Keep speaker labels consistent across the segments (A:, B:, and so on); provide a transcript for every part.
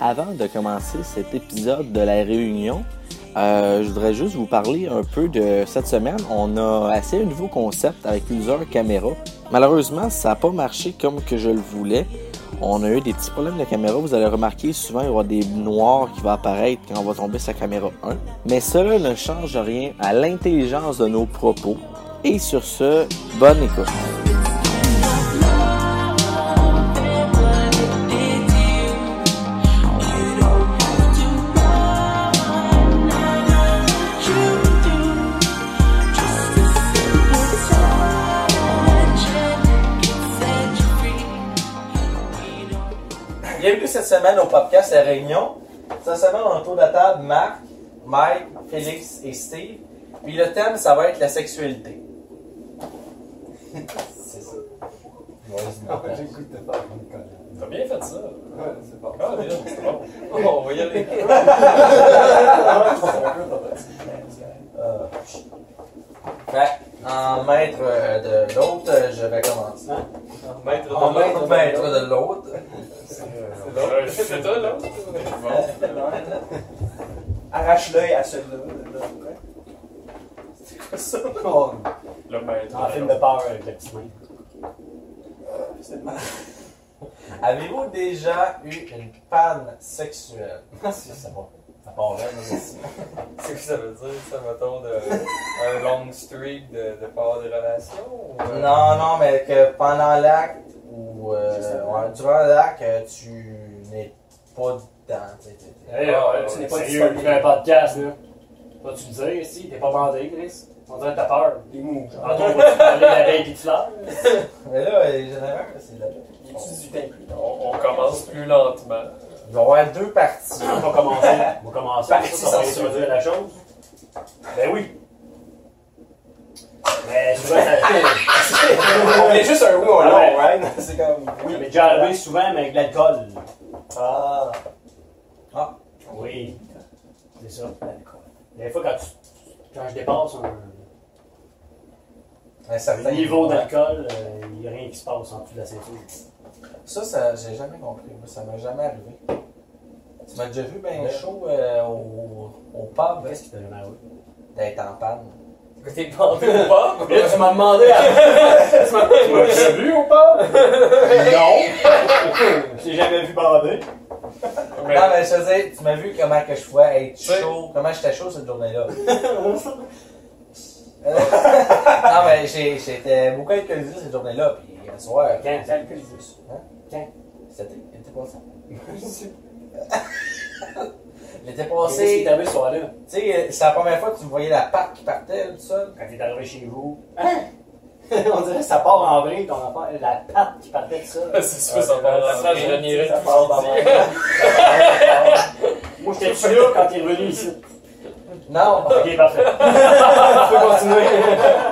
A: avant de commencer cet épisode de la réunion, euh, je voudrais juste vous parler un peu de cette semaine. On a essayé un nouveau concept avec plusieurs caméras. Malheureusement, ça n'a pas marché comme que je le voulais. On a eu des petits problèmes de caméra. Vous allez remarquer, souvent, il y aura des noirs qui vont apparaître quand on va tomber sa caméra 1. Mais cela ne change rien à l'intelligence de nos propos. Et sur ce, bonne écoute. Bienvenue cette semaine au podcast La Réunion. Cette semaine, on a autour de la table Marc, Mike, Félix et Steve. Puis le thème, ça va être la sexualité.
B: C'est ça.
C: J'écoute de faire une connerie.
B: T'as bien fait ça.
C: Ouais, c'est pas
B: Ah, bien, c'est bon.
D: on va y aller.
A: Euh, ben, en maître euh, de l'autre, euh, je vais commencer.
E: Hein?
D: Maître de
A: En maître,
D: l'ordre.
A: maître de l'autre.
B: Euh, C'est toi, là?
E: Arrache l'œil à celui-là.
C: Oh,
B: Le maître.
E: En film de peur avec la petite main. C'est une marque.
A: Avez-vous déjà eu une panne sexuelle?
E: Ça va. Ça part là, mais c'est-
D: C'est que ça veut dire, ça, mettons, de, un long streak de, de pas avoir de relation? Ou, euh,
A: Non, non, mais que pendant l'acte ou euh,
E: Juste avant.
A: ouais, durant l'acte, euh, tu n'es pas dedans. tu sais, t'es- t'es-
B: Hey,
D: Ah,
B: euh,
E: Ce n'est pas
B: Sérieux,
E: disponible.
B: tu fais un podcast, là. Vas-tu me dire, si, t'es pas bandé, Chris? On dirait que t'as peur.
E: Les mous. genre.
B: Tantôt, on va te parler la veille pis de fleurs.
A: Mais là, les généraux, c'est là.
E: Il utilise du temps plus tard.
B: On, on commence plus lentement.
A: Il va y avoir deux parties.
B: On va commencer. On va commencer.
E: Partie
B: Ça, ça va
E: censurée.
B: introduire la chose. Ben oui. Mais souvent, ça...
E: On est juste un oui ou un
B: Ah ouais.
E: non, right? C'est comme
B: ça m'est
E: oui.
B: déjà arrivé souvent, mais avec de l'alcool.
E: Ah.
B: Oui, c'est ça, l'alcool. Des fois, quand, tu- quand je dépasse un,
A: Un
B: un
A: certain
B: niveau d'alcool, euh, il n'y a rien qui se passe en dessous de la ceinture.
A: Ça, ça j'ai jamais compris. moi, Ça m'a jamais arrivé. Tu m'as déjà vu bien chaud euh, au, au pub
B: Qu'est-ce qui t'a jamais arrivé?
A: d'être en panne.
D: que T'es planté ou pas?
B: Là, tu m'as demandé à... tu m'as vu ou pas? non. Je t'ai jamais vu bander.
D: Mais-
B: Ben,
A: Non, mais je te dis, tu m'as vu comment que je pouvais être
D: Oui.
A: chaud, comment j'étais chaud cette journée-là. Euh, non, mais j'ai- j'étais beaucoup alcoolisé cette journée-là, puis le soir,
B: Quand?
E: C'est alcoolisé.
A: c'était l'été passé.
E: C'est-
A: L'été
B: Qu'est-ce qui
A: passé,
B: t'est arrivé ce soir-là?
A: tu sais, c'est la première fois que tu voyais la patte qui partait, tout ça.
B: Quand t'es arrivé chez vous. Hein? On dirait que ça part en vrille, ton affaire. La patte qui partait de ça.
D: Ah, C'est sûr, Euh, ça part dans la je renierais
E: Ça
D: tout
E: part dans
D: ce que tu
E: ma-
B: Moi, j'étais dessus là quand t'es revenu ici.
A: Non,
B: Ok, parfait.
E: Tu peux continuer.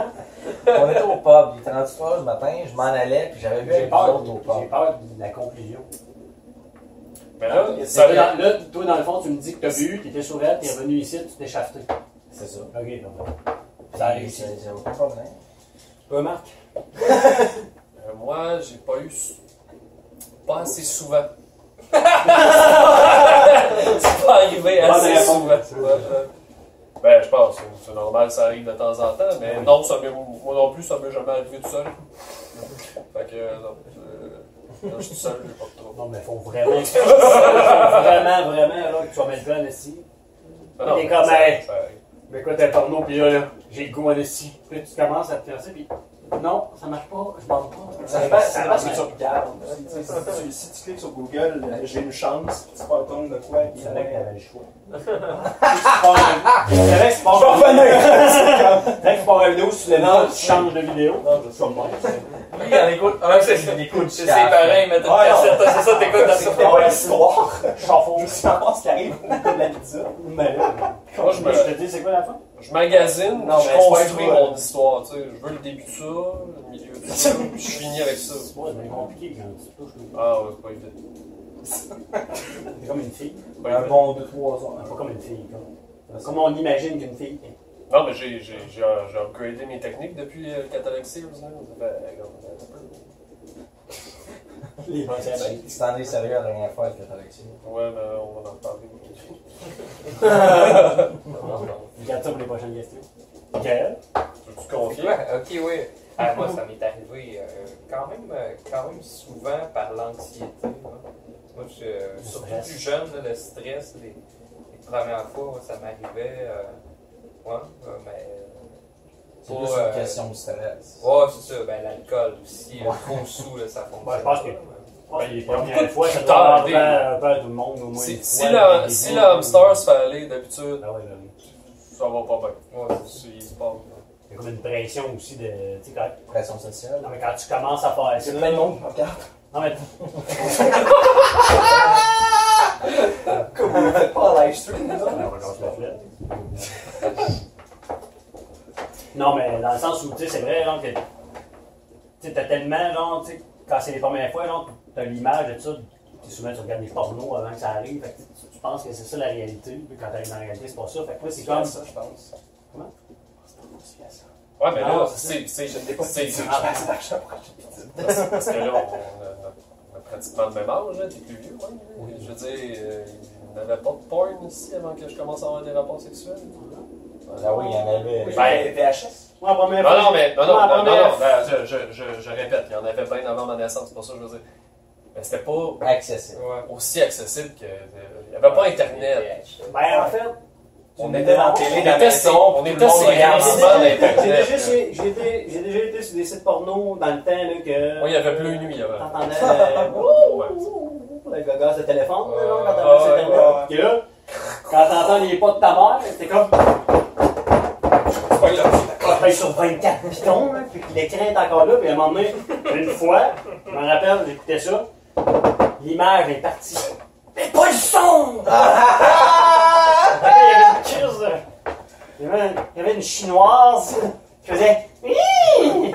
A: on était au pub, il était rendu 3 du matin, je m'en allais, puis j'avais vu
B: J'ai
A: avec vous
B: peur,
A: autres au
B: j'ai
A: pub.
B: peur de la conclusion.
D: dis. Mais Ben là,
B: Parce
D: ça
B: que
D: vient-
B: dans- là, toi, dans le fond, tu me dis que t'as bu, t'étais sur elle, t'es revenu ici, tu t'es shafté. Ok,
A: C'est ça.
B: parfait.
A: Ça
B: Ça
A: arrive,
B: arrive.
A: j'ai j'ai aucun problème.
B: Toi, Marc?
D: euh, moi, j'ai pas eu. sou- Pas assez souvent. C'est pas arrivé
B: Bonne
D: assez
B: réponse.
D: souvent. Ouais, ouais.
B: Ben, je pense.
D: C'est normal, ça arrive de temps en temps, mais
B: Oui.
D: non, ça m'est- moi non plus, ça m'est jamais arrivé tout seul. fait que, euh, non, euh, quand je suis seul, j'ai pas de trouble.
B: Non, mais faut vraiment. faut vraiment, vraiment, là, que tu sois mettre plein ici.
D: Ah non,
B: T'es comme,
D: ça-
B: hey.
D: ça arrive.
B: Mais quoi, t'as le porno, pis là, là, j'ai le goût en ici. Puis là, tu commences à te faire ça, pis non, ça marche pas, je parle pas.
E: Ça dépend ça dépend
B: marche
E: ce que tu regardes. Tu sais, Si tu- si tu cliques sur Google, euh, j'ai une chance, tu peux entendre de quoi. puis ça va être-
B: le choix. C'est vrai que c'est pas
E: Je vais
B: C'est vrai que c'est pas la vidéo, si tu l'aimes, tu changes de vidéo. Non, je suis
A: Lui, il en écoute un, c'est il écoute
D: Ah, C'est
A: jusqu'à la fin.
D: pareil, mais
E: Ouais,
D: t'as
E: non.
D: cassette, c'est ça, t'écoutes dans
E: C'est pas l'histoire. Je suis en pense qu'il arrive comme la pizza.
B: Mais là,
D: Moi, je, me-
B: je te dis, c'est quoi la fin?
D: je magasine,
E: Non,
D: je
E: mais c'est pas
D: construis
E: grave.
D: mon histoire, tu sais. Je veux le début de ça, le milieu de ça, puis je finis avec ça.
B: Ouais, c'est compliqué quand tu touches le
D: Ah ouais, c'est pas évident.
B: C'est comme une fille.
D: C'est pas
E: Un
D: évident.
E: bon 2-3 heures.
B: Pas comme une fille. Comme, comme on imagine qu'une fille est.
D: Non, mais j'ai j'ai- j'ai- j'ai upgradé mes techniques depuis euh, le catalogue Sears, là. Ça fait, euh, comme, un peu.
B: Les bananes.
F: Tu t'en es sérieux la dernière fois avec la collection.
D: Ouais, mais on va en reparler.
B: Regarde ça pour les prochaines questions. Gaël?
D: Tu te confies?
G: Ouais, ok, oui. Ah, moi, ça m'est arrivé euh, quand, même, euh, quand même souvent par l'anxiété. là. Moi, je, euh,
B: Le
G: surtout
B: stress.
G: plus jeune, là, le stress, les, les premières fois, ouais, ça m'arrivait. euh, ouais, euh, mais.
F: C'est
G: pas,
F: plus
G: euh,
F: une question de stress.
G: Ouais, c'est ça. Ben, l'alcool aussi, euh, trop sous, là, ça fonctionne.
B: Ouais, je pense que-
G: pas, là.
B: Ben, les
G: beaucoup de
B: premières fois, ça
D: critères,
B: doit
D: des-
B: faire un peu à tout le monde, au moins.
D: Si,
B: une
D: si,
B: fois,
D: la,
B: des
D: si
B: fois.
D: le hamster se fait aller d'habitude,
B: Ah ouais, ben oui.
D: ça va pas bien.
G: Ouais, c'est
D: Si il se passe.
B: Il y a comme une pression aussi de. Tu sais, quand,
F: Pression sociale.
B: non, mais quand tu commences à faire ça.
F: C'est plein de monde qui me regarde.
B: Non, mais
C: Comme on ne fait pas en live stream, là.
B: Alors, on se la flèche. Non, mais dans le sens où, tu sais, c'est vrai, genre, que. Tu sais, t'as tellement, genre, tu sais, quand c'est les premières fois, genre, t'as l'image de ça. Tu sais, souvent, tu regardes des pornos avant que ça arrive. Fait que tu, tu penses que c'est ça la réalité. Puis quand t'arrives dans la réalité, c'est pas ça. Fait que là, c'est comme. Ben,
E: ça, je pense.
D: Ouais, mais
B: Non,
D: là, c'est. c'est- c'est- c'est- Parce que là, on a- on a pratiquement le même âge, hein, t'es plus vieux, ouais. Je veux dire, euh, il n'avait pas de porn ici avant que je commence à avoir des rapports sexuels.
F: Ah oui, il y en avait.
E: Oui,
D: Ben-
E: VHS.
B: Moi, la première
D: Non,
B: fois.
D: non, mais non, non,
B: moi, la
D: non, non,
B: première-
D: non, ben, je, je- je- je répète, il y en avait bien avant ma naissance, c'est pas ça que je veux dire. Mais c'était pas
F: Accessible.
G: Ouais.
D: aussi accessible que. euh, Il n'y avait pas Internet.
B: Ben, en fait.
E: On était dans la
D: On
E: télé, dans la
D: était
E: maison.
D: sombre, on était
E: monde regarde
D: séquencement
B: J'ai déjà,
D: d'Internet.
B: chez- j'ai été- j'ai déjà été sur des sites porno dans le temps, là, que.
D: Moi, il y avait bleu nuit avant.
B: T'entendais. euh,
D: Ouais.
B: le gaga de téléphone, là,
D: Ouais,
B: quand t'entends
D: ouais,
B: cet internet. Puis là, quand t'entends les pas de ta mère, t'es comme, Ah, ben,
D: Ouais, là,
B: quand tu sur 24 pitons, là, puis que l'écran est encore là, puis à un moment donné, une fois, je me rappelle, j'écoutais ça, l'image est partie. Mais pas le son! Puis là, Il y avait une crise, de- il y avait une, il y avait une chinoise qui faisait. Hi! Hi!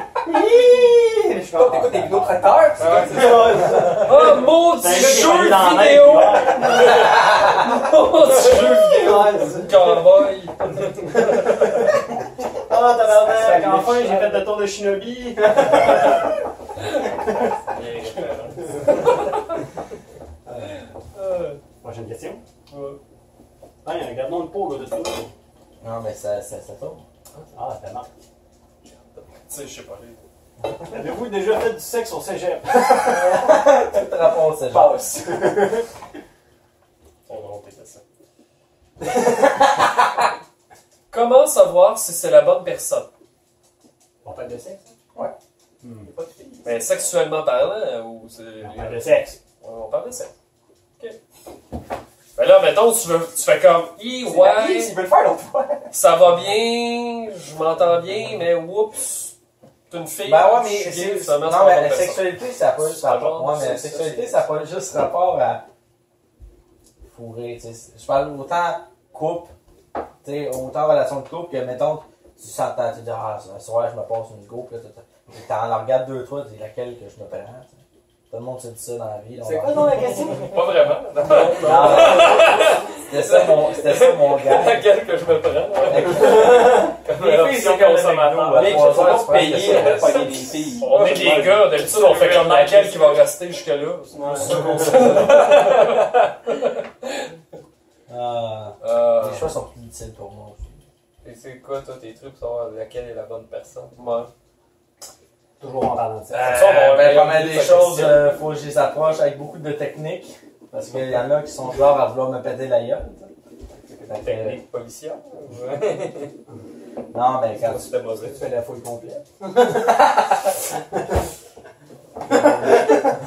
B: Je suis comme, ah,
C: T'écoutes des vidéos traiteurs, c'est comme ça.
D: Oh mon
B: C'est un
D: dieu,
B: gars qui est allé
D: jeu
B: dans la
D: vidéo!
B: main, puis, ouais.
D: Mon dieu,
C: Ouais,
D: cowboy!
B: Ah, tabarnak! Enfin, j'ai fait le tour de Shinobi! Prochaine question? Ah, Tiens, regardons le pot, là, de tout.
F: Non, mais ça, ça, ça tourne.
B: Ah, c'est marque.
D: Tu sais, je sais pas. les-
B: Avez-vous déjà fait du sexe au cégep?
F: Tout rapport, c'est genre.
E: Passe.
D: On va monter que ça. Comment savoir si c'est la bonne personne?
B: On parle de sexe?
E: Il y a pas de filles.
D: Ben, sexuellement parlant, euh, ou c'est.
B: On parle de sexe.
D: On parle de ça. Ok. Ben là, mettons, tu, veux, tu fais comme, hi,
E: C'est la vie,
D: ouais,
E: S'il veut le faire l'autre fois.
D: ça va bien, je m'entends bien, mais oups, t'es une fille.
F: Ben ouais,
D: je suis
F: mais.
D: gay,
F: c'est-
D: finalement, c'est
F: Non, mais la
D: pas la bonne personne.
F: sexualité, ça n'a pas juste
D: C'est pas
F: rapport.
D: genre,
F: Moi, mais la
D: c'est- c'est-
F: sexualité, ça n'a pas juste rapport à. Fourrer, tu sais. Je parle autant couple, tu sais, autant relation de couple que, mettons, tu s'entends, tu dis, ah, ce soir, je me passe une go, puis là, tu- tu- t'en regardes deux, trois, tu dis laquelle que je me prends, tu sais. Tout le monde se dit ça dans la vie.
C: C'est quoi le nom de la question?
D: Pas vraiment.
F: Non. C'était ça mon, c'était ça mon gars.
D: Laquelle que je me prends. ouais. Comme
F: Les filles,
D: option
F: c'est comme avec
D: consommateur.
F: nous, à
D: Les
F: trois
D: filles,
F: heures,
D: on
F: c'est
D: paye.
F: pas
E: Il a pas des filles.
D: On est des gars, d'habitude on fait comme laquelle qui va rester jusque-là.
F: Ah,
D: Euh,
F: Les choix sont plus utiles pour moi aussi.
G: Et c'est quoi, toi, tes trucs pour savoir laquelle est la bonne personne?
D: ouais. Euh,
B: Toujours en parlant de sexe.
D: Comme ça, on
G: Ah,
D: va
F: ben,
D: régler
F: pas mal des
D: cette
F: choses,
D: question.
F: euh, faut que je les approche avec beaucoup de technique. Parce qu'il y en a qui sont genre à vouloir me péter la gueule. Fait que, euh,
G: Technique policière?
F: non, ben quand tu
G: C'était mauvais.
F: fais la fouille complète.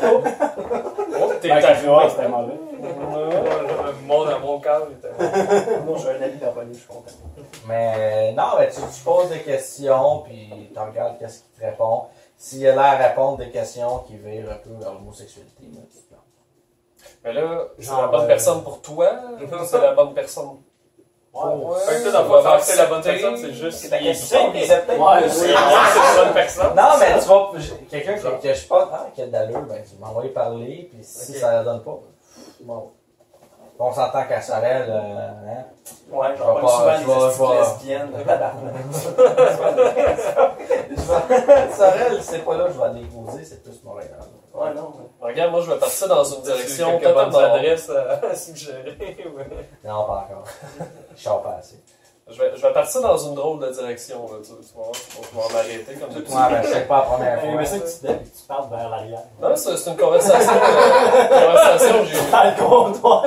D: Oh, t'es
B: Ben,
D: arrivé.
B: ouais, c'était mauvais.
D: Mon amour calme était.
E: Non, j'ai un ami dans la vie, je suis content.
F: Mais euh, non, ben tu, tu poses des questions, puis tu regardes qu'est-ce qu'il te répond. S'il a l'air à répondre des questions qui virent un peu vers l'homosexualité, là, tu te plantes.
D: Mais là, c'est
B: Genre,
D: la bonne
B: euh,
D: personne pour toi ou c'est la bonne personne
B: Ouais,
D: Fait que
G: Ouais.
D: toi, dans le fond, faire que c'est la bonne personne, c'est juste.
E: C'est ta
D: Ben, il est
E: question,
D: bien.
E: mais c'est peut-être.
D: C'est
B: ouais, c'est-
D: moi que c'est la bonne personne.
F: Non, mais tu vois, j'ai- quelqu'un que, que je pense, ah, qui a de l'allure, ben, tu m'envoies parler, puis si
G: Ok.
F: ça la donne pas, bon. On s'entend qu'à Sorel, euh, hein?
E: Ouais,
F: Je vais
E: j'en parle
F: pas-
E: souvent
F: je vais-
E: des
F: je vais-
E: petites lesbiennes. tabarnak.
F: Sorel, c'est pas là que je vais aller causer, c'est plus Montréal.
E: Ouais, non.
D: Regarde, moi, je vais partir dans une direction.
G: quelques bonnes
D: totalement-
G: adresses à, à suggérer. ouais.
F: Non, pas encore. Je sors pas assez.
D: Je vais, je vais partir dans une drôle de direction, là, tu, tu vas voir. Je vais pouvoir m'arrêter comme
F: Ouais,
D: d'habitude.
F: ben, c'est pas la première
E: J'aimerais
F: fois.
E: ça que tu, te- tu partes vers l'arrière.
D: Non, c'est c'est une conversation. euh, une conversation, j'ai
E: Dans le comptoir.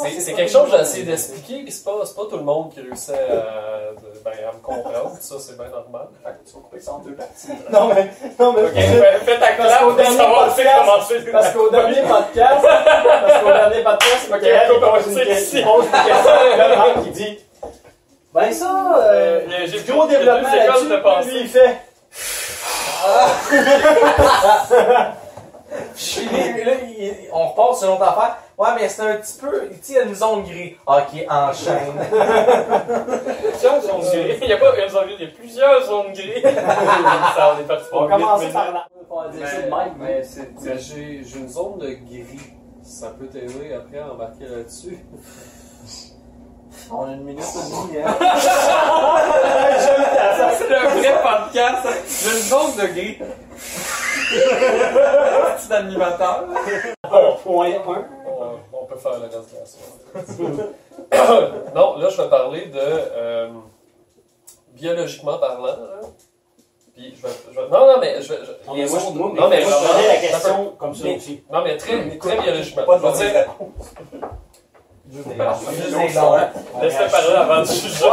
D: C'est c'est quelque chose que j'ai essayé d'expliquer, puis c'est pas, c'est pas tout le monde qui réussit à, de- ben, à me comprendre, ça c'est bien normal.
E: Fait que tu vas couper ça en deux parties. Non, mais. Non, mais.
G: Ok, fais fais ta classe
E: qu'au
G: pour
E: dernier
G: savoir c'est
E: podcast-
G: commencer.
E: Parce qu'au dernier podcast, parce qu'au dernier podcast,
G: Ok,
E: Michael, il
G: on va
E: pose une
G: dire ici.
E: question, il pose une question, et là, le mec, il dit Ben ça, euh,
G: Il y a- j'ai-
E: gros
G: il y a deux
E: développement
G: écoles
E: là-dessus,
G: de pensée.
E: lui, il fait
F: Puis là, il- on repart sur l'autre affaire. Ouais, mais c'est un petit peu. Tu sais, il y a une zone grise. Ok, enchaîne.
G: Plusieurs zones grises. Il n'y a pas une zone grise, il y a plusieurs zones grises. ça, on est parti pour
E: On va
G: huit
E: commencer
G: minutes.
E: par là.
G: On va dire ça de
D: Ben,
G: même.
D: ben, c'est- ben, J'ai j'ai une zone de gris. Ça peut t'aider après à embarquer là-dessus.
E: On a une minute et demie, hein.
G: Ça, c'est un vrai podcast. J'ai une zone de gris.
F: Petit animateur.
E: Point 1.
D: On, Euh, on peut faire le reste de la soirée. non, là je vais parler de euh, biologiquement parlant. là. Puis je vais, je vais- non, non, mais je vais- je-
E: Non,
D: les
E: mais moi,
D: zones-
E: moi,
D: non, mais je-
E: moi, je posais la
D: ça peut-
E: question comme ça
D: Mais-
E: aussi.
D: Non, mais très, très biologiquement.
C: Pas de
D: Je veux dire,
C: mauvaise
F: Juste des dents.
G: Laisse-le parler avant de juger.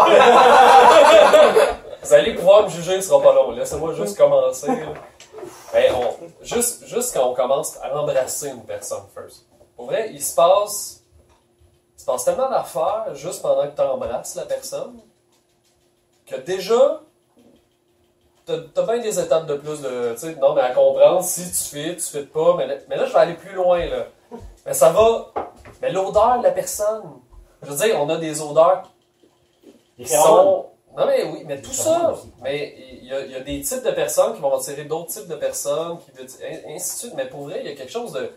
D: Vous allez pouvoir me juger, ce sera pas long. Laissez-moi juste commencer. là. Ben, on- juste, juste quand on commence à embrasser une personne first. Pour vrai, il se passe, il se passe tellement d'affaires juste pendant que tu embrasses la personne que déjà, t'as as bien des étapes de plus de. tu sais, Non, mais à comprendre si tu fais, tu fais pas. Mais là, mais là, je vais aller plus loin. Là. Mais ça va. Mais l'odeur de la personne. Je veux dire, on a des odeurs
E: Les
D: qui
E: phéromones.
D: sont- Non, mais oui, mais tout ça. Mais il y, a- il y a des types de personnes qui vont attirer d'autres types de personnes, qui, et ainsi de suite. Mais pour vrai, il y a quelque chose de.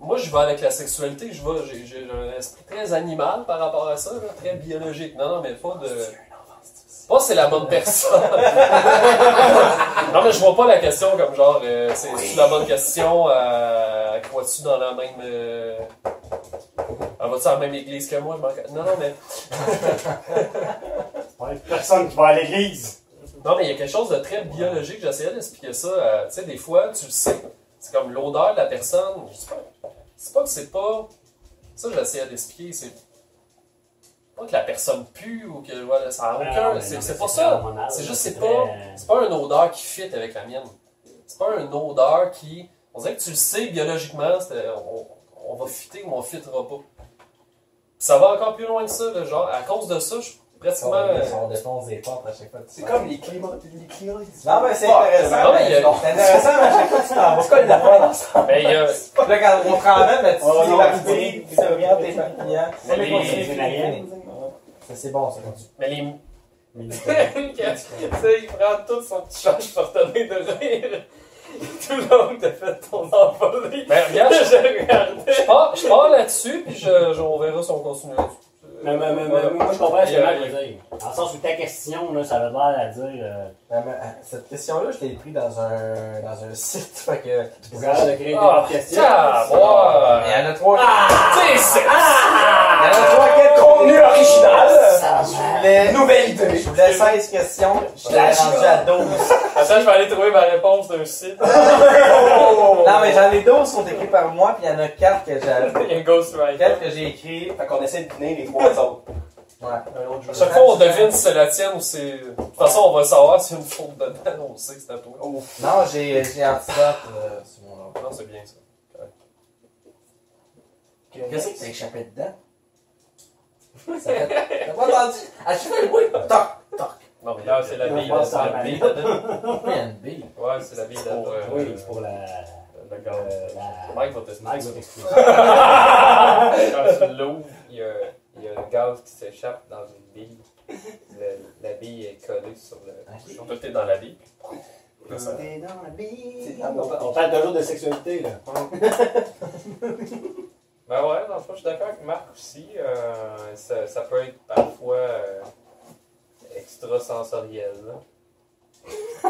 D: Moi, je vais avec la sexualité, je vais, j'ai, j'ai un esprit très animal par rapport à ça, là, très biologique. Non, non, mais pas de. Pas c'est la bonne personne. non, mais je vois pas la question comme genre, euh, c'est c'est-tu la bonne question, euh, crois-tu dans la même. euh, elle va-tu à la même église que moi? Je m'en- Non, non, mais.
E: Ouais, Personne qui va à l'église.
D: Non, mais il y a quelque chose de très biologique. J'essayais d'expliquer ça. euh, tu sais, des fois, tu le sais. C'est comme l'odeur de la personne. Je sais pas. C'est pas que c'est pas. Ça, j'essayais d'expliquer. C'est pas que la personne pue ou que voilà, ça a
E: Ah,
D: aucun.
E: mais
D: C'est
E: non,
D: c'est
E: mais
D: pas
E: c'est
D: ça.
E: hormonal,
D: C'est
E: là,
D: juste,
E: c'est
D: c'est
E: très-
D: pas. C'est pas une odeur qui fit avec la mienne. C'est pas une odeur qui. On dirait que tu le sais biologiquement. c'est- On, on va fitter ou on fittera pas. Ça va encore plus loin que ça. là, genre, à cause de ça, je suis
E: Ah
D: pratiquement.
F: On défonce des portes à chaque fois.
C: C'est comme les clients. Les clients ils-
F: Non, mais c'est
C: Ah,
F: intéressant.
D: non, mais il y a-
F: C'est intéressant, mais à chaque fois que tu t'en vas.
C: C'est quoi le lapin dans ça?
D: Ben, il y a-
F: Puis Là, quand on te ramène, ben, tu
E: Oh, non,
F: dis
E: oui.
F: tu regardes tes papillons.
D: Mais les-
F: continue, fini, fini. Ça, C'est bon, ça continue.
D: Mais les,
G: Tu sais, il prend tout son petit change pour te donner de rire. Tout le long que t'as fait ton envolée.
D: Ben, regarde, je-
G: je regardais.
D: je pars, je pars là-dessus, puis je, je- on verra si on continue là-dessus.
E: Mais, mais, mais, mais,
D: Voilà.
E: moi, je comprends ce que
D: Euh,
E: Mac veut dire. Dans le sens où ta question, là, ça avait l'air à dire. euh,
F: Ben, ben, Cette question-là, je l'ai prise dans un, dans un site. Fait que.
E: Vous avez créé des
D: Ah,
E: bonnes questions.
D: tiens,
F: Il y
D: moi! Ah!
F: en a trois.
C: Ah!
D: Tu sais, c'est-
F: Il y en a trois, quatre
C: Contenu original!
E: Ça
F: Je voulais-
C: Ah! Nouvelle idée!
F: Je voulais 16 questions. Je l'ai
C: Ah,
F: rendu
C: je-
F: à 12.
G: Attends, je vais aller trouver ma réponse d'un site.
F: Non, mais j'en ai 12 qui sont écrits par moi, puis il y en a 4 que j'ai.
G: Il y a un ghostwriter.
F: Quatre que j'ai écrit.
C: Fait qu'on essaie de deviner les trois autres.
F: Ouais.
D: À chaque fois, on devine si c'est la tienne ou c'est. De toute façon, on va savoir si une faute dedans, on sait que c'est à toi.
G: Oh.
F: Non, j'ai, j'ai antidote, euh, sur mon nom.
D: Non, c'est bien ça.
F: Qu'est-ce que t'as échappé dedans? Ça fait... T'as pas entendu? À chaque fois, le bruit, toc, toc.
D: Non, mais
G: Non, c'est la
E: Non,
G: bille.
E: pas
G: là,
E: ça,
G: C'est la
E: mais-
G: bille. là.
F: Pourquoi il y a une bille?
G: Ouais, c'est la bille. là,
D: Pour, euh,
G: toi.
E: Oui, c'est pour la.
D: Le gars,
E: euh,
D: euh,
E: la...
D: Mike va tester.
E: Mike va t'expliquer.
G: Quand tu l'ouvres, il y a, il y a un gaz qui s'échappe dans une bille. Le- la bille est collée sur le. Euh,
D: Tout est dans la vie. Là, ça-
E: T'es dans la bille.
C: C'est-
E: On parle toujours de sexualité, là.
G: Ben ouais, dans le fond, je suis d'accord avec Marc aussi. Euh, ça, ça peut être parfois euh, extrasensoriel. là.
C: C'est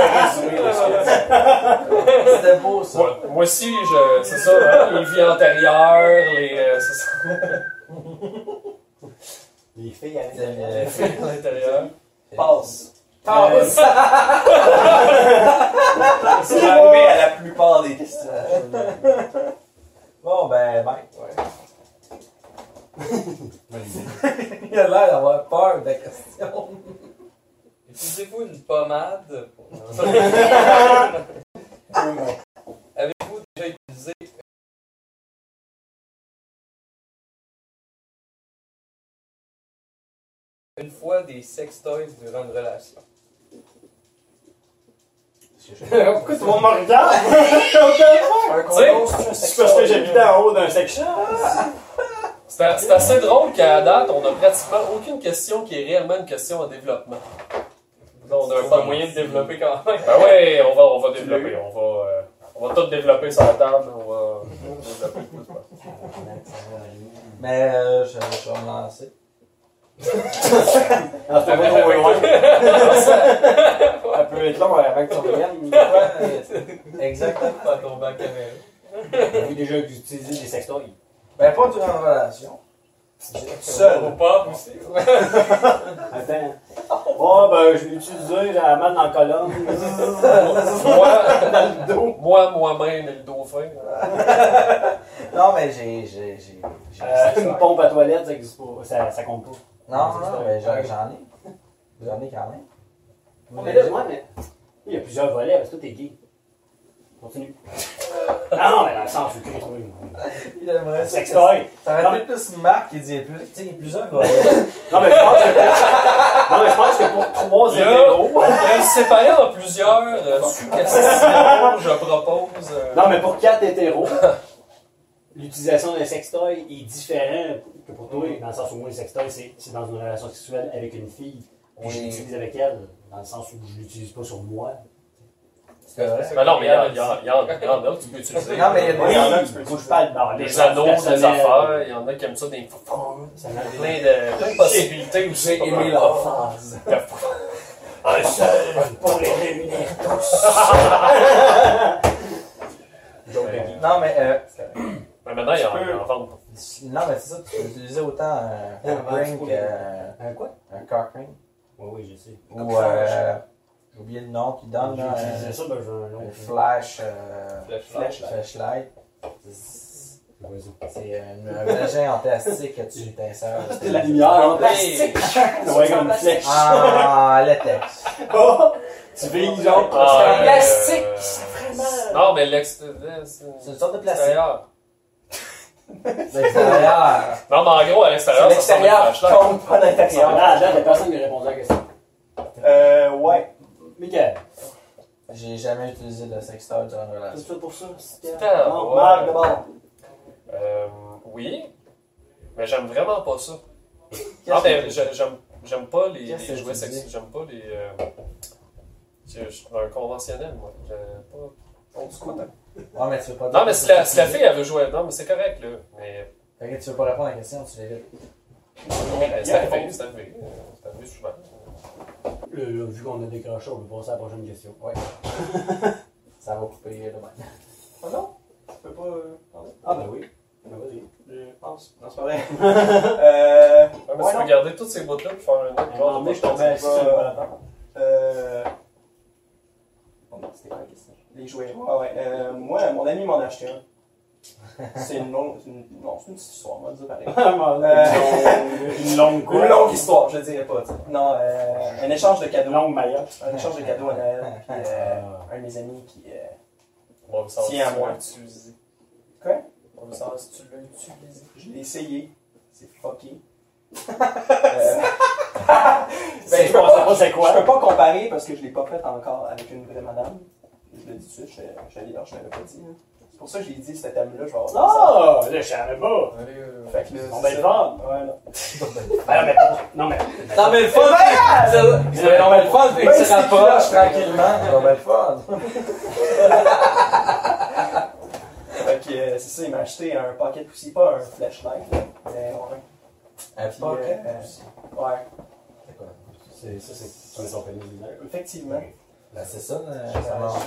C: un résumé de ce qu'il a dit.
F: C'était beau ça.
D: Moi, moi aussi, je, c'est ça, hein, les vies antérieures, les. euh, c'est ça,
B: Les filles à
F: C'était, euh,
B: l'intérieur.
D: les vies à l'intérieur.
C: Passe.
F: euh, ça-
C: C'est arrivé à la plupart des questions.
F: Bon ben Mike, ouais. Il a l'air d'avoir peur de la question.
G: Utilisez-vous une pommade pour- Avez-vous déjà utilisé une fois des sextoys durant une relation?
B: Pourquoi tout le monde me regarde? Encore
C: Un
D: condom,
C: c'est
B: une fois? C'est parce que j'habitais en haut d'un section.
D: C'est a- c'est assez drôle qu'à date, on n'a pratiquement aucune question qui est réellement une question en développement.
G: Non, on a un bon moyen de développer quand même.
D: Ben ouais, on va, on va développer. On va, euh, on va tout développer sur la table. On va développer le pouce, ben.
F: Mais euh, je, je vais me lancer.
B: Ça va trop loin. Ça peut être long hein, avant que tu reviennes.
F: Ouais, exactement.
G: Pas tomber en caméra.
B: J'ai déjà utilisé des sextoys.
F: Ben pas durant une relation.
B: Seul.
G: Ou pas aussi.
B: Attends. Oh, ben, je l'ai utilisé, j'ai la main dans la colonne.
D: Moi,
B: Dans le dos.
D: moi, moi-même et le dauphin. Euh,
F: Non mais j'ai j'ai j'ai. j'ai-
B: Euh, une pompe à toilette, ça existe pas. Ça, ça compte pas.
F: Non, non, non, mais j'en j'en ai. J'en ai quand même.
B: Mais là, moi, mais. Il y a plusieurs volets, parce que toi, t'es gay. Continue. Ah non, mais dans le sens, je veux trouver.
F: Il aimerait ça. que-
B: Sextoy.
F: Ça
B: Non,
F: aurait
B: mais-
F: été plus Marc qui dit il y a plus- tu sais, il y a plusieurs gars.
B: Non, mais je pense que. Non, mais je pense que pour trois
D: Là.
B: hétéros.
D: On pourrait le séparer en plusieurs euh, sous-questions. Je propose. euh,
B: Non, mais pour quatre hétéros, l'utilisation d'un sextoy est différente que pour toi, dans le sens où moi, le sextoy, c'est c'est dans une relation sexuelle avec une fille. Puis je
F: Oui.
B: l'utilise avec elle, dans le sens où je l'utilise pas sur moi.
F: C'est vrai.
D: Ben non, mais il y, en- il y en- il y en il y en a que tu peux utiliser.
F: Non, mais il y a
B: Oui,
F: des-
E: en a que tu peux
B: moi, je parle dans
D: Les anneaux,
B: personnels.
D: des affaires, il y en a qui aiment ça, des plein
B: Ça m'a
D: de, plein de possibilités aussi.
C: J'ai aimé la phrase.
B: Un seul pour les réunir tous. Donc, ben,
F: Non mais euh,
D: Mais Ben, maintenant, il y en
B: Tu peux.
D: a en vente.
F: non mais c'est ça, tu peux utiliser autant euh, un
B: Ah,
F: cock ring
B: c'est cool.
F: qu'un
B: Un quoi?
F: un cock ring.
B: Oui, oui, je sais.
F: Ou euh, j'ai oublié le nom qu'il donne là.
B: J'utilisais
F: Un,
B: ça, ben j'ai un
F: un
B: autre.
F: flash euh,
G: Flashlight.
F: flashlight. C'est
B: Vas-y.
F: c'est un, un vagin en plastique que tu t'insères.
B: C'est la lumière hein. en
D: Ben,
B: plastique. Ouais, comme une flèche.
F: Ah, latex.
B: Oh, tu vises genre
D: Ah, euh,
B: presque.
G: plastique,
D: euh,
G: mal.
D: Non, mais l'extérieur.
F: C'est
D: c'est-
F: une sorte de plastique.
D: euh,
F: Ben,
D: L'extérieur.
F: L'extérieur.
D: Non, mais en gros, à l'extérieur, ça ressemble
C: L'extérieur
D: à une flashlight.
C: compte pas
B: C'est vrai,
C: l'intérieur.
B: à date, il y a personne qui a répondu à la question.
E: Euh, ouais.
B: Michael,
F: J'ai jamais utilisé de sextoy durant une relation.
B: qu'est-ce que tu fais pour ça? C'était
D: Putain,
B: Non,
D: ouais.
B: Marc, d'abord.
D: Euh, oui, mais j'aime vraiment pas ça.
F: Qu'est-ce
B: Ah,
D: Non,
B: ben,
F: que-
D: mais Ah, ben, j'a- j'aime j'aime pas les,
F: Qu'est-ce
D: les
F: que
D: jouets
F: tu
D: sexuels.
F: dis?
D: J'aime pas les. euh, je je suis un conventionnel, moi. J'aime pas. old school.
F: Non, mais tu veux pas dire
D: Non, mais
F: que
D: si la, si la
F: tu-
D: fille, elle veut jouer. Non, mais c'est correct, là. Mais
F: Fait que tu veux pas répondre à la question, tu l'évites.
B: ben,
D: euh, c'est arrivé, c'est arrivé. euh, C'est arrivé souvent.
B: Là, là, vu qu'on a décroché, on peut passer à la prochaine question.
F: Ça va couper le bain.
E: Ah non? Tu peux pas euh, parler?
B: Ah, ben oui. Ben, vas-y.
E: Je pense. Non, c'est pas vrai. euh,
D: Ouais, mais
E: Ouais,
D: tu
E: non.
D: peux garder tous ces bouts-là pour faire un autre.
B: À un
D: genre,
B: moment donné, je
D: moi,
B: tombais assis sur le
E: pas-
B: parapente.
E: euh... oh non, c'était pas la question. Les jouets. Ah ouais. Euh, moi, mon ami m'en a acheté un. C'est une longue... c'est une- Non, c'est une petite histoire, on va dire pareil.
B: À un moment donné, Une longue- une longue quoi?
E: Euh, Une longue histoire, je dirais pas. tu sais. Non, euh, un échange de
B: Une
E: cadeaux.
B: longue maillot.
E: Un échange de cadeaux à
B: Ah,
E: Noël. Puis, euh, un de mes amis qui... euh,
D: On va savoir si
E: Tiens,
D: tu
E: moi.
D: l'as utilisé.
E: Quoi?
D: On va savoir si tu l'as utilisé.
E: Je l'ai essayé. C'est fucké. Euh,
B: Ben,
E: je
B: je
E: peux
B: pensais pas c'est
E: Je
B: quoi.
E: peux pas comparer parce que je l'ai pas fait encore avec une vraie madame. Je le dis tout de suite, je suis allé je l'avais pas dit. là. C'est pour ça que j'ai dit cet thème-là, je vais avoir ça.
B: Ah, là, je savais pas.
D: Allez, euh,
E: Fait que là,
B: On va
E: c'est
B: être
E: ça.
B: fort.
E: Ouais, non.
B: Ah, non, mais. Non, mais.
F: Ça va le fun!
B: Mais non, mais le
F: fun,
E: puis il se rapproche
F: tranquillement. Ça va le fun!
E: Fait que euh, c'est ça, il m'a acheté un pocket pussy, pas un flashlight. là, Mais ouais.
F: Un
E: Puis, euh,
F: pocket
E: ouais,
B: C'est ça, c'est. Tu mets ton pénis dedans.
E: effectivement.
F: Ben, c'est ça, euh,
E: Je
F: ça mange.
E: ne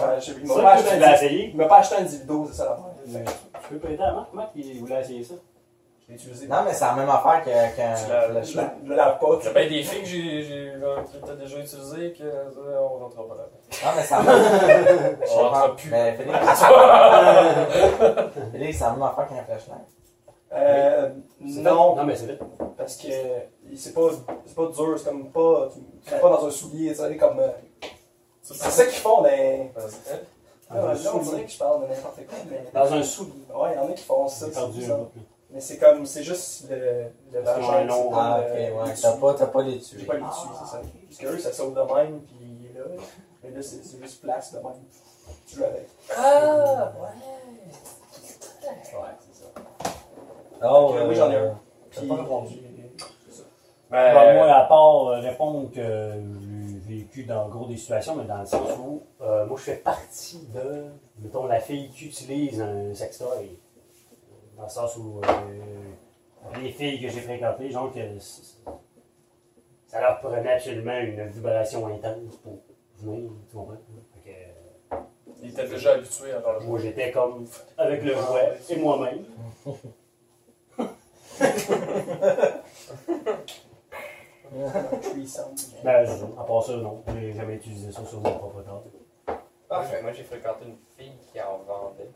B: Ça,
E: m'a pas
B: tu
E: acheté
B: l'as
E: un
B: essayé.
E: Il m'a pas acheté un dildo, c'est ça l'affaire.
B: Tu peux prêter à Marc, Marc, il voulait essayer ça.
E: Je l'ai utilisé.
F: Non, mais c'est la même affaire que quand.
D: Tu l'as-
E: Je la- je la lave pas.
D: J'ai bien des filles que j'ai- j'ai peut-être déjà utilisées que euh, on rentre pas là.
F: Non, mais c'est la même. Je sais
D: On
F: pas.
D: rentre plus.
F: Mais Félix. Félix, c'est la même affaire qu'un flashlight.
E: Euh, non,
B: Non, mais c'est vite.
E: parce que c'est pas, c'est pas dur, c'est comme pas, tu tu mets pas dans un soulier, tu sais, comme. euh,
D: Ça,
E: C'est ça qu'ils font, mais.
D: Vas-y. Hein?
B: Dans un
E: Là, on dirait
B: soulier.
E: que je parle de n'importe quoi, mais.
B: Dans un sou.
E: Ouais, il y en a qui font ça,
B: J'ai
E: c'est
B: perdu un
E: bizarre.
B: bout.
E: Mais c'est comme, c'est juste le, le
B: Parce qu'ils ont
E: vagin,
B: un long-
E: c'est comme
F: Ah, ok,
E: le- le
F: ouais.
E: euh, dessus.
F: T'as pas, t'as pas les
E: J'ai
F: tuer.
E: pas le dessus, c'est ça. Parce que eux, ça saute de même, puis il est là. Mais là, c'est c'est juste place de même. Tu joues avec.
G: Ah, ouais.
E: Ouais, c'est ça.
F: Oh,
E: Ok, oui, j'en ai un.
F: T'as pas répondu.
E: euh,
D: Ben,
B: Ben, moi, à part euh, répondre que j'ai vécu dans le gros des situations, mais dans le sens où euh, moi, je fais partie de, mettons, la fille qui utilise un sextoy. Dans le sens où euh, les filles que j'ai fréquentées, genre que c- c- ça leur prenait absolument une vibration intense pour venir, tu comprends? Fait que,
D: il était déjà habitué à faire le
B: moi,
D: jouet.
B: j'étais comme avec le jouet et moi-même.
E: Tree sound.
B: Ben, je- à part ça, non, j'ai jamais utilisé ça sur mon propre corps.
G: Parfait. Moi, j'ai fréquenté une fille qui en vendait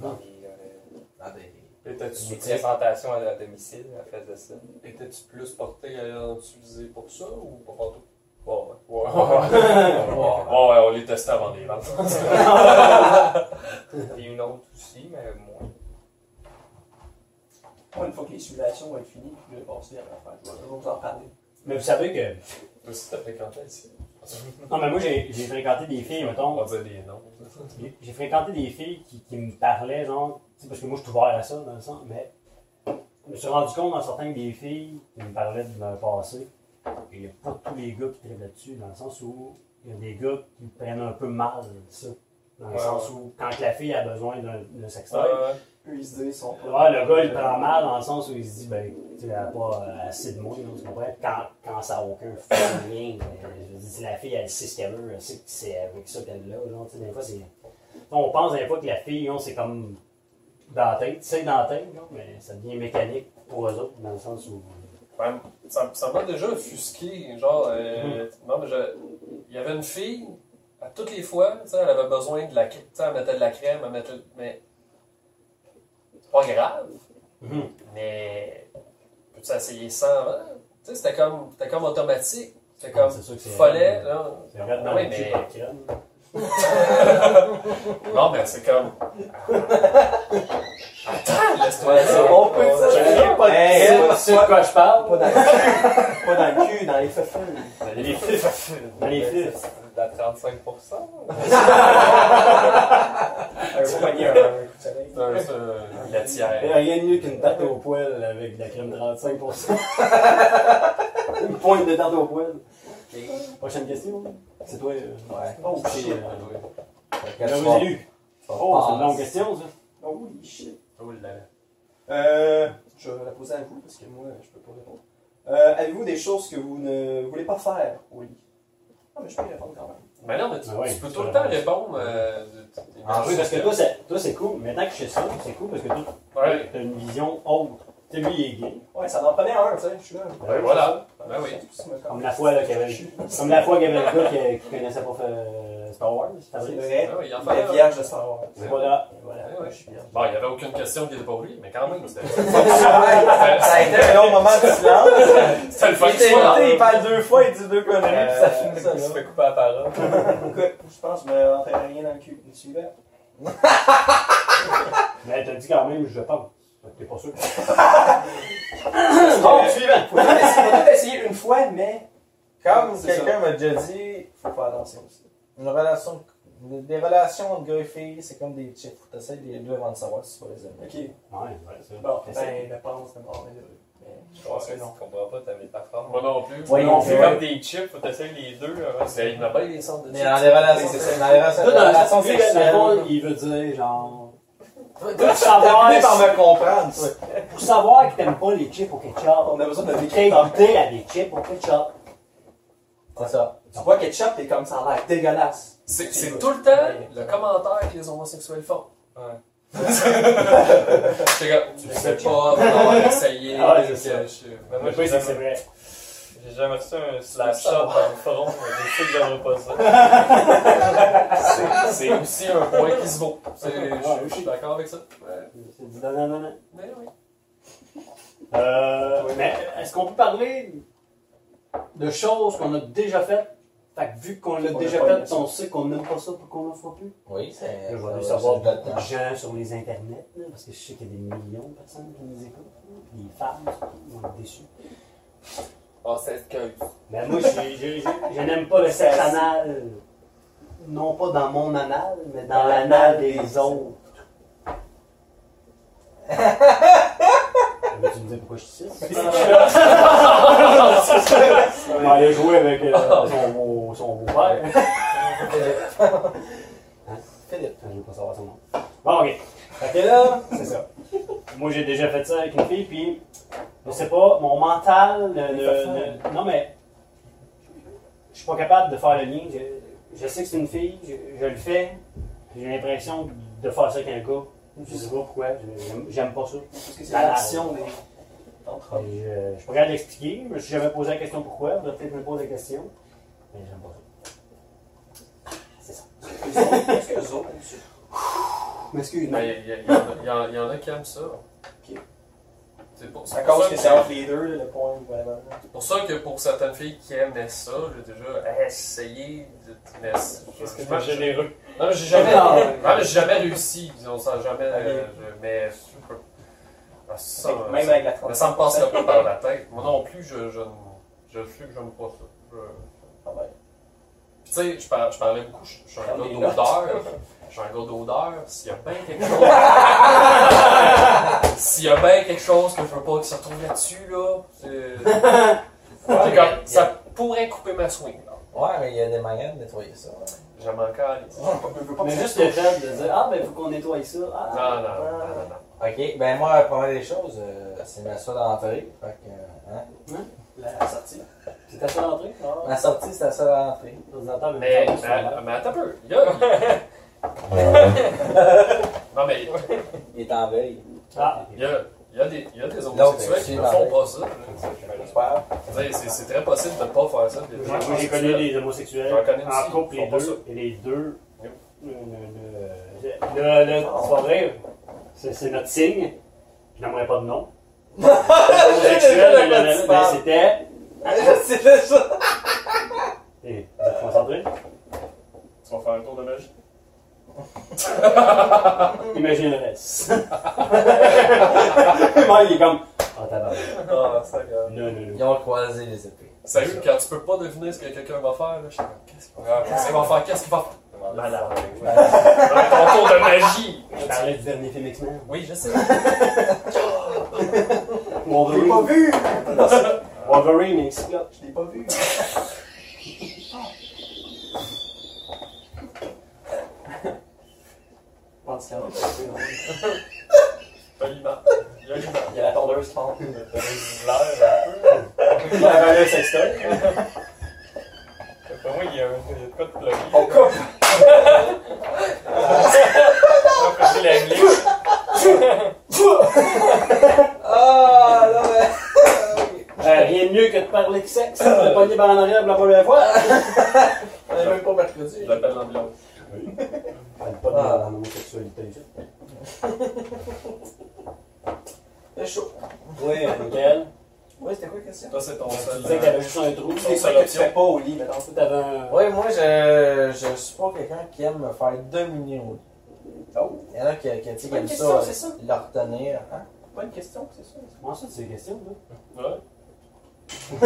G: dans les, euh,
F: Ah, des-
G: des
D: Étais-tu
G: présentations à, à domicile. Elle faisait ça.
D: étais-tu plus porté à l'utiliser pour ça ou pas partout? Bon, ouais. Ouais, ouais, on les testait avant les ventes.
G: Et une autre aussi, mais moins.
E: Moi, une fois que les simulations vont être finies, je vais passer à l'affaire. Je vais toujours vous en parler.
B: Mais vous savez que.
D: Toi aussi, t'as fréquenté ici.
B: Non, mais moi, j'ai j'ai fréquenté des filles, mettons.
D: On va dire des noms.
B: J'ai- J'ai fréquenté des filles qui, qui me parlaient, genre, tu sais, parce que moi, je suis ouvert à ça, dans le sens, mais je me suis rendu compte dans certains des filles qui me parlaient de leur passé, qu'il n'y a pas tous les gars qui traitent là-dessus, dans le sens où il y a des gars qui prennent un peu mal ça. Dans le
G: Ouais,
B: sens
G: ouais.
B: où, quand la fille a besoin d'un d'un sextoy,
D: Ouais,
E: Eux, ils se disent, ils sont pas.
B: ouais, le gars, il prend mal dans le sens où il se dit, ben, tu n'as pas euh, assez de moi, là, tu comprends? Quand, quand ça n'a aucun fucking lien, euh, je veux dire, si la fille, elle sait ce qu'elle veut, elle sait que c'est avec ça qu'elle l'a, genre, tu sais, des fois, c'est. On pense des fois que la fille, on, c'est comme dans la tête, c'est dans la tête, là, mais ça devient mécanique pour eux autres, dans le sens où.
D: Ben, ça, ça m'a déjà offusqué. Genre, euh, non, mais je- il y avait une fille, à toutes les fois, tu sais, elle avait besoin de la crème. Elle mettait de la crème, elle mettait. Mais. C'est pas grave,
B: Mhm.
D: mais. Peux-tu essayer sans avant? Tu sais, c'était comme, c'était comme automatique. C'était
B: Ah,
D: comme.
B: c'est sûr que c'est-
D: follet, là.
B: C'est vrai,
D: Ah
B: dans
D: oui,
B: le
D: mais-
B: cul par crème.
D: Non, mais c'est comme. Attends, laisse-moi dire.
E: On peut dire ça.
D: Ouais.
E: Pas de
B: Hey,
E: crème,
B: tu sais de quoi je parle?
E: Pas dans le cul. pas dans le cul, dans les feuilles.
B: Les fifs. Dans les fifs.
G: Dans 35%.
E: Un gros panier, un coup de soleil.
D: Euh, c'est, euh, La
B: Il n'y
D: tière.
B: a rien de mieux qu'une tarte au poêle avec de la crème 35%. Une pointe de tarte au poêle. Prochaine question. C'est toi. euh,
F: Ouais.
E: Oh
B: c'est,
E: shit.
B: euh,
F: Fait que
B: le
F: tu vas-
B: élu.
F: tu vas
B: Oh, c'est une
F: passer.
B: longue question, ça.
E: Holy shit.
D: Oh là là.
E: Euh, je vais la poser à vous parce que moi, je peux pas répondre. Euh, Avez-vous des choses que vous ne voulez pas faire au lit Non, mais je peux y répondre quand même.
D: Mais Ben non, mais tu,
B: Ah ouais,
D: tu peux
B: c'est
D: tout le
B: vrai.
D: temps répondre. euh, de- de- de-
B: Ah oui, parce que toi, c'est, toi, c'est cool. Maintenant que je sais ça, c'est cool parce que toi,
D: Ouais.
B: t'as une vision autre. Tu sais, lui, il est gay.
E: Ouais, ça en prenait un, tu sais, je suis là.
D: Ben voilà. Ben oui.
B: Comme la fois, là, qu'il y avait, comme la fois qu'il y avait le gars qui, qui connaissait pas euh, Star Wars, c'est
E: C'est
B: vrai.
E: vrai.
D: Ah oui, il en fait
E: La
D: un.
E: vierge de Star Wars.
B: Voilà. voilà.
D: Ouais, ouais.
E: Je suis vierge.
D: Bon, il n'y avait aucune question qui était pour lui, mais quand même, c'était
F: Ça a été un long moment de silence.
D: c'était le fun
F: Il
D: qu'il
F: s'est
D: soit.
F: monté, il parle deux fois, il dit deux conneries,
G: Euh,
F: puis
E: Euh,
F: ça finit ça
G: Je me
F: là.
G: fais couper la parole.
E: Écoute, je pense que je me rentrerai rien dans le cul. Tu suivant.
B: Mais t'as dit quand même, je pense. Fait que T'es pas sûr.
E: Bon, suivant. Faut peut-être essayer une fois, mais
F: Comme
E: C'est
F: quelqu'un m'a déjà dit,
E: faut faire attention aussi.
F: une relation, des relations entre gars et filles, c'est comme des chips. T'essayes les deux avant de savoir si tu vas les aimer.
E: Ok.
B: Ouais, ouais, ça.
E: Bon,
B: Essaye.
E: ben, la pense de mort, mais là, mais je
G: Je pense
E: pense
G: que
E: que
G: tu
E: non.
G: comprends pas ta métaphore.
D: Moi non plus.
F: Ouais,
G: on
F: non,
G: fait
F: mais-
G: comme des chips, faut t'essayer les deux avant
D: C'était- Il m'a bien les centres de
F: Mais dans les relations,
E: Oui, c'est
F: c'est dans les relations,
B: Toi,
F: les
B: dans la
F: relations
B: lui, dans le
F: sexuelles.
B: fond, il veut dire, genre.
F: T'as
B: Pour savoir,
F: fini par me comprendre, toi.
B: pour savoir que t'aimes pas les chips au ketchup,
E: On a besoin de
B: t'es
E: décrire.
B: goûté à des chips au ketchup.
F: C'est ça.
E: Tu vois ketchup, t'es comme ça a l'air dégueulasse.
D: C'est c'est tout le temps le commentaire que les homosexuels font.
G: Ouais.
D: C'est comme, tu le fais pas, non, essayez.
B: Ah ouais, c'est ça.
D: Je-
G: Mais Ben, moi,
B: Je sais
G: j'ai
B: pas si c'est
G: jamais,
B: vrai.
G: j'ai jamais reçu un slap shot dans le front. mais Je sais que j'aimerais pas ça.
D: C'est aussi un point qui se vaut. C'est- Je je suis d'accord avec ça. Ouais.
B: C'est du nanana.
D: Mais oui.
B: Euh, mais est-ce qu'on peut parler de choses qu'on a déjà faites? Fait que vu qu'on l'a
E: On
B: déjà
E: a pas
B: fait,
E: aimé
B: on sait qu'on n'aime pas ça pour qu'on n'en soit plus.
F: Oui, c'est.
B: Je
F: ça-
B: vais
F: ça-
B: savoir
F: ça- ça-
B: beaucoup de euh, gens sur les internets, là, parce que je sais qu'il y a des millions de personnes qui nous écoutent. là, puis Les femmes surtout, vont être déçues. Ah,
D: Oh, c'est que.
B: Mais moi, j'ai- j'ai- j'ai- je n'aime pas le sexe anal. Non pas dans mon anal, mais dans l'anal des autres. tu me dis pourquoi je suis ici? On va aller jouer avec euh, son, beau- son beau-père. Hein? Philippe. Je veux pas savoir son nom. Bon, ok. Fait que là, c'est ça. Moi, j'ai déjà fait ça avec une fille, puis je sais pas, mon mental ne- ne- ne- non, mais je suis pas capable de faire le lien. Je, je sais que c'est une fille, je, je le fais, puis j'ai l'impression de faire ça avec un gars. Je sais pas pourquoi, je- j'aime- j'aime pas ça.
E: Parce que c'est
B: Malade.
E: la passion des. entre hommes.
B: Et Je, je pourrais l'expliquer, je me suis jamais posé la question pourquoi, faudrait peut-être que je me pose la question. Mais j'aime pas ça.
E: Est-ce que les autres Ben, aiment ça?
B: M'excuse,
D: Il y, a- il y en a- il y en- il y en a qui aiment ça. C'est pour, c'est
E: Ça
D: pour
E: cause
D: ça
E: que
D: que-
E: c'est entre les deux, là, le point, vraiment.
D: c'est pour ça que pour certaines filles qui aimaient ça, j'ai déjà essayé de. Mais je-
G: Qu'est-ce que
D: je
G: t'es
D: pense que j'ai-
G: généreux?
D: Non, mais j'ai jamais,
E: Non.
D: non, mais j'ai jamais réussi. Disons, ça jamais. euh, je- mais je peux- ah, ça,
E: Fait que
D: ça-
E: Même avec la
D: Mais
E: 30
D: ça me passe pas par la tête. Moi non plus, je, je, je sais que j'aime pas ça. Je-
E: Ah ouais.
D: Puis tu sais, je, par- je parlais beaucoup, je, je suis un
E: Prends
D: gars
E: des
D: d'odeur. Je suis un gars d'odeur. S'il y a bien quelque chose. S'il y a bien quelque chose que je veux pas qu'il se retrouve là-dessus, là. c'est- c'est comme- ça pourrait couper ma swing, là.
F: Ouais, mais il y a des manières de nettoyer ça. ouais.
D: J'aime encore aller. Non,
B: Mais juste le fait de dire Ah, ben, faut qu'on nettoie ça. Ah,
D: non, non, non, non.
F: Ok, ben moi, la première des choses, euh, c'est ma soie d'entrée. Fait que, euh, hein.
E: La sortie.
B: C'était ça l'entrée Ah,
F: Ma sortie, c'est la soie d'entrée.
B: l'ordinateur veut
D: Mais,
B: me
D: mais,
B: faire ça, là.
D: mais attends un peu. Il y a- non, mais
F: Il est en veille.
B: Ah,
D: il y a, il y a des, il y a des
F: L'autre,
D: homosexuels qui
F: c'est
D: ne
F: la
D: font
F: règle.
D: pas ça. là.
F: J'espère.
D: C'est- C'est c'est très possible de ne pas faire ah, ça. puis des
B: Moi,
D: gens
B: j'ai
D: homosexuels.
B: connu des homosexuels
D: J'en connais
B: en
D: aussi,
B: couple,
D: ils
B: les
D: font pas ça.
B: deux. Et les deux.
D: Yep.
B: Le, le, le, le, le- tu vas rire. C'est c'est notre signe. Je n'aimerais pas de nom. Homosexuel,
F: J'avais pas
B: le- le-
F: dit ça.
B: le- ben, c'était.
F: c'est ça.
B: Eh, Vous êtes concentrés?
D: Tu vas faire un tour de magie.
B: Imagine le reste. Moi, il est comme. Oh, tabarnak.
D: Ah, ça, regarde.
B: Non, non, non.
F: Ils ont croisé les épées.
D: Sérieux, quand tu peux pas deviner ce que quelqu'un va faire, là, je suis comme, qu'est-ce qu'il va faire? Qu'est-ce qu'il va faire? Qu'est-ce qu'il va faire?
B: Malade.
D: Ouais, Ton tour de magie!
B: Je parlais du dernier film X-Men.
D: Oui, je sais.
E: Je l'ai pas
B: Wolverine.
E: vu!
B: Wolverine explose.
E: Je l'ai pas vu!
B: Je pense qu'il y en a.
D: Il y a l'image. Il y a l'image.
E: Il y a la tondeuse qui tombe.
B: La valeur sextoy.
G: Pour moi, il y a un- il y a de quoi de plugger.
E: On coupe!
G: On va plugger la vie.
F: Ah, non, mais.
B: Euh, rien de mieux que de parler de sexe. T'as pogné par en arrière pour la première fois.
F: On est même pas mercredi.
D: Je l'appelle l'ambiance.
B: Parle pas de
F: Ah.
B: la homosexualité. ça.
F: C'est chaud.
B: Oui, nickel.
F: Oui, c'était quoi la question?
D: Toi, c'est ton
B: Tu
D: seul. hein.
B: disais que t'avais juste un trou.
E: Des trucs que tu fais pas au lit, mettons.
B: Tu avais un.
F: Oui, moi, je, je suis pas quelqu'un qui aime me faire dominer au lit.
E: Oh!
F: Il y en a qui, qui, tu sais, qui
E: Bonne
F: aiment
E: question,
F: ça,
E: c'est ça?
F: le retenir. Hein?
E: Bonne question, c'est ça?
B: Comment ça, tu sais question, là?
D: Ouais.
E: Je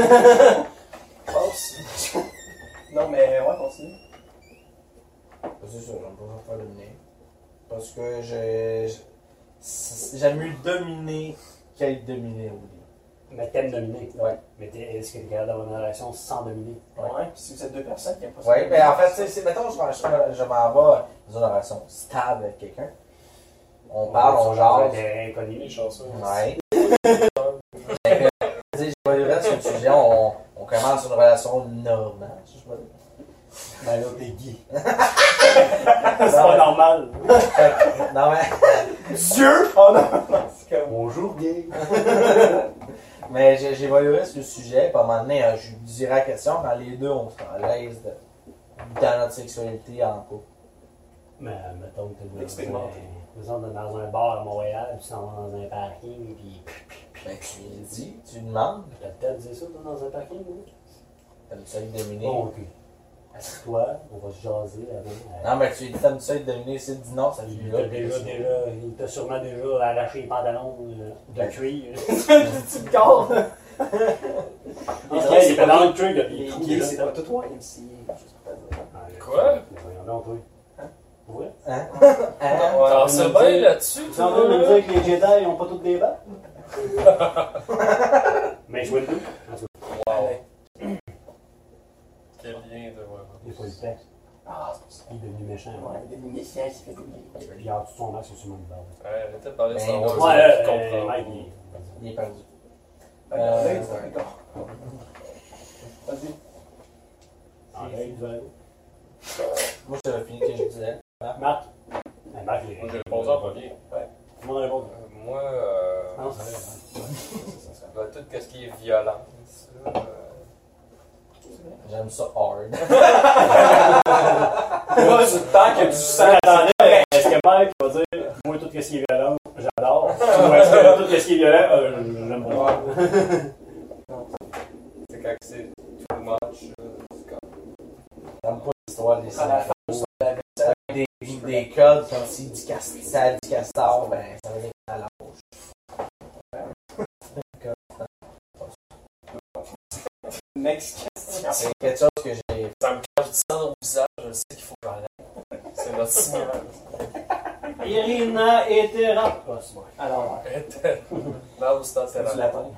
E: pense. Non, mais ouais, continue.
F: Bah, C'est ça, j'aime pas me faire dominer. Parce que je, je- c'est- j'aime mieux dominer qu'être dominé au lit.
B: Mais t'aimes dominer.
F: Ouais.
B: Mais t'es- est-ce que t'es capable d'avoir une relation sans dominer?
F: Ouais.
E: Ouais, puis si vous êtes deux personnes qui aiment pas ça.
F: Oui,
B: ben,
F: mais ben, en fait, tu sais, c'est- mettons, je, m'en- je m'en- je m'en vais dans une relation stable avec quelqu'un. On parle, on jase.
B: T'es inconnu.
D: Les chanceux.
F: Ouais. Ben, Fait que, tu sais, je vais aller vers ce sujet, on, on commence une relation normale, si je peux dire. Ben là,
E: Des gays.
B: C'est pas normal.
F: fait que- non, mais.
E: Dieu! Oh non! C'est comme.
F: Bonjour, gay! Mais j'ai- j'évoluerai sur le sujet, puis à un moment donné, euh, je lui dirai la question quand les deux, on sera à l'aise de- dans notre sexualité en couple.
B: Mais mettons que t'es dans,
E: Expérimenté.
B: un- mettons que t'es dans un bar à Montréal, puis tu s'en vas dans un parking, puis
F: Ben, tu le dis, tu demandes,
B: t'as peut-être dit ça toi, dans un parking, oui?
F: t'aimes ça être dominé.
B: Bon, ok. Assis-toi, on va se jaser euh, avant.
F: Non, mais tu lui dis, t'aimes ça être dominé, c'est dis non, ça lui
B: Ah, Il
F: là.
B: t'a déjà, déjà, il t'a sûrement déjà arraché les pantalons euh, de cuir.
E: Tu me cordes!
B: Il était Ah, dans le truc depuis
E: Les
B: le trou,
E: gays,
B: là. Ah,
E: c'est pas tout toi, MC.
D: Quoi?
B: Mais Voyons donc, toi. Ouais.
F: Hein?
D: T'en sais bien là-dessus,
B: Tu es en train de me
D: toi?
B: dire que les Jedi n'ont pas toutes des battes? Mais je vois le tout. En tout cas,
D: Wow. Quel lien de moi.
B: Il faut le texte.
E: Ah, c'est pour ça.
B: Il est devenu méchant.
E: Ouais, il est devenu méchant, il s'est fait oublier.
B: Puis en dessous de son masque, c'est sur une barbe.
D: Ouais, arrêtez de parler de
F: Ben,
D: Star Wars.
F: ouais,
D: c'est moi
B: euh,
D: qui comprends.
B: Mike, il-
F: Ah, Il est perdu.
E: Regarde,
F: Euh,
E: là, il s'est fait corps. Vas-y.
B: en l'œil, vous avez-
F: Moi, j'avais fini que je disais.
B: Marc. Ben, Marc, il est-
D: Moi, j'ai répondu en premier.
B: Tout le monde répond.
G: Euh, Moi, euh,
B: Non, c'est vrai.
G: bah, tout ce qui est violence, là, euh,
F: J'aime ça hard.
E: Moi, je tant que tu sens.
B: Attendez, est-ce que Mike va dire Moi, tout ce qui est violent, j'adore Ou est-ce que tout ce qui est violent, euh, j'aime pas
G: c'est quand c'est too much. là, c'est comme-
F: J'aime pas l'histoire des
E: À la
F: scénarios. Des, des codes, comme si du castor, ça du castor, ben, ça veut dire que ça lâche.
E: Next question.
F: C'est quelque chose que j'ai.
D: Ça me cache du sang au visage, je sais qu'il faut que j'arrête. C'est notre signal.
B: Irina et Terra. Ah, c'est bon.
E: Alors,
D: Là où c'est en
E: c'est du
D: thérapie.
E: latin.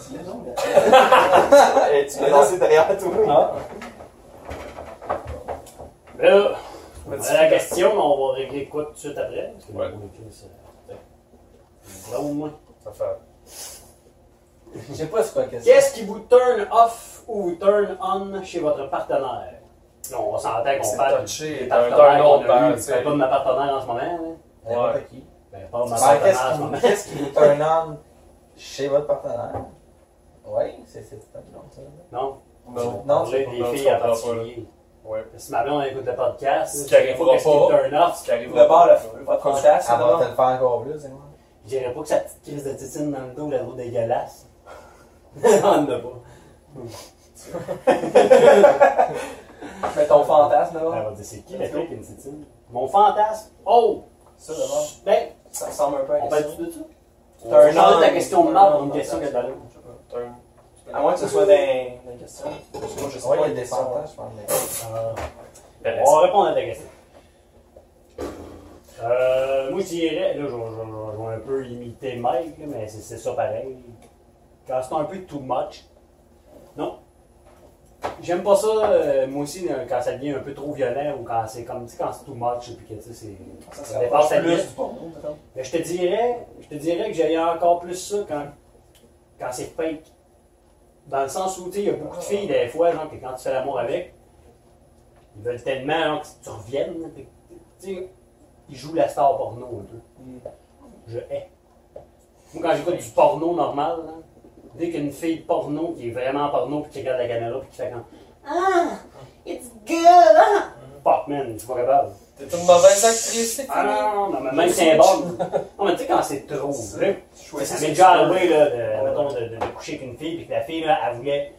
E: Dis-le donc, là.
C: Et
F: Ah,
C: tu l'as lancé derrière toi.
B: Ah. Là, on a la question, mais on va régler quoi tout de suite après? Parce que euh,
D: Ouais.
B: on écrit ça. Là, au moins.
D: Ça fait.
F: Je sais pas c'est quoi la question.
B: Qu'est-ce qui vous turn off ou vous turn on chez votre partenaire? Là, on s'entend qu'on
D: C'est
B: parle
D: touché,
B: des
D: d'un- d'un
B: partenaires qu'on
D: autre
B: a
D: parent,
B: eu.
D: tu
B: Je parle
D: sais.
B: pas de ma partenaire en ce moment. Hein?
F: N'importe
D: Ouais.
F: qui.
B: Ben, pas de ma
F: Ben,
B: partenaire en ce moment.
F: qu'est-ce qui- qu'est-ce qui est un homme chez votre partenaire? Oui, c'est c'est tout long, ça.
B: Non,
D: Non.
F: Non,
B: j'ai
F: c'est
B: des
D: non,
B: filles
D: ça, on
B: en
D: parle pas,
B: particulier.
D: Ouais.
B: Si ma blonde écoute le podcast,
D: Ce qui
B: je dirais
D: arrivera
B: qu'est-ce qui
D: pas.
B: turn off,
D: Ce qui arrive
E: Le bar, le- votre
B: Ah,
E: podcast,
F: Elle
E: c'est
F: va te
E: d'abord.
F: le faire encore plus, c'est moi.
B: Je dirais pas que sa petite crise de tétine dans le dos, la roue dégueulasse. On n'a pas.
E: Mets ton fantasme
B: Elle va
E: d'abord.
B: dire, c'est qui la fille qui a une tétine? Mon fantasme. Oh!
E: Ça d'abord.
B: Ben,
E: Ça ressemble un peu à
B: on
E: la
B: parle
E: question.
B: de ça?
E: C'est un
B: On change la
E: homme.
B: question de marde pour une question que de ballon.
D: Turn.
E: À moins que ce soit dans dans les questions. Parce que Moi, je sais
F: Oui,
E: pas
F: il y a des fantasmes, je pense. mais-
B: Euh,
D: Ben,
B: On va répondre à ta question. Euh, moi, je dirais, là, je, je- je- je vais un peu imiter Mike, là, mais c'est c'est ça pareil. Quand c'est un peu too much, non. J'aime pas ça, euh, moi aussi, euh, quand ça devient un peu trop violent ou quand c'est comme, tu sais, quand c'est too much, et puis que, tu sais, c'est-
E: Ça
B: ça
E: serait
B: dépasse
E: pas
B: la
E: plus
B: limite.
E: du porno, mettons.
B: Mais je te dirais, je te dirais que j'aille encore plus ça quand, quand c'est fake. Dans le sens où, tu sais, il y a beaucoup de filles, des fois, genre, que quand tu fais l'amour avec, ils veulent tellement genre, que tu reviennes. là, t'es- Tu sais, ils jouent la star porno un peu. Je hais. Moi, quand j'écoute du porno normal, là, dès qu'une fille porno qui est vraiment porno, puis qui regarde la caméra, puis qui fait comme Ah, it's good, ah! Fuck, man, je suis pas capable.
D: T'es une mauvaise actrice, c'est
B: Ah non, non, non, mais même si c'est bon. Non, mais tu sais, quand c'est trop, là, ça m'est déjà arrivé, là, de, mettons, de, de- de coucher avec une fille, puis que la fille, là, elle voulait,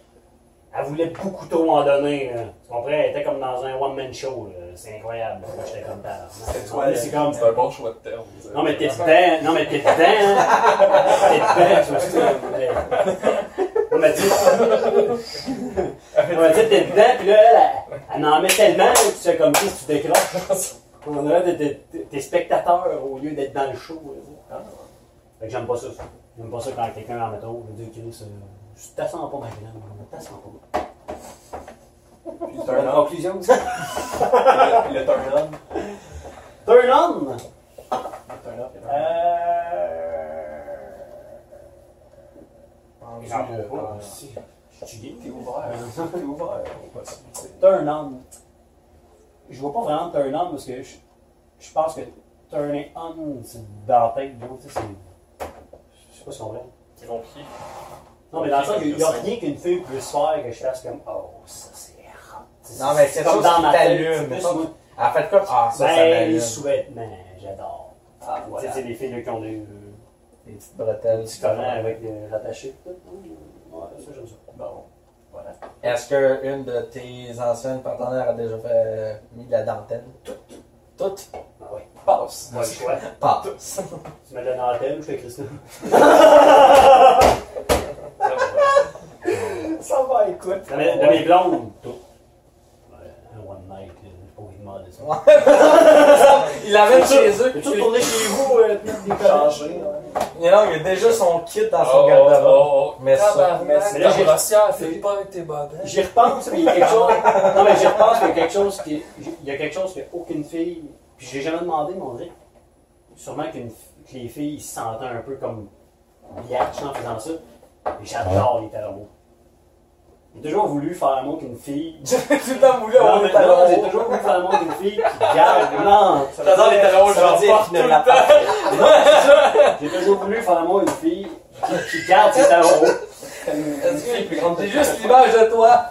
B: elle voulait beaucoup trop en donner, là. Tu comprends? Elle était comme dans un one-man show, là. C'est incroyable. Moi, j'étais comme ça.
E: C'était toi, là.
B: C'est comme.
D: C'est un bon choix de terme. vous savez.
B: Non, mais t'es dedans, non, mais t'es dedans, hein. T'es dedans, je m'excuse. mais- Non, mais tu non, mais tu sais, t'es dedans, puis là, elle, elle, elle en met tellement, que tu fais comme si tu décroches. On dirait que t'es- t'es- t'es spectateur au lieu d'être dans le show. là, tu sais. Fait que j'aime pas ça. ça. J'aime pas ça quand quelqu'un en mettons, je dis Chris, euh, je t'assens pas ma grande, je t'assens pas.
E: Puis le
B: Bonne
E: turn-on.
B: conclusion, ça.
E: Le turn-on.
B: Turn turn on.
E: Turn up, là.
B: Euh.
F: Rendu,
B: Ah,
F: euh,
B: oh,
F: quand-
B: si.
E: T'es ouvert. T'es ouvert aux possibilités.
B: Turn on. Je vois pas vraiment de turn on parce que je, je pense que turning on, c'est dans la tête, gros, tu sais, c'est- Je sais pas si on comprend.
D: C'est compliqué.
B: Non, mais dans le sens, il n'y a rien qu'une fille puisse faire que je fasse comme Oh, ça c'est hot. C'est-
F: Non, mais c'est
B: comme
F: chose
B: dans
F: qui
B: ma tête,
F: t'allume,
B: c'est plus
F: mettons.
B: moi.
F: Elle fait comme. Ah, ça, ça
B: Ben, les
F: m'allume.
B: sous-vêtements, j'adore.
E: Ah,
B: Tu sais,
E: voilà.
B: c'est des filles là, qui ont des euh,
F: Les petites bretelles.
B: petits collants avec euh, des attachés. Ouais, ça, j'aime ça.
E: Bon, voilà.
F: Est-ce qu'une de tes anciennes partenaires a déjà fait, euh, mis de la dentelle Toutes.
B: Ah ouais,
E: Passe.
B: pas le choix.
F: Pas.
B: Tu me donnes en thème, je fais Christophe.
E: Ça va, écoute.
B: De mes, de mes blondes, tout. Ouais, un one night, euh, je sais pas où il demande ça.
F: Il l'amène chez eux.
B: Peux-tu retourner chez vous, euh, tenir des collants?
E: Changer.
F: Mais non, il y a déjà son kit dans son
D: Oh, oh,
F: garde-robe.
D: oh, oh.
F: Mais ça-
D: Tabarnak,
B: Mais là, j'ai-
D: ta brassière, fais pas avec tes bobettes.
B: J'y repense, mais il y a quelque chose. Non, mais j'y repense, mais il y a quelque chose qui. Il y a quelque chose qu'aucune fille. Puis j'ai jamais demandé, mais on dirait. Sûrement qu'une f- que les filles se sentent un peu comme biatch en faisant ça. Mais j'adore les talons hauts. J'ai toujours voulu faire un mot qu'une fille.
F: J'avais tout le temps voulu
B: Non,
F: avoir
B: mais
F: des
B: non, j'ai
F: talons.
B: toujours voulu faire un mot qu'une fille qui garde. Non!
F: J'adore les talons,
B: Ça va
F: je
B: pas
F: leur
B: tout le
F: la porte.
B: J'ai toujours voulu faire un mot une fille qui, qui garde ses talons hauts.
F: C'est juste l'image de toi.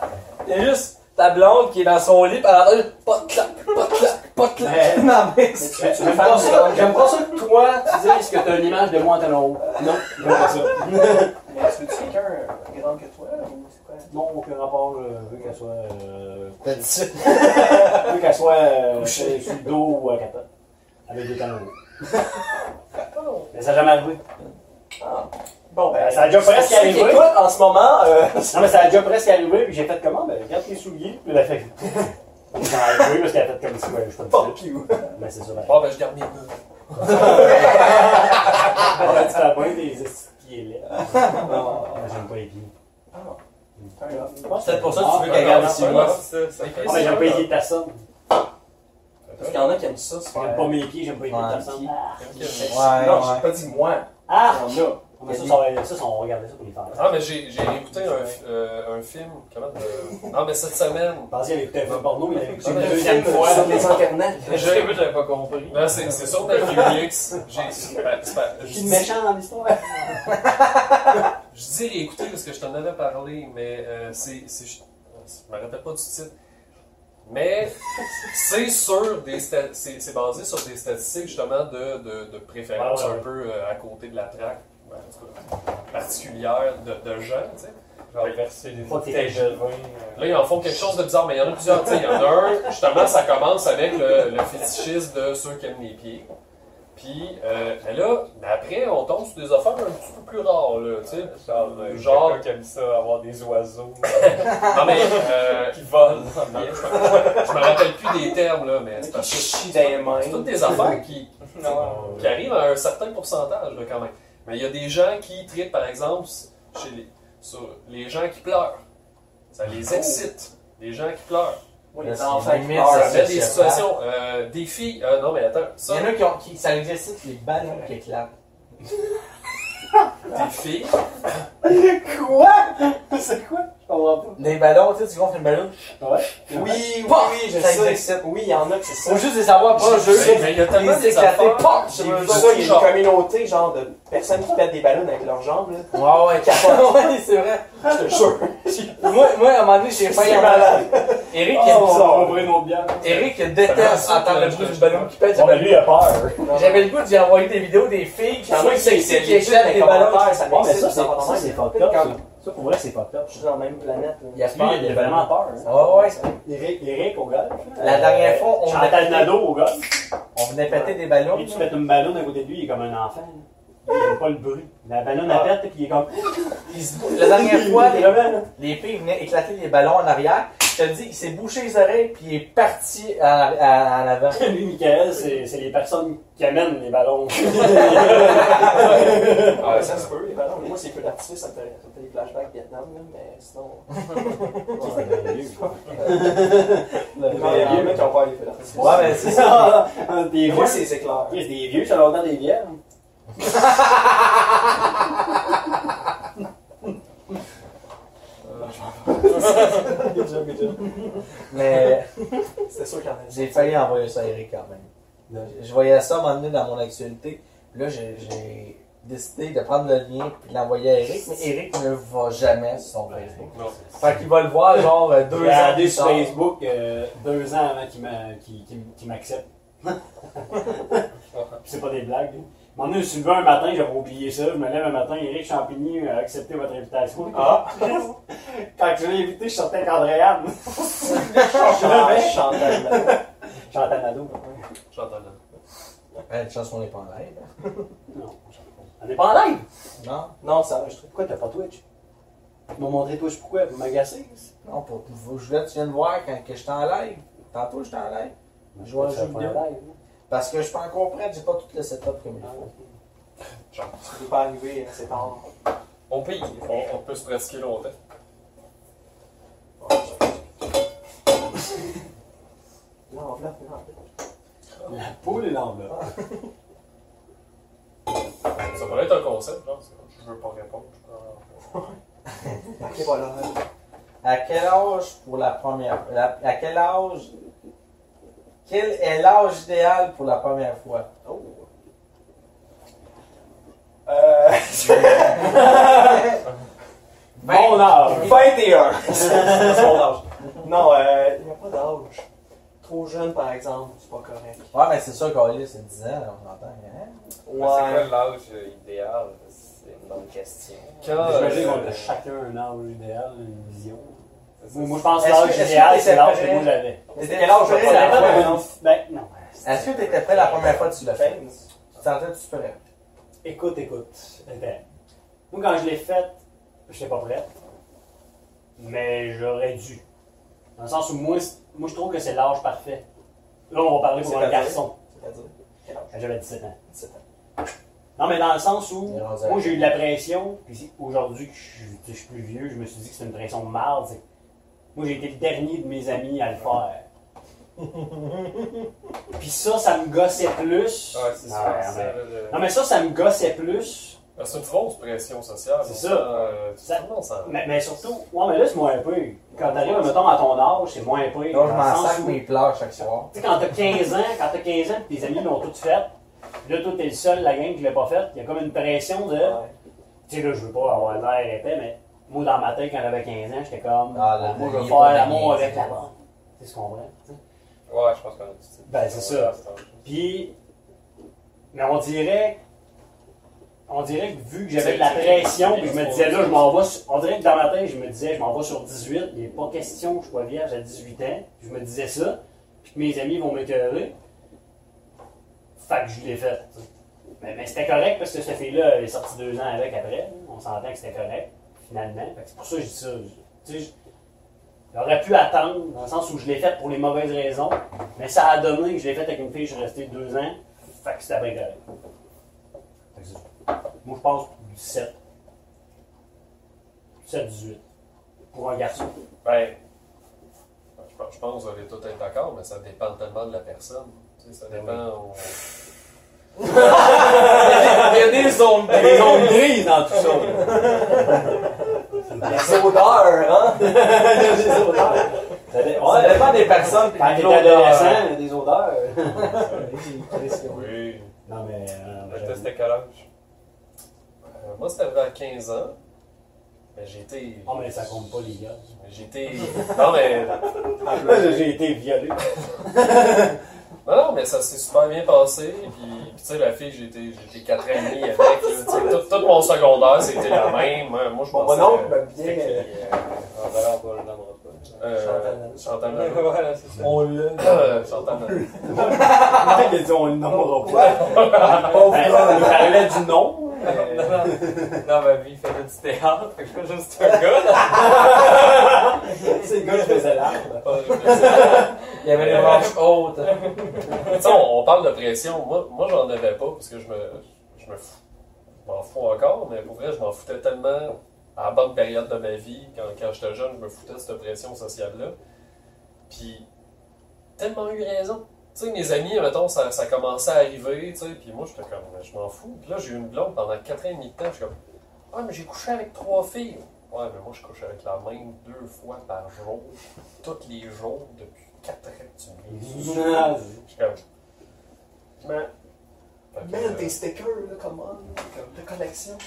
F: C'est juste ta blonde qui est dans son lit, pis elle entend juste pas de clap, pas de clap, pas de clap.
B: Mais-
F: Non, mais
B: Mais tu- tu veux faire ça? J'aime pas ça que toi, tu dises que t'as une image de moi en talons hauts. Non, j'aime pas ça.
E: Mais est-ce que tu es quelqu'un euh, plus grand que toi ou c'est quoi?
B: Non, aucun rapport. Je veux qu'elle soit. Euh,
F: T'as dit ça.
B: je veux qu'elle soit euh, sur sur le dos ou à quatre pattes. Avec des talons. Mais ça n'a jamais arrivé.
E: Ah. Bon,
B: Ben, ça a déjà presque
E: c'est-
B: arrivé.
E: Écoute, en ce moment, euh,
B: Non, mais ça a déjà presque arrivé, puis j'ai fait comment Ben, regarde tes souliers. Puis elle a fait. Ça a arrivé parce qu'elle a fait comme si ouais, je suis pas
E: fuck
B: de
E: you.
B: Mais c'est sûr. ben,
D: Bon, ben, je garde mes bobettes.
B: Tu fais la pointe des pieds là.
F: Ah.
E: Non.
B: Moi, j'aime pas les pieds.
E: Turn off.
F: C'est Ah. peut-être pour ça que tu veux
D: Ah,
F: qu'elle garde
D: non,
F: ici,
D: non,
F: moi.
D: non, c'est ça, ça fait
B: Ah, mais j'aime
D: ça.
B: pas les pieds de personne.
E: Parce qu'il y en a qui aiment ça, se faire-
B: J'aime pas mes pieds, j'aime pas les pieds de
F: Ouais,
B: personne.
F: pieds.
B: Ah,
F: Ouais,
E: non,
F: ouais.
E: j'ai pas dit moi. Il y
B: Ah!
E: en a.
B: Ah, mais ça, ça, on- ça, ça, on regardait ça pour les faire.
D: Ah, mais j'ai j'ai écouté un, euh, un film. Comment de... Non, mais cette semaine.
B: Je pensais qu'il avait écouté un film porno, mais il avait écouté
D: Ouais,
B: une
D: mais
B: deuxième
D: c'est-
B: fois.
E: Sur les internet.
D: Je-
G: j'avais pas compris.
D: Non, c'est c'est sur Netflix. J'ai. c'est pas- c'est pas- Je
B: Qui est
D: dis-
B: méchant dans l'histoire?
D: je dis réécouter parce que je t'en avais parlé, mais euh, c'est. c'est- Je je me rappelle pas du titre. Mais c'est sur des sta- c'est c'est basé sur des statistiques justement de, de, de préférences
B: Ah Ouais, ouais, ouais.
D: un peu euh, à côté de la traque, ben, en tout cas, particulière de, de gens, tu sais.
G: Genre verser des
B: Faut que
G: bouteilles
B: t'aies-
G: de vin.
D: Là, ils en font quelque chose de bizarre, mais il y en a plusieurs. tu sais, Il y en a un, justement, ça commence avec le, le fétichisme de ceux qui aiment les pieds. Puis euh, mais là, mais après, on tombe sur des affaires un petit peu plus rares, là, tu sais.
G: Genre, euh,
D: Genre-
G: quelqu'un qui aime ça, avoir des oiseaux
D: Non, mais euh,
G: qui volent.
D: non, je, me- je me rappelle plus des termes, là, mais c'est
E: Qui
D: parce que
E: chie dans les mains.
D: c'est toutes des affaires qui,
G: Non.
D: qui arrivent à un certain pourcentage, là, quand même. Mais il y a des gens qui trippent, par exemple, chez les, sur les gens qui pleurent. Ça les
G: Oh!
D: excite, les gens qui pleurent.
E: Oui,
F: Là,
E: les
F: c'est
E: enfants qui
F: limite,
E: meurent.
D: Ça fait
F: sociopathe.
D: des situations. euh, des filles. euh, non, mais attends,
F: Il
D: ça,
F: y en a qui ont. Qui, ça exercite les ballons qui éclatent.
D: des filles.
B: C'est quoi? Je comprends pas.
F: Des ballons, tu sais, tu gonfles une ballon.
E: Oui, oui,
F: Pah!
E: oui, je
F: Ça
E: sais.
F: existe.
E: Oui, il y en a qui
F: Faut
E: c'est ça.
F: juste les savoir, pas
D: Je sais,
F: juste.
D: mais il y a tellement
F: Les
D: des
F: éclater,
D: affaires.
F: pop!
E: J'ai
D: J'ai vu
E: vu
D: ça,
E: ça, il y a
D: genre.
E: une communauté genre de personnes qui pètent des ballons avec leurs jambes là.
F: Ouais, ouais, capote. ouais, c'est vrai.
E: Je te jure.
F: Moi, moi, à un moment donné, j'ai failli
E: C'est
F: en
E: malade.
F: Eric,
B: Oh,
F: il
B: bizarre, on va
F: a-
B: ouvrir une autre bière.
F: Eric il
D: Ça
F: déteste
D: va,
F: entendre
D: ça,
F: le bruit
D: je-
F: du ballon qui pète.
B: Bon, mais lui, il a peur.
F: J'avais le goût d'y envoyer des vidéos des filles qui
E: Ah
F: sont
E: oui, c'est- c'est
F: sexy, qui
E: legit,
F: éclatent
E: les
F: des ballons.
E: commentaires, ça
B: Ouais, Ah, mais ça,
E: m'excite,
B: c'est ça, c'est fucked up.
E: Quand-
B: Ça, Ça, pour vrai, c'est fucked up.
E: Je suis dans la même planète. là.
F: Il a
B: Lui,
F: peur,
B: il a vraiment peur. hein.
E: Ah,
F: Ouais, ouais, c'est-
B: Eric, Eric au golf. Euh,
F: La dernière fois, on a-
B: Chantal Nadeau au golf.
F: on venait péter des ballons.
B: Lui, tu mets une ballonne à côté de lui, il est comme un enfant. là. Il aime pas le bruit. La ballonne,
E: Ah.
B: elle pète, puis il est comme.
F: Il se- La dernière fois,
B: Il est
F: les,
B: comme, là.
F: les filles venaient éclater les ballons en arrière. Je te le dis, il s'est bouché les oreilles puis il est parti en, à- en avant.
B: Lui, Michael, c'est c'est les personnes qui amènent les ballons.
E: Ah, ça se peut, les ballons. Moi, c'est peu d'artifice, ça me fait ça me fait des flashbacks Vietnam, là, mais sinon.
B: Ouais,
E: Mais il y en a qui ont pas les feux d'artifice.
F: Ouais, mais c'est ça.
B: Ah, ah, Ah, Des
E: moi,
B: vieux.
E: c'est c'est clair.
B: Chris, des vieux, ça a longtemps des vieilles.
E: Good job, good job.
F: Mais
E: C'était sûr qu'il y en avait.
F: j'ai failli envoyer ça à Eric quand même. Je voyais ça m'emmener dans mon actualité. Puis Là, j'ai- j'ai décidé de prendre le lien et de l'envoyer à Eric, mais Eric ne va jamais sur son Facebook.
D: Non.
F: Fait qu'il va le voir genre euh, deux
B: J'ai
F: ans
B: regardé
F: plus
B: sur
F: tard.
B: Facebook euh, deux ans avant qu'il m'a- qu'il- qu'il- qu'il m'accepte. Puis c'est pas des blagues. là. À un moment donné, je me suis levé un matin, j'avais oublié ça. Je me lève un matin, Eric Champigny a accepté votre invitation. Ah! Quand je l'ai invité, je sortais avec Andréane.
E: Chantal, Chantal, madame.
B: Chantal Nadeau.
D: J'entends là.
F: Eh, une chance qu'on n'est pas en live. hein.
B: Non, on n'est pas en live!
F: Non?
E: Non, ça enregistré.
B: Pourquoi t'as pas Twitch? Ils m'ont montré Twitch pourquoi? Pour m'agacer?
F: Non, pour, pour- je voulais que tu viennes voir quand que j'étais en live. Tantôt, j'étais en live. Je vois un
B: Ça
F: jeu
B: fait
F: vidéo.
B: un live,
F: Parce que je suis pas encore prêt, j'ai pas tout le setup comme il
B: hein.
F: faut.
E: Ça peut pas arriver, hein, c'est tard.
G: On paye.
D: On, on peut se pratiquer longtemps.
E: L'enveloppe, l'enveloppe.
B: La poule et l'enveloppe.
D: Ça Ah, pourrait être un concept, non? Je veux pas répondre. je prends-
E: Ok, voilà.
F: À quel âge pour la première la- À quel âge Quel est l'âge idéal pour la première fois
E: Euh.
B: Bon âge!
E: 21! C'est mon âge. Non, euh, il n'y a pas d'âge. Trop jeune, par exemple, c'est pas correct.
F: Ouais, mais c'est sûr qu'Oli, c'est 10 ans, là, on entend. Hein?
G: C'est
E: Ouais.
G: quoi l'âge idéal? C'est une bonne question.
F: Ah,
D: Quand,
B: J'imagine
D: euh,
B: qu'on a chacun un âge idéal, une vision.
G: C'est-
B: Moi, moi, je pense que
F: Est-ce que-
B: l'âge
F: est-ce que
B: idéal,
F: t'es
B: c'est l'âge que
F: prêt?
B: moi j'avais.
F: T'étais quel âge la
E: prêt à
F: première fois?
E: la-
B: Ben, non.
F: Est-ce que t'étais prêt la première fois que tu l'as fait Tu sentais-tu prêt
B: Écoute, écoute. Attends. Moi, quand je l'ai faite, j'étais pas prête. Mais j'aurais dû. Dans le sens où moi, c'est- moi je trouve que c'est l'âge parfait. Là, on va parler pour un
E: C'est-à-dire?
B: garçon.
E: C'est-à-dire, quel âge?
B: Quand Ah, J'avais 17 ans.
E: 17 ans.
B: Non, mais dans le sens où,
F: Il est rendu à
B: moi, j'ai eu de la pression, puis aujourd'hui, que je, que je suis plus vieux, je me suis dit que c'est une pression de marde. c'est que Moi, j'ai été le dernier de mes amis à le faire. puis ça, ça me gossait plus.
G: Ouais, c'est
B: Non,
G: ça.
B: mais-
G: ça, le-
B: Non, mais ça, ça me gossait plus.
D: Ben, c'est une fausse pression sociale.
B: C'est
D: on
B: ça.
D: sent, euh, tu
B: Ça-
D: sais, on sent-
B: Mais, mais surtout, ouais, mais là, c'est moins pire. Quand t'arrives, mettons, à ton âge, c'est moins pire.
F: Là, je
B: Dans le
F: m'en
B: sens
F: sac,
B: où-
F: mais il pleure chaque soir.
B: Tu sais, quand t'as 15 ans, quand t'as 15 ans, pis tes amis l'ont tout fait, pis là, toi, t'es le seul, la gang qui l'a pas fait, il y a comme une pression de. Tu sais, là, je veux pas avoir l'air épais, mais moi, dans ma tête, quand j'avais 15 ans, j'étais comme.
F: Ah, la
B: moi, je veux
F: vie est
B: faire
F: pas
B: l'amour
F: gagné,
B: avec la
F: ça.
B: bonne. Tu sais ce qu'on voit?
G: Ouais, je pense qu'on a dit ça.
B: Ben, c'est ça. Puis. Mais on dirait. On dirait que vu que j'avais de la pression, puis je me disais là, je m'en vais. sur- On dirait que dans ma tête, je me disais, je m'en vais sur 18, il n'est pas question que je sois vierge à 18 ans. Je me disais ça, puis que mes amis vont m'écœurer. Fait que je l'ai fait. tu sais. Mais, mais c'était correct parce que cette fille-là, elle est sortie deux ans avec après. On s'entend que c'était correct, finalement. Fait que c'est pour ça que je dis ça. Je- Tu sais, je- j'aurais pu attendre, dans le sens où je l'ai fait pour les mauvaises raisons, mais ça a donné que je l'ai fait avec une fille, je suis resté deux ans. Fait que c'était bien correct. Fait que c'est ça. Moi, je pense 17. 17, 18. Pour un garçon.
D: Ben, je pense- je pense que vous allez tous être d'accord, mais ça dépend tellement de la personne. Tu sais, ça dépend. au-
G: Il y a des zones
B: Il y a des ondes grises dans tout ça.
E: Les odeurs, hein?
B: Ça dé-
F: Ça
B: ouais,
F: dépend des personnes. puis
B: quand
F: de
B: t'es
F: l'odeur.
B: adolescent, il y a des odeurs.
D: Oui.
B: Non, mais. euh,
G: Le test de collage.
D: Euh, moi, c'est arrivé à 15 ans. Mais j'ai été.
B: Non, Ah, mais ça compte pas, les gars.
D: J'ai été. Non, mais.
G: Ah,
B: Là, Ah, j'ai été violé.
D: Non, non, mais ça s'est super bien passé. Puis, puis tu sais, la fille, j'ai été, j'ai été 4 ans et demi avec. là, tu sais, tout, tout mon secondaire, c'était la même. Moi, moi, je
E: Bon,
D: pensais
E: mon oncle
D: que-
G: Fait
E: m'a
G: qu'il,
E: bien.
G: euh, en valeur, on ne le nommera pas.
D: Euh, Chantal Nadeau.
G: Voilà, c'est ça.
F: On l'a.
D: Euh, Chantal Nadeau.
B: Il a dit, on le nommera pas. Ben, Il parlait du nom.
G: Non, non. Dans ma vie, il faisait du théâtre, fait que je suis juste un gars.
B: C'est le gars qui faisait l'arbre.
F: Il y avait des branches hautes.
D: Mais tu sais, on, on parle de pression. Moi, moi j'en avais pas parce que je me, je me fous. Je m'en fous encore, mais pour vrai, je m'en foutais tellement à la bonne période de ma vie. Quand, quand j'étais jeune, je me foutais de cette pression sociale-là. Puis, tellement eu raison. sais, mes amis, mettons, ça, ça commençait à arriver, tu sais, puis moi, j'étais comme, je m'en fous. Puis là, j'ai eu une blonde pendant 4 ans et demi de temps, je suis comme, ah, mais j'ai couché avec trois filles. Ouais, mais moi, je couche avec la même deux fois par jour, tous les jours, depuis 4 ans, tu me dis. Je suis comme, mais. Fait que,
C: Man,
D: euh,
C: tes stickers, là, come on, là, comme de collection.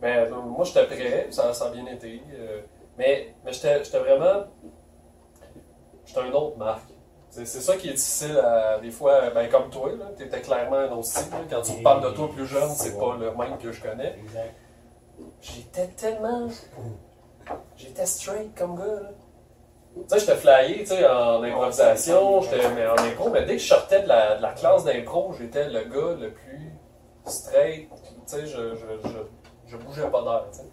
D: Mais euh, moi, j'étais prêt, puis ça, ça a bien été. euh, mais mais j'étais j'étais vraiment. J'étais un autre marque. C'est c'est ça qui est difficile à, des fois, ben, comme toi, tu étais clairement un autre style. là. Quand tu me parles de toi plus jeune, c'est pas le même que je connais.
B: Exact.
D: J'étais tellement. J'étais straight comme gars, là. Tu sais, j'étais flyé, tu sais, en improvisation, j'étais mais en impro, mais dès que je sortais de la, de la classe d'impro, j'étais le gars le plus straight, tu sais, je, je, je, je bougeais pas d'air, tu sais.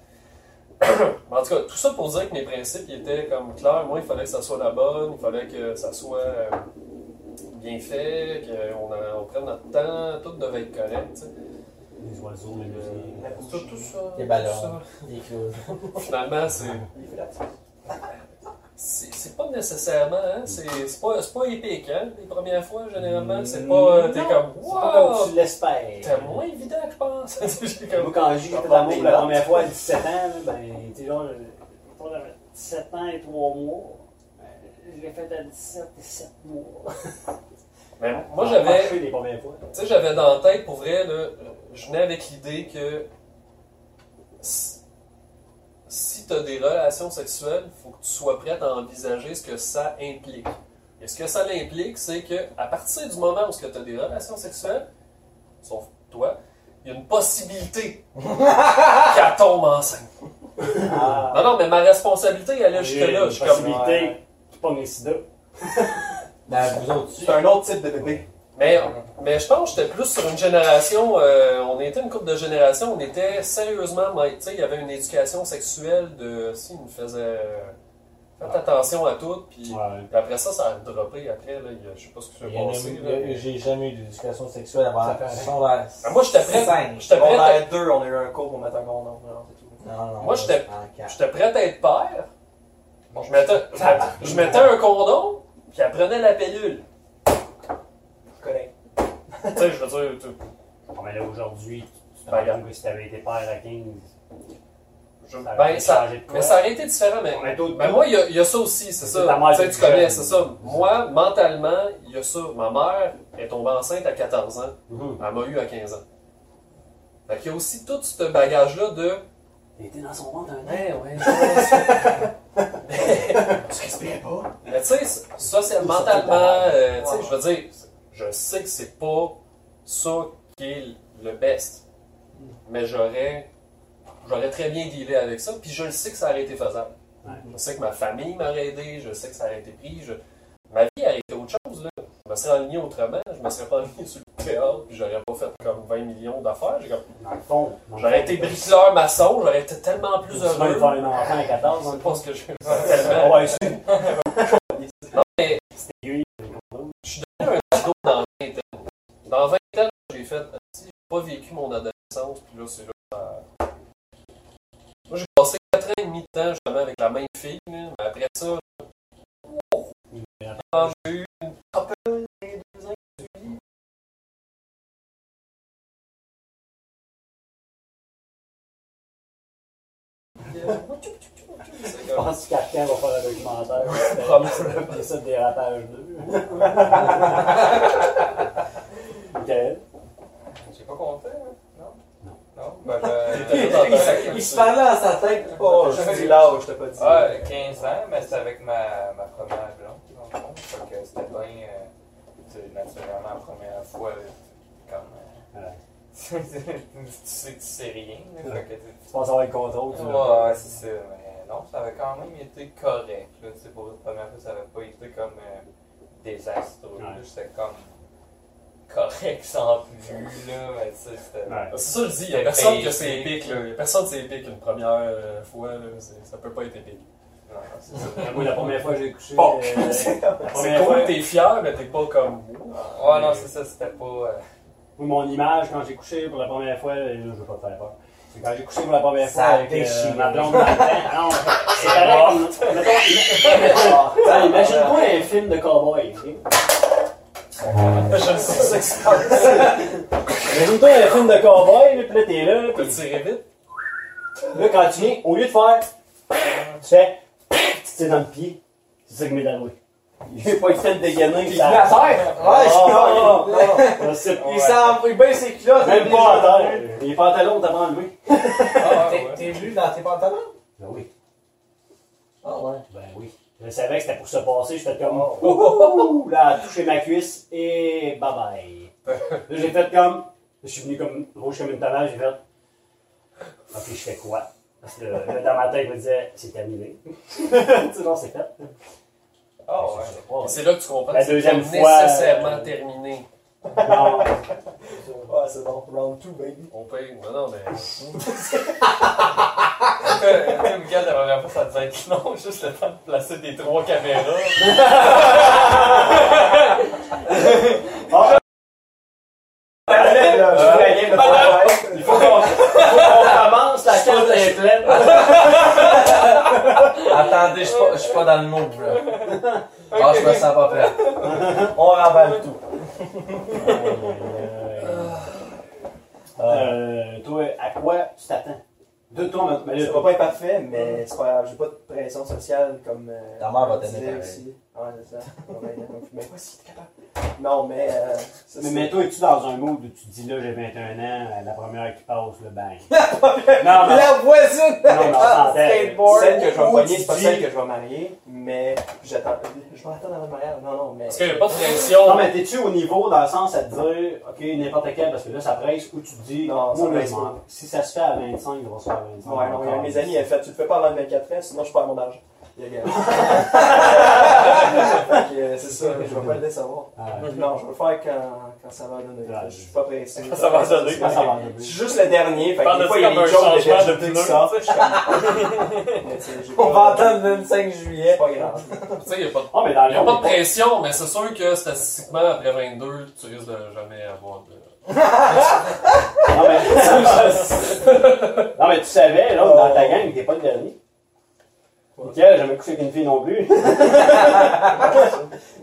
D: Mais en tout cas, tout ça pour dire que mes principes ils étaient comme clairs. Moi, il fallait que ça soit la bonne, il fallait que ça soit euh, bien fait, qu'on en- on prenne notre temps, tout devait être correct, tu sais. Euh,
B: Les oiseaux, les musiques.
D: Tout, tout ça.
F: Les
D: tout
F: ballons.
D: ça.
F: Les clous.
D: Finalement, c'est. C'est c'est pas nécessairement, hein? c'est c'est pas, c'est pas épique, hein? Les premières fois, généralement, c'est pas. euh, T'es
B: Non,
D: comme.
B: C'est pas comme
D: Wow!
B: tu l'espères.
D: C'était moins évident, que je pense. J'ai
B: Moi,
D: comme.
B: quand j'ai
C: T'as pas
B: été dans l'amour
C: des
B: pour la
C: notes.
B: première fois à 17 ans, là, ben, tu sais, genre, euh, mettons, j'avais 17 ans et 3 mois. Euh, Je l'ai fait à 17 et 7 mois.
D: Mais moi,
B: Ah,
D: j'avais.
B: marché les premières fois.
D: Tu sais, j'avais dans la tête, pour vrai, là, je venais avec l'idée que si, si tu as des relations sexuelles, faut que tu sois prête à envisager ce que ça implique. Et ce que ça l'implique, c'est que à partir du moment où tu as des relations sexuelles, sauf toi, il y a une possibilité qu'elle tombe enceinte.
B: Ah,
D: Non, non, mais ma responsabilité, elle est
B: j'ai
D: jusque-là.
B: une
D: Je suis comme...
B: possibilité qui pogne le sida.
F: Ben, vous autres, tu-
C: C'est un autre type de bébé.
D: Mais, mais je pense que j'étais plus sur une génération, euh, on était une couple de générations, on était sérieusement, mais, tu sais, il y avait une éducation sexuelle de, si, il nous faisait, euh, faites attention à tout, puis
B: Ouais.
D: puis après ça, ça a droppé, après, là, il y a- je sais pas ce qui s'est
F: Il y en a eu-
D: passé,
F: il y
D: là.
F: a eu- J'ai jamais eu d'éducation sexuelle avant
C: Ça
F: la
C: fait
F: secondaire.
D: Ah, moi, j'étais prêt,
F: Cinq.
D: j'étais prêt,
F: ben,
D: à-
C: Secondaire 2, on a eu un cours pour mettre un condom. non, c'est tout.
F: Non, non,
D: Moi, j'étais-
F: en quatre.
D: j'étais prêt à être père, Bon, je mettais, je mettais- je mettais un condom, puis elle prenait la pilule,
C: Correct.
D: tu sais, je veux dire, tu-
B: Bon, mais là, aujourd'hui, tu te
D: Ben,
B: rends compte que si t'avais été père à 15,
D: je-
B: Ça
D: ben,
B: aurait
D: ça,
B: changé de quoi?
D: mais ça aurait été différent, mais...
B: on a d'autres.
D: Ben moi, il y a- il y, a ça aussi, c'est
B: C'est
D: ça.
B: ta mère
D: Tu sais,
B: qui
D: tu
B: te
D: connais,
B: gêne.
D: c'est ça. Moi, mentalement, il y a ça. Ma mère est tombée enceinte à 14 ans.
B: Mhm.
D: Elle m'a eu à 15 ans. Fait qu'il y a aussi tout ce bagage-là de...
B: Il était dans son ventre un an.
D: Ouais, ouais, ouais.
C: Tu respirais pas?
D: Mais tu sais, ça, c'est
C: Surtout
D: mentalement...
C: ta mère.
D: euh, tu sais,
C: Ouais.
D: je veux dire, je sais que c'est pas ça qui est le best.
B: Mhm.
D: Mais j'aurais... J'aurais très bien dealé avec ça, puis je le sais que ça aurait été faisable.
B: Ouais.
D: Je sais que ma famille m'aurait aidé, je sais que ça aurait été pris. je- Ma vie aurait été autre chose. Là. Je me serais enligné autrement, je me serais pas enligné sur le théâtre, puis j'aurais pas fait comme 20 millions d'affaires. J'ai comme-
B: Dans le fond. dans le
D: J'aurais
B: fond,
D: été bricoleur maçon, j'aurais été tellement
B: Tu
D: plus
B: veux faire
D: heureux.
B: un enfant à 14, dans
D: Je
B: le fond. Ah
D: pense que je suis tellement
B: Ouais, c'est
D: ado dans la vingtaine. Dans la vingtaine, j'ai fait. Si j'ai pas vécu mon adolescence, puis là, c'est là. ça- Moi, j'ai passé 4 ans et demi de temps justement avec la même fille, là, mais après ça, quand j'ai eu une couple les deux ans que j'ai eu,
B: Je pense que Kafka va faire un documentaire.
D: Probablement.
B: C'est ça, dérapage 2. Michael?
G: J'ai pas compté, hein? Non?
B: Non.
G: Non? Ben, ben,
F: Il il se parlait dans sa tête. Oh,
C: Oh, je te dis l'âge, je t'ai pas dit.
G: Ah, 15 ans, mais c'est avec ma, ma première blonde, dans le fond. Fait que c'était bien, euh, c'est naturellement la première fois, là, comme... euh,
B: Ouais.
G: tu sais que tu sais rien, là, fait que tu-
B: Tu penses avoir le contrôle? tu l'as.
G: Ouais, c'est ça, mais non, ça avait quand même été correct, là, tu sais, pour une première fois, ça avait pas été comme euh, désastreux, là,
B: Ouais.
G: c'était comme correct sans plus, là, mais tu sais, c'était...
B: Ouais.
D: C'est ça, que je dis, il n'y a personne que c'est épique. Là. Y a Personne que c'est épique une première euh, fois. Là. C'est- Ça peut pas être épique.
G: Non, c'est ça.
B: Moi, la première fois que j'ai couché.
C: Bon.
B: euh,
C: C'est
B: la
D: C'est
B: première
D: cool,
B: fois.
D: t'es fier, mais t'es pas comme.
G: Ah, Ouais, non, c'est ça, c'était pas... euh,
B: Moi, mon image, quand j'ai couché pour la première fois, et là, je euh, veux pas te faire peur. C'est quand j'ai couché pour la première fois
F: Ça
B: avec euh,
F: déchire.
B: ma blonde dans le temps. Non, c'est correct. Mettons, mettons, Imagine-toi un film de cowboy. ok?
D: Je sais ça que ça passe.
B: Imagine-toi un film de cowboy, là, puis là t'es là,
D: T'as
B: puis
D: tiré vite.
B: là quand tu viens, au lieu de faire, tu fais, tu tires dans le pied. C'est ça qui m'est arrivé.
E: J'ai pas eu le temps de dégainer.
B: Il à terre!
F: Ouais,
B: Ah,
F: je suis Il s'en il baisse ses culottes.
B: Même pas à terre. Les pantalons, t'as pas enlevé.
F: Ah, t'es- T'es venu dans tes pantalons?
B: Ben oui.
F: Ah ouais.
B: Ben oui. Je savais que c'était pour se passer, j'étais comme.
E: Ah.
B: Oh, oh, oh, oh, là, toucher ma cuisse et bye bye. là, j'ai fait comme. Je suis venu comme rouge comme une tomate, j'ai fait. Ok, je fais quoi? Parce que là, dans ma tête, je me disais, c'est terminé. tu sais, non, c'est fait.
G: Ah ouais.
B: Je sais pas.
D: C'est là que tu comprends
B: La
D: que c'est pas
B: deuxième fois,
D: nécessairement
B: euh,
D: terminé.
B: Non,
E: Ouais, c'est bon. Round 2, baby.
D: On paye. Non, non, mais.
G: Tu me gars, la première fois, ça disait que non, juste le temps de placer des trois caméras.
B: là, je voulais rien de faire. Il faut qu'on faut qu'on commence la carte complète.
F: Attendez, je suis pas- je suis pas dans le move, là. Ah, je me sens pas prêt. On remballe tout.
B: Euh, Toi, à quoi tu t'attends? De toi, maintenant.
E: Je peux pas être parfait, mais c'est pas grave. J'ai pas de pression sociale comme. euh,
F: Ta mère va t'aimer
E: disait
F: pareil.
E: aussi. Ouais, c'est ça. Ouais, ouais, donc, Mais pas si t'es capable. Non, mais. euh, ça,
B: Mais,
E: c'est-
B: mais toi, es-tu dans un mood où tu te dis là, j'ai 21 ans, euh, la première qui passe, le bang? non, non,
F: La voisine!
B: Non, mais on
E: Ah,
B: s'entend.
F: skateboard!
E: Celle que je vais
F: Où
E: poigner,
F: tu
E: c'est pas
F: dis-
E: celle que je vais marier, mais j'attends. Je vais attendre avant le mariage. Non, non, mais.
D: Parce qu'il n'y a pas de pression.
B: non, mais t'es-tu au niveau dans le sens à te dire, OK, n'importe quel, parce que là, ça presse, ou tu te dis,
E: Non, ça
B: moi,
E: presse
B: je
E: pas.
B: m'en- si ça se fait à 25, il va se faire à 25.
E: Ouais, non,
B: encore.
E: mes amis, elle fait, tu le fais pas avant le 24 ans, sinon je perds mon argent. Il y a gagné. Fait que, euh, c'est ça, mais je vais pas le décevoir.
B: Ah, ouais.
E: Non, je vais le faire quand, quand ça va donner. Je suis pas pressé.
G: Quand ça va donner.
B: Ça, ça va
E: Je
B: enlever.
E: suis juste le dernier, fait que
G: Parle
E: des
G: de
E: fois
G: ça
E: il y a
G: comme
E: des
G: un
E: jokes de
G: changement de
E: Jeff Dick qui sortent.
G: pneu. tu sais, je suis
E: Mais tu sais, j'ai
F: On
E: pas-
F: va entendre le 25 juillet.
E: C'est pas grave.
D: Tu sais, il n'y a pas de
B: Ah, mais dans
D: Il n'y a pas
B: le
D: de
B: fond, t'es
D: pression, mais c'est sûr que statistiquement, après 22, tu risques de jamais avoir de.
B: pas- Non, mais... non, mais tu savais, là, dans ta gang, t'es pas le dernier. Nickel, j'ai jamais couché avec une fille non plus. ça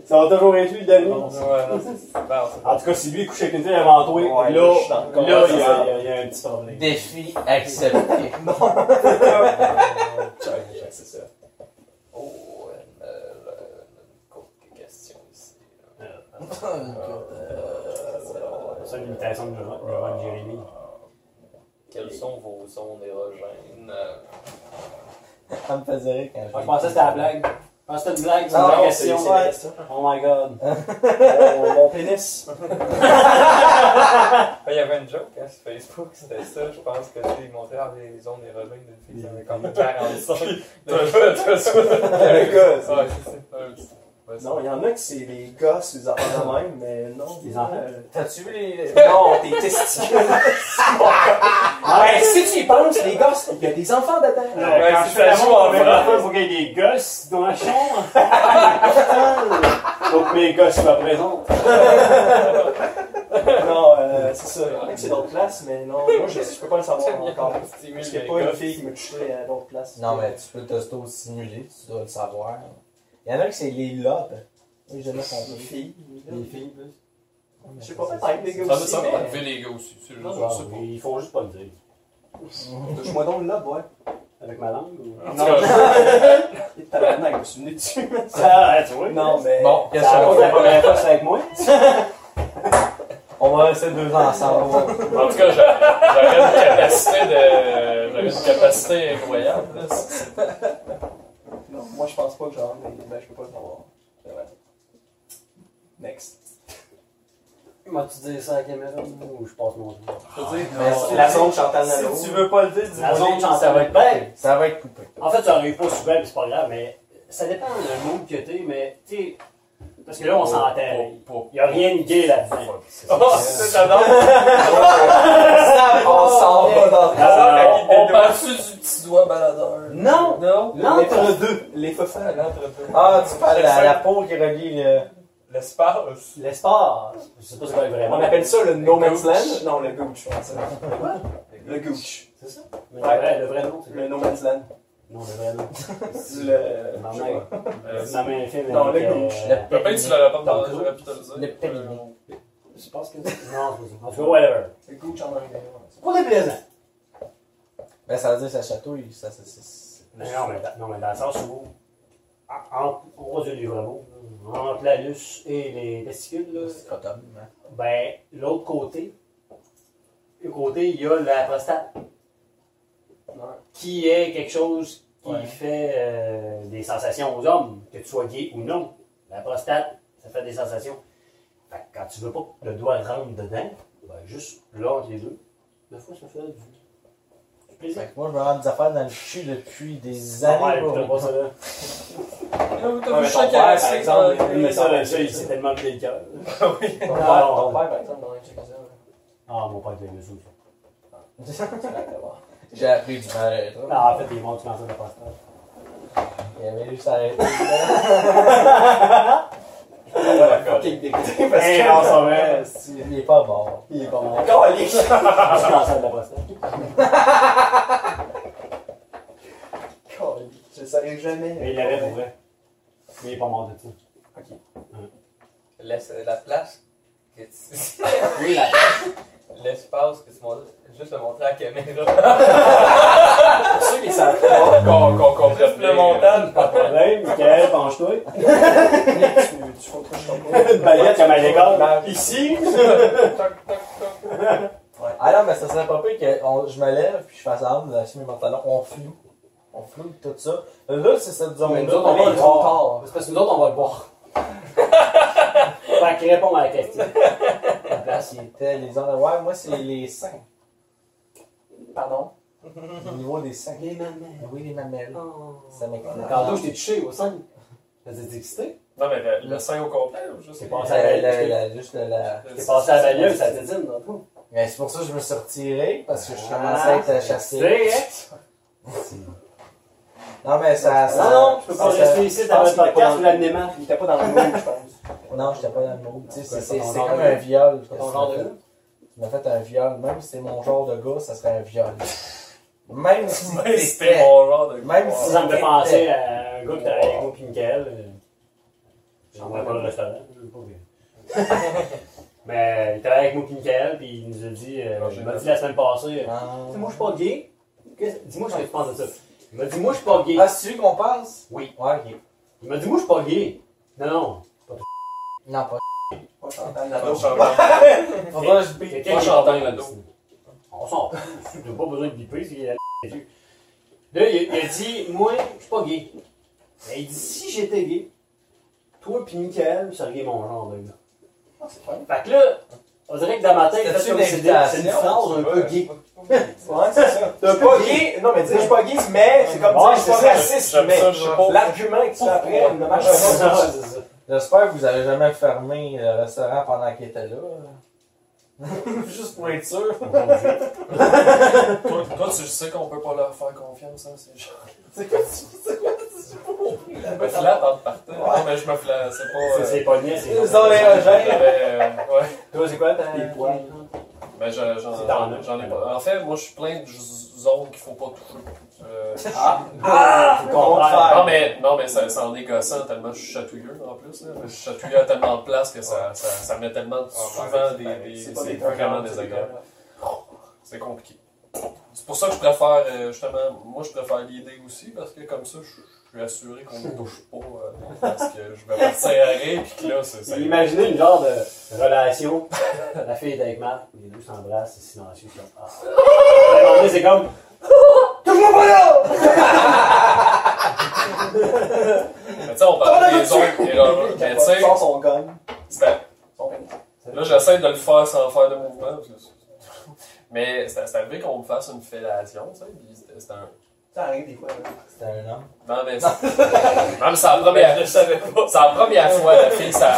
B: va toujours être lui le dernier.
G: comme- Ouais, non, c'est- c'est bon, c'est bon.
B: En tout cas, si lui couche avec une fille avant toi,
E: Ouais,
B: là,
E: je suis dans le
B: là, il y
E: corps,
B: a,
E: c'est ça.
B: il y a- il y a un petit problème.
F: Défi accepté.
D: Challenge, c'est ça.
G: Oh, euh, euh, courte question ici.
B: C'est une imitation de Ron Jérémy.
G: Quelles sont vos zones érogènes? euh,
F: Ça me faisait rire quand
B: Je pensais que c'était la blague. Je pensais que c'était une blague, c'est une
E: Non,
B: vraie
E: non,
B: question.
E: c'est- c'est la question.
B: Oh my god.
E: Mon mon pénis.
G: Ah, Il y avait une joke hein, sur Facebook, c'était ça, je pense que tu sais, ils montraient ah, les zones érogènes d'une fille qui avait comme 45.
D: T'as- t'as- t'as ça.
E: Le gars, c'est-
D: Ouais, c'est ça. Ouais, c'est- ouais, c'est-
E: Non, il y en a qui c'est les gosses, les enfants de même, mais non.
B: Les enfants?
E: euh,
F: T'as-tu vu les.
E: Non, tes testicules.
B: Ouais,
E: si tu y penses, les gosses, il y a des enfants dedans.
B: Non, mais
G: Ouais,
B: quand
G: si
B: je
G: ça
B: fais
G: joue
B: l'amour
G: en
B: avec
G: vrai.
B: ma femme, faut qu'il y ait des gosses dans la chambre. Faut que mes gosses soient présents.
E: Non, euh, c'est ça. Il y en a que c'est d'autres places, mais non, moi je, je peux pas le savoir encore.
G: On
E: Parce
G: stimule
E: qu'il n'y
G: les
E: a pas une
G: gosses.
E: fille qui me toucherait à d'autres places.
F: Non, mais tu peux t'auto-simuler, tu dois le savoir. Il y en a qui c'est les lobes. Moi, j'ai jamais
E: Une
F: compris.
E: fille.
B: Les filles, plus.
E: Je sais pas, peut-être les gars
D: Ça va
E: aussi.
D: ça va
E: mais-
D: enlever les gars aussi. C'est juste
B: Ah,
D: ça.
B: mais Ils font juste pas le dire.
E: Touche-moi donc là, ouais.
B: Avec ma langue ou.
D: En tout cas,
E: Et tabarnak, je me suis venu dessus.
B: Ah, tu vois.
E: Non, mais.
F: Bon,
B: Ça
F: question.
B: arrive la première fois, c'est avec moi.
F: On va rester deux ans ensemble.
D: en tout cas, j'a- j'aurais une capacité de. J'aurais une capacité incroyable. là. C'est- c'est-
E: Non, moi je pense pas que j'en ai. Ben, je peux pas le savoir. C'est vrai. Next.
B: Moi, tu dis ça à la caméra ou je passe mon tour?
E: Je veux dire,
F: mais
E: si-
F: si-
E: la zone Chantal Nalo.
F: pas le dire,
B: Ah, La zone, Ah, j'en
F: ça va
B: savais
F: être
B: bien.
F: coupé. Ça va être coupé.
B: En fait, ça arrive pas souvent, puis c'est pas grave, mais ça dépend du mood que t'es, mais tu sais. Parce que là, on s'entend.
D: Pour- pour-
B: Il n'y a rien de gay là-dedans.
D: pour- c'est ça.
G: Oh, ça, j'adore!
E: On s'en va dans
B: Ah,
G: Alors,
B: non,
G: on parle
D: Par-dessus du petit doigt baladeur.
B: Non!
E: Non,
B: L'entre-
E: l'entre deux. Les
B: hein,
E: fofins.
G: l'entre-deux.
F: Ah, tu parles de la, la peau qui relie le.
G: L'espace.
B: L'espace! Je sais pas ce qu'on est
E: On
B: vraiment.
E: appelle ça le no man's
G: gooch.
E: land. Non, le gooch, je pense. Le gooch.
B: C'est ça?
E: Le
B: Ouais,
E: vrai-
B: le vrai nom, c'est-
E: Le No Man's Land.
B: Non, le vrai nom.
E: C'est le.
B: Ma
E: je sais
B: mère.
E: pas.
D: Euh,
B: Ma mère fait. euh,
E: Non, le
F: Le
D: Peut-être que tu l'avais pas dans le
F: Euh, Le Pellini.
B: Je pense que. Non, c'est pas ça. En tout cas, whatever.
E: Le Gooch en anglais.
B: Pour les plaisants.
F: Ben, ça veut dire que ça chatouille. Ça, ça, ça, ça.
B: Mais non, mais, dans- non, mais dans le sens où, en- entre, aux yeux du vrai mot, entre l'anus et les testicules, là,
F: C'est scrotum, hein.
B: ben, l'autre côté, le côté, il y a la prostate, qui est quelque chose qui
F: Ouais.
B: fait euh, des sensations aux hommes, que tu sois gay ou non. La prostate, ça fait des sensations. Fait que quand tu veux pas que le doigt rentre dedans, ben, juste là, entre les deux, deux fois, ça fait du, du plaisir.
F: Fait que moi, je me rends des affaires dans le cul depuis des
B: Ouais,
F: années.
B: puis t'as
F: bro.
B: pas ça là.
D: T'as
E: Ouais,
D: vu
E: mais ton
D: chacun un
E: père, par
D: signe
F: euh,
E: exemple,
D: dans-
E: lui,
B: Mais ça, Ah ça, Ah, il s'est Euh, tellement pris le cœur.
E: Ton
B: Non,
E: père,
B: non,
E: ton
B: non.
E: père, par exemple, dans un check ça.
B: Ah, mon père était le sou.
F: J'ai appris du mal.
B: Ah, en fait, il est mort du cancer de la prostate.
F: Il avait lu ça.
E: On va la fucking dégoûter parce
B: Eh,
E: que.
B: non, ça va.
F: Il est pas mort.
E: Il est pas mort. Calice!
B: Du cancer de la prostate.
E: Calice. Je le saurais jamais.
B: Mais il l'avait pour vrai. Mais il est pas mort de ça.
G: Laisse euh, la place que tu.
B: Oui, la
G: L'espace que tu montres. Juste le montrer à la caméra.
E: Ceux qui savent
D: Qu'on qu'on comprenne
G: Le
D: bien.
G: montage,
B: pas de problème. Michael, penche-toi.
E: tu tu contrôles ton
B: Une baguette comme à l'école.
E: Mal.
B: Ici.
G: Toc, toc, toc.
F: Ah non, mais ça serait pas pire que on- je me lève puis je fais ça d'assumer mes pantalons. On floue. On floue tout ça. Là, c'est cette
E: Mais
F: zone-là.
E: nous autres, on va le voir.
B: C'est parce que nous autres, on va le boire. Fait qu'il répond à la question.
F: La place, il était les zones. Ouais, moi, c'est les seins.
E: Pardon?
F: Au niveau des seins. Les mamelles. Oui, les mamelles. Ça m'excite.
B: Oh. Tantôt, je t'ai touché au sein. Ça t'es excité?
D: Non, mais le, le sein au complet, ou juste.
B: C'est
F: La-
B: pas-
F: la- la- la- juste la- la-
B: T'es passé à la bagnole, ça t'étine, dans le fond.
F: Mais c'est pour ça que je me suis retiré, parce que je commençais à être chassé.
B: Ah, C'est, hein?
F: Non, mais ça... ça-
B: Non, non, je peux Ah, pas
F: ça- ça-
B: rester ici dans
E: pense
B: le
E: qu'il est
B: podcast
E: pas
B: ou l'animement.
E: Il était pas dans le mood, je pense.
F: Non, j'étais pas dans le groupe. Tu sais, c'est-
B: C'est
F: c'est
B: ton
F: c'est
B: genre
F: comme
B: de-
F: un viol.
B: C'est ton genre de gars?
F: Tu m'as fait un viol. Même si c'est mon genre de gars, ça serait un viol. Même si
D: Même
F: c'était
D: si c'était mon genre de.
F: Même si-
B: Ça me fait penser à un gars qui travaillait avec moi puis Michael. euh, J'en vois pas le restaurant. je veux pas dire. Mais il travaillait avec moi puis Michael, puis il nous a dit, euh,
D: Ah, j'ai
B: il m'a
D: pas
B: dit la semaine passée, euh,
F: Ah,
B: dis-moi je suis pas gay. Qu'est-ce- Dis-moi ce que tu penses de ça. Il m'a dit, moi je suis pas gay.
F: Ah, c'est celui qu'on passe?
B: Oui.
F: Ouais, ok.
B: Il m'a dit, moi je suis pas gay. Non, non.
F: Non, pas.
E: Moi, j'entends la
D: Pas de
E: douche.
D: changement.
F: Faudra que je bip.
B: Quelqu'un qui
D: j'entends
B: parle
D: la
B: comme
D: dose.
B: ça. On s'en fout. T'as pas besoin de biper, c'est qu'il a la dessus. Là, il, il a dit, moi, je suis pas gay. Mais il dit, si j'étais gay, toi puis Michael, vous seriez mon genre de gars.
E: Ah, c'est vrai.
B: Fait que là, on dirait que dans ma tête,
F: C'était-tu
B: c'est comme
F: une
B: si c'était c'est une
F: invitation?
B: phrase un peu
G: Ouais,
B: gay.
E: Ouais, c'est ça.
B: T'es
E: T'es pas gay. Non, mais dire je suis pas gay, mais c'est comme
B: Ouais,
E: dire je suis
B: c'est ça.
E: pas raciste,
D: J'aime
E: mais.
D: ça, je sais pas.
E: L'argument que tu fais après ne marche
B: C'est
E: pas.
B: ça, c'est ça.
F: J'espère que vous avez jamais fermé le restaurant pendant qu'il était là. Juste pour être sûr.
D: Oh Toi, toi, tu sais qu'on peut pas leur faire confiance, hein, ces gens.
F: C'est quoi tu
D: Je me flatte en partant. Non, mais je me flatte, c'est pas.
B: C'est- C'est pas bien, c'est.
F: Ils sont les
D: euh,
F: rejets.
D: j'avais, euh, ouais.
E: Toi, c'est quoi ta.
B: Les poils.
D: Ben, j'en, j'en,
B: C'est dans le-
D: j'en ai pas. En fait, moi, je suis plein de z- zones qu'il faut pas toucher. Euh,
B: C'est le contraire.
E: Ah,
B: Ah,
D: non, mais, non, mais ça, ça en est gossant tellement je suis chatouilleux en plus. Là. Je suis chatouilleux à tellement de place que ça, ça, ça met tellement de- souvent des. des-
E: Ah, C'est
D: c'est
E: pas des
D: vraiment
E: trucs,
D: désagréable. C'est compliqué. C'est pour ça que je préfère, euh, justement, moi, je préfère l'idée aussi parce que comme ça, je je suis assuré qu'on ne touche pas euh, parce que je vais partir à rire puis que là, c'est. ça-
B: Imaginez une genre de relation. La fille est avec Marc, les deux s'embrassent, c'est silencieux. c'est comme, ah. À un moment donné, C'est comme.
E: Touche-moi pas là!
D: Mais tu sais, on parle des zones erreurs. Mais tu sais,
E: Sans son gun.
D: c'était-
E: Son pénis.
D: Là, j'essaie de le faire sans faire de mouvement. parce que c'est- Mais c'est c'est arrivé qu'on me fasse une fellation, tu sais. Puis c'était- c'était un.
E: Ça arrive des fois. là.
F: C'était un homme.
D: Non, mais c'est. Non, mais c'est la première. C'est la première fois la fille, ça.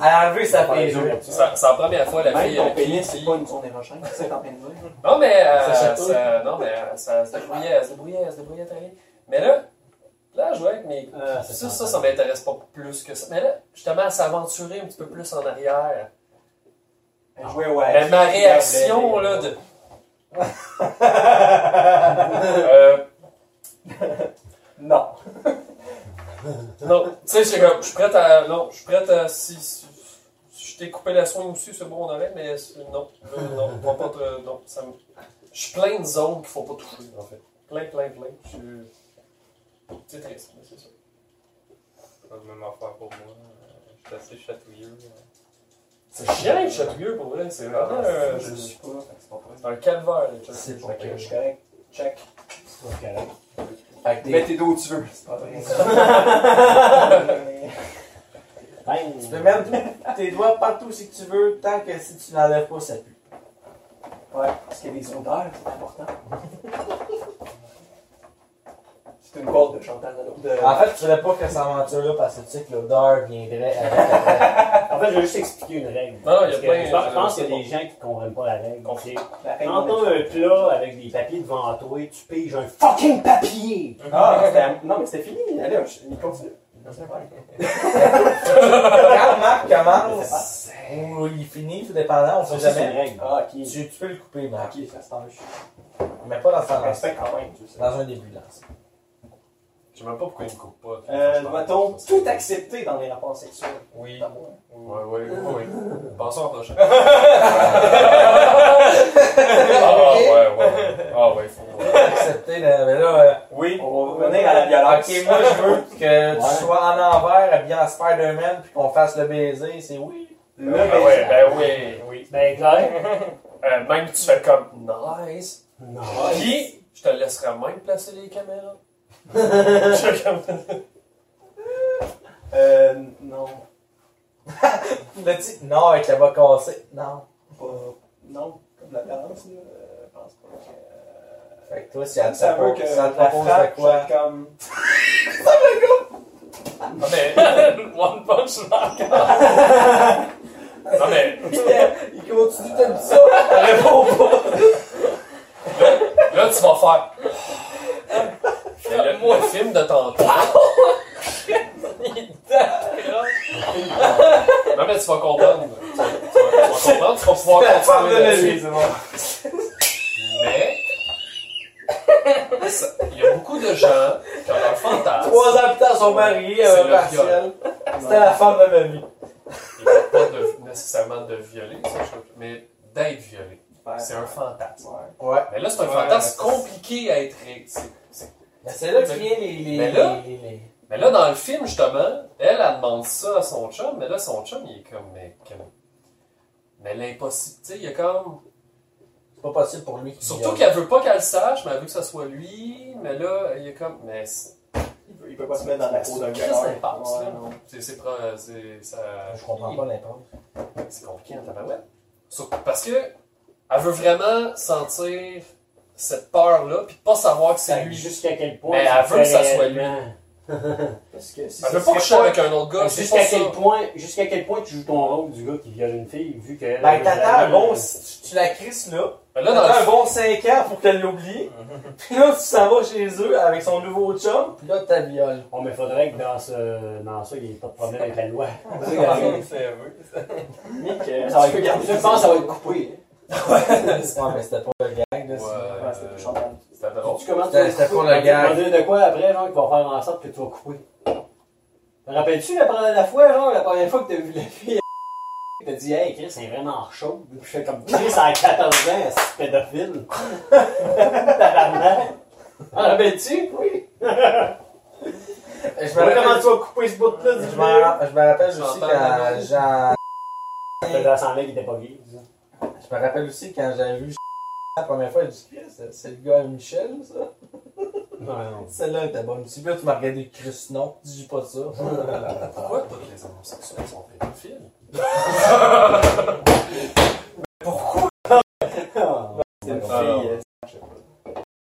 F: À l'enlever, ça hein. fait
B: les
F: jeu.
B: yeux.
D: C'est la- c'est la première fois la
E: Même
D: fille.
E: ton
D: avec qui-
E: pénis, c'est pas une zone érogène, c'est ça que t'es en train de dire.
D: Non, mais. euh,
F: Ça chatouille.
D: ça- Non, mais euh, ça se débrouillait, elle se débrouillait, elle se débrouillait, t'as rien. Mais là, là, je jouais avec mes
B: Ah, c'est
D: Ça, ça,
B: sympa.
D: ça m'intéresse pas plus que ça. Mais là, justement, à s'aventurer un petit peu plus en arrière.
E: Elle jouait au
D: Mais ma
E: hack, elle
D: réaction,
E: voulait-
D: là, de. Euh,
E: Non.
D: non, tu sais, c'est comme, je suis prête à. Non, je suis prête à. Si, si- si je t'ai coupé la soin aussi, c'est bon, on aurait, mais c'est- non, là, non, on va pas te. euh, Non, ça me. Je suis plein de zones qu'il faut pas toucher, en fait. Plein, plein, plein. Je suis- C'est triste, mais c'est ça.
G: Pas de même affaire pour moi. Euh, Je suis assez chatouilleux. hein.
D: C'est chiant d'être chatouilleux pour vrai, c'est vraiment. euh,
E: Ah, Je suis pas. fait que C'est pas vrai.
D: C'est un calvaire, les chatouilleux.
F: C'est
E: Fait que je suis correct. Check.
F: Fait que
C: Mets
F: t'es-
C: tes dos où tu veux.
E: C'est pas vrai. Mais-
F: tu peux mettre tes doigts partout si tu veux, tant que si tu n'enlèves pas, ça pue.
E: Ouais, parce qu'il y a des odeurs, c'est important. C'est une boîte de Chantal Nadeau. de...
F: En fait, tu voulais pas que cette aventure-là, parce que tu sais que l'odeur viendrait avec.
B: En fait, je vais juste expliquer une règle.
D: Non, Ah, il y a
B: Parce que
D: plein- euh,
B: je pense- je pense
D: je
B: qu'il y
D: sais
B: a des gens qui ne comprennent pas la règle. C'est-
E: La règle
B: Quand
E: de-
B: t'as un plat avec des papiers devant toi, tu piges un fucking papier!
E: Ah, c'était- non, mais c'était fini. Allez, je- il continue.
F: Quand Marc commence, ou il finit, tout dépendant, on
B: Ça,
F: sait
B: c'est une
F: jamais.
B: règle.
E: Ah, ok.
F: Tu, tu peux le couper, Marc.
E: Ok, ça se tente. Je
F: Mais pas dans sa lance.
E: respecte quand même, tu sais.
F: Dans un début de lance.
D: Je sais même pas pourquoi ils me coupent pas.
E: Euh, Doit-on tout accepter dans les rapports sexuels
G: Oui.
D: Ouais, ouais,
G: Oh,
D: ouais. Passons au prochain. Ah
F: Ok.
D: ouais, ouais. Ah ouais, faut.
F: Accepter, là, mais là. euh,
D: Oui.
E: On va revenir à la violence.
F: Ok, moi je veux que tu sois en envers, habillé en Spider-Man, puis qu'on fasse le baiser, c'est oui.
E: Le
D: Ah
E: baiser.
D: ouais, ben oui, oui.
B: Ben, clair.
D: Euh, même que tu fais comme nice.
B: Non.
D: Puis, je te laisserai même placer les caméras. Ah, Je comme-
E: Euh, non.
F: Le petit non avec la voix cassée, non.
E: Pas. Non. Comme la violence, là. euh, Je pense pas que.
F: Fait que toi, si elle te
E: ça veut
F: propose,
E: que
F: ça te
E: la
F: propose de
E: frappe,
F: quoi
E: c'est comme.
D: Non mais, Ah.
G: One Punch Man!
D: non mais,
F: Il continue comme ça, réponds pas.
D: là tu vas faire. Mais le, le film de tantôt. Non mais tu vas comprendre. Tu vas, tu vas- tu vas comprendre, tu vas pouvoir continuer là-dessus. Mais ça- il y a beaucoup de gens qui ont leur fantasme.
F: Trois habitants sont mariés à
D: C'est
F: un
D: le
F: partiel. C'était la femme de ma vie.
D: Ils veulent pas de- nécessairement de violer, ça, je trouve, mais d'être violé. C'est un fantasme.
F: Ouais.
D: Mais là, c'est un
G: Ouais.
D: fantasme compliqué à être ré- c'est- c'est-
F: Mais c'est là que viennent les. les,
D: Mais là-
F: les- les-
D: Mais là, dans le film, justement, elle, elle demande ça à son chum, mais là, son chum, il est comme. Mais, comme- mais l'impossible, tu sais, il est comme.
F: C'est pas possible pour lui. qu'il
D: Surtout
F: viole.
D: qu'elle veut pas qu'elle le sache, mais elle veut que ça soit lui, mais là, il est comme. Mais c'est
E: Il peut, il peut pas se mettre dans la peau d'un
D: Qu'est-ce
E: violeur.
D: que ça passe,
E: Ouais,
D: là?
E: non.
D: c'est- c'est pro- c'est- ça-
F: Je comprends pas l'impact.
D: C'est compliqué en tabarouette. Surtout parce que elle veut vraiment sentir cette peur-là, puis pas savoir que c'est
B: Ça,
D: lui.
B: Jusqu'à quel point.
D: Mais
B: ça
D: elle veut que ça
B: fait
D: soit lui.
B: réellement.
E: Parce que si
D: Elle
E: ça
D: veut pas
E: serait
D: coucher avec un autre gars, c'est pas
B: ben, Jusqu'à
D: ça.
B: quel, point, jusqu'à quel point tu joues ton rôle du gars qui viole une fille, vu que.
F: Ben, t'attends un bon. si Tu, tu la crises là.
D: Mais là, dans
F: T'attends un
D: le
F: bon 5 ans pour qu'elle l'oublie. Puis là, tu s'en vas chez eux avec son nouveau chum. Puis là, t'as viole.
B: On mais faudrait que dans, ce, dans ça, il n'y ait pas de problème avec la loi.
G: C'est comme ça que ça veut.
E: que
B: Ça va
E: tu peux
B: être-
E: garder-
B: je pense que ça va être coupé.
F: Ouais, mais c'était pas le gag. là,
D: Ouais,
F: c'est-
E: Ouais, c'était
D: euh,
E: plus Chantal.
D: c'était drôle.
B: Tu commences
F: C'était- c'était pour le gag.
B: Tu vas dire de quoi après, genre, qui va faire en sorte que tu vas couper. Te rappelles-tu la première fois, genre, la première fois que t'as vu la fille, t'as dit, hey, Chris, c'est vraiment chaud. Puis je fais comme, Chris, à 14 ans, c'est pédophile. Tabarnak. Te rappelles-tu? Oui.
F: Je me
B: Voilà comment
F: rappelle,
B: tu vas couper ce bout-là
F: je
B: du
F: me ra- je me rappelle aussi
D: Chantal
F: quand
D: Lagarde.
F: Jean.
B: T'as dans son leg, il était pas gay. ça.
F: Je me rappelle aussi quand j'avais vu la première fois, j'ai dit Chris, c'est- c'est le gars à Michel, ça.
B: Ouais, non.
F: Celle-là était bonne aussi. Puis là, tu m'as regardé, Chris, non, dis pas ça.
D: Pourquoi toutes les homosexuels sont pédophiles?
B: C'est une fille.
D: Alors.
B: euh, je sais pas.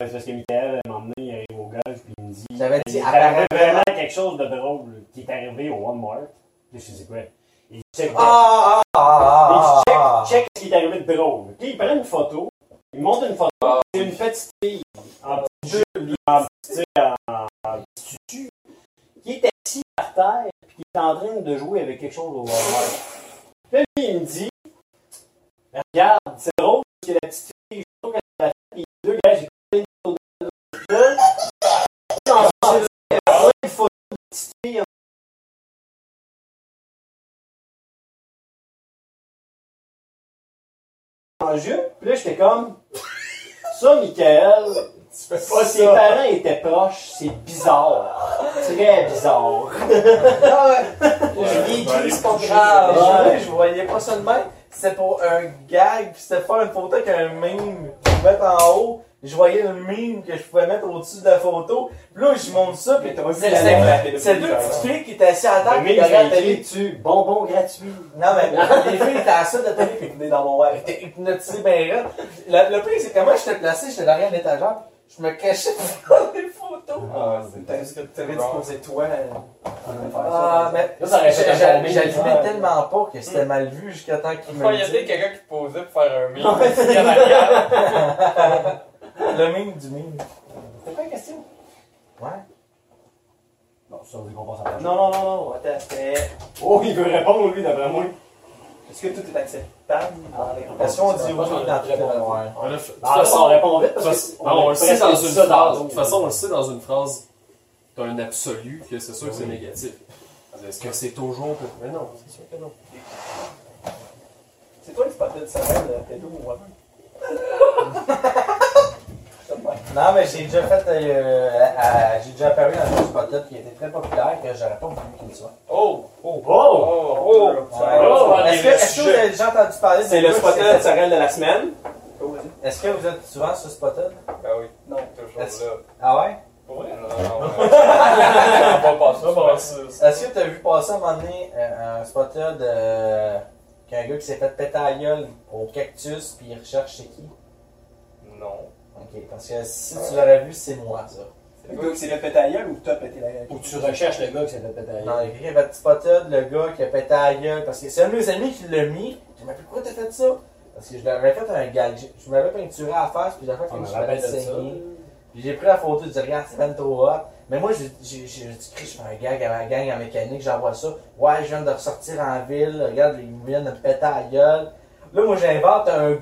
B: C'est parce que Michael, à un moment donné, il arrive au gage, puis il me dit.
F: J'avais
B: Il
F: dit,
B: est arrivé
F: apparemment.
B: vraiment quelque chose de drôle qui est arrivé au Walmart. Puis je sais quoi. Il dit, c'est quoi?
F: Ah, ah, ah, ah,
B: Mais
F: ah,
B: Check ce qui est arrivé de drôle. Puis il prend une photo, il montre une photo,
F: Ah.
B: c'est une petite fille en petit jupe, en petit en- en petit tutu, qui est assise par terre, puis qui est en train de jouer avec quelque chose au Walmart. Ben, Puis là, lui, il me dit, regarde, c'est drôle, parce que la petite fille, je trouve qu'elle a là, j'ai coupé une photo de Il faut une petite fille. En jeu, puis là, j'étais comme. Ça, Michael,
C: pas
B: ses parents étaient proches, c'est bizarre. Très bizarre.
F: Je vieillis, c'est pas
E: Ah,
B: coucher.
F: grave. Je- Je voyais pas seulement. C'était pour un gag, puis c'était faire une photo avec un meme. Je pouvais mettre en haut. Je voyais le meme que je pouvais mettre au-dessus de la photo. Puis là, je monte ça, puis
E: Mais t'as pas vu
F: c'est
E: la
F: c'est-
E: mère pédophile,
F: c'est deux
E: genre.
F: petites filles qui étaient assises à
B: Le
F: table,
B: mec,
F: qui
B: il
F: regardaient la
B: a
F: télé.
B: écrit dessus. Bonbon gratuit.
F: Non, mais les filles étaient assises à la télé, puis
E: Venez dans mon web.
F: J'étais hypnotisé ben raide. Le, le pire, c'est que moi, j'étais placé, j'étais derrière l'étagère, je me cachais dans les photos.
E: Ah, T'avais dit que c'était toi.
F: euh, Ah, mais
C: Ça, ça aurait fait un
F: j'a-
C: bon
F: j'allumais
E: mime.
F: tellement pas que c'était mal vu jusqu'à temps qu'il me
G: Il y
F: le
G: avait
F: dise.
G: quelqu'un qui posait pour faire un mime. Il y en a quatre.
F: Le mime du mime.
E: C'était pas une question.
F: Ouais.
C: Non, ça, vous voulez qu'on passe à la
E: Non, non, non, non, attends, c'était.
B: Oh, il veut répondre, lui, d'après moi.
E: Est-ce que tout est acceptable dans les
F: Parce qu'on dit oui
C: moi, j'en ai
F: dans tout
C: très bon.
F: le
D: De toute
B: Ah, là, on répond vite. parce
D: façon,
B: que
D: on le sait
B: presque
D: dans une
B: dit ça
D: phrase. De
B: tantôt.
D: toute façon, on le sait dans une phrase d'un absolu que c'est sûr que c'est négatif. Est-ce que c'est toujours. que- Mais non, c'est sûr que non.
E: C'est toi qui partais de sa mère de pédo ou whatever.
F: Non, mais j'ai déjà fait. euh, à- à- j'ai déjà apparu dans une spotette qui était très populaire que j'aurais pas voulu qu'il soit.
G: Oh!
B: Oh!
G: Oh!
F: Ouais.
B: Oh,
F: Est-ce que, est-ce que vous avez déjà entendu parler de
B: C'est le
F: ça?
B: spotted de Sorel de la semaine.
F: Est-ce que vous êtes souvent sur Spotted?
G: oh. Ben oui,
E: Non.
G: toujours là.
F: Ah ouais?
G: Pour vrai? Non, non, non. On va passer.
D: Ah, bah, c'est- c'est-
F: Est-ce que t'as vu passer à un moment donné euh, un spotter de euh, qu'un gars qui s'est fait péter à la gueule au cactus puis il recherche chez qui?
G: Non.
F: Ok, parce que si tu l'aurais vu, c'est moi ça.
E: Le gars qui s'est fait péter la gueule ou t'as pété la gueule
C: Ou tu recherches le gars qui s'est fait péter la gueule.
F: Non, Ben, il y a quelqu'un qui a fait spotted, le gars qui a pété à la gueule, parce que c'est un de mes amis qui l'a mis. Je me dis, pourquoi t'as fait ça? Parce que je l'avais fait un gag. Je- Je m'avais peinturé à la face puis j'avais fait
C: On
F: comme
C: me
F: si je m'avais
C: rappelle de ça.
F: saigné. Puis j'ai pris la photo, j'ai dit, regarde, c'est même trop hot. Mais moi, j'ai j'ai- j'ai dit, Chris, je fais un gag à la gang en mécanique, j'envoie ça. Ouais, je viens de ressortir en ville, regarde, ils viennent de me péter à la gueule. Là, moi, j'invente un gars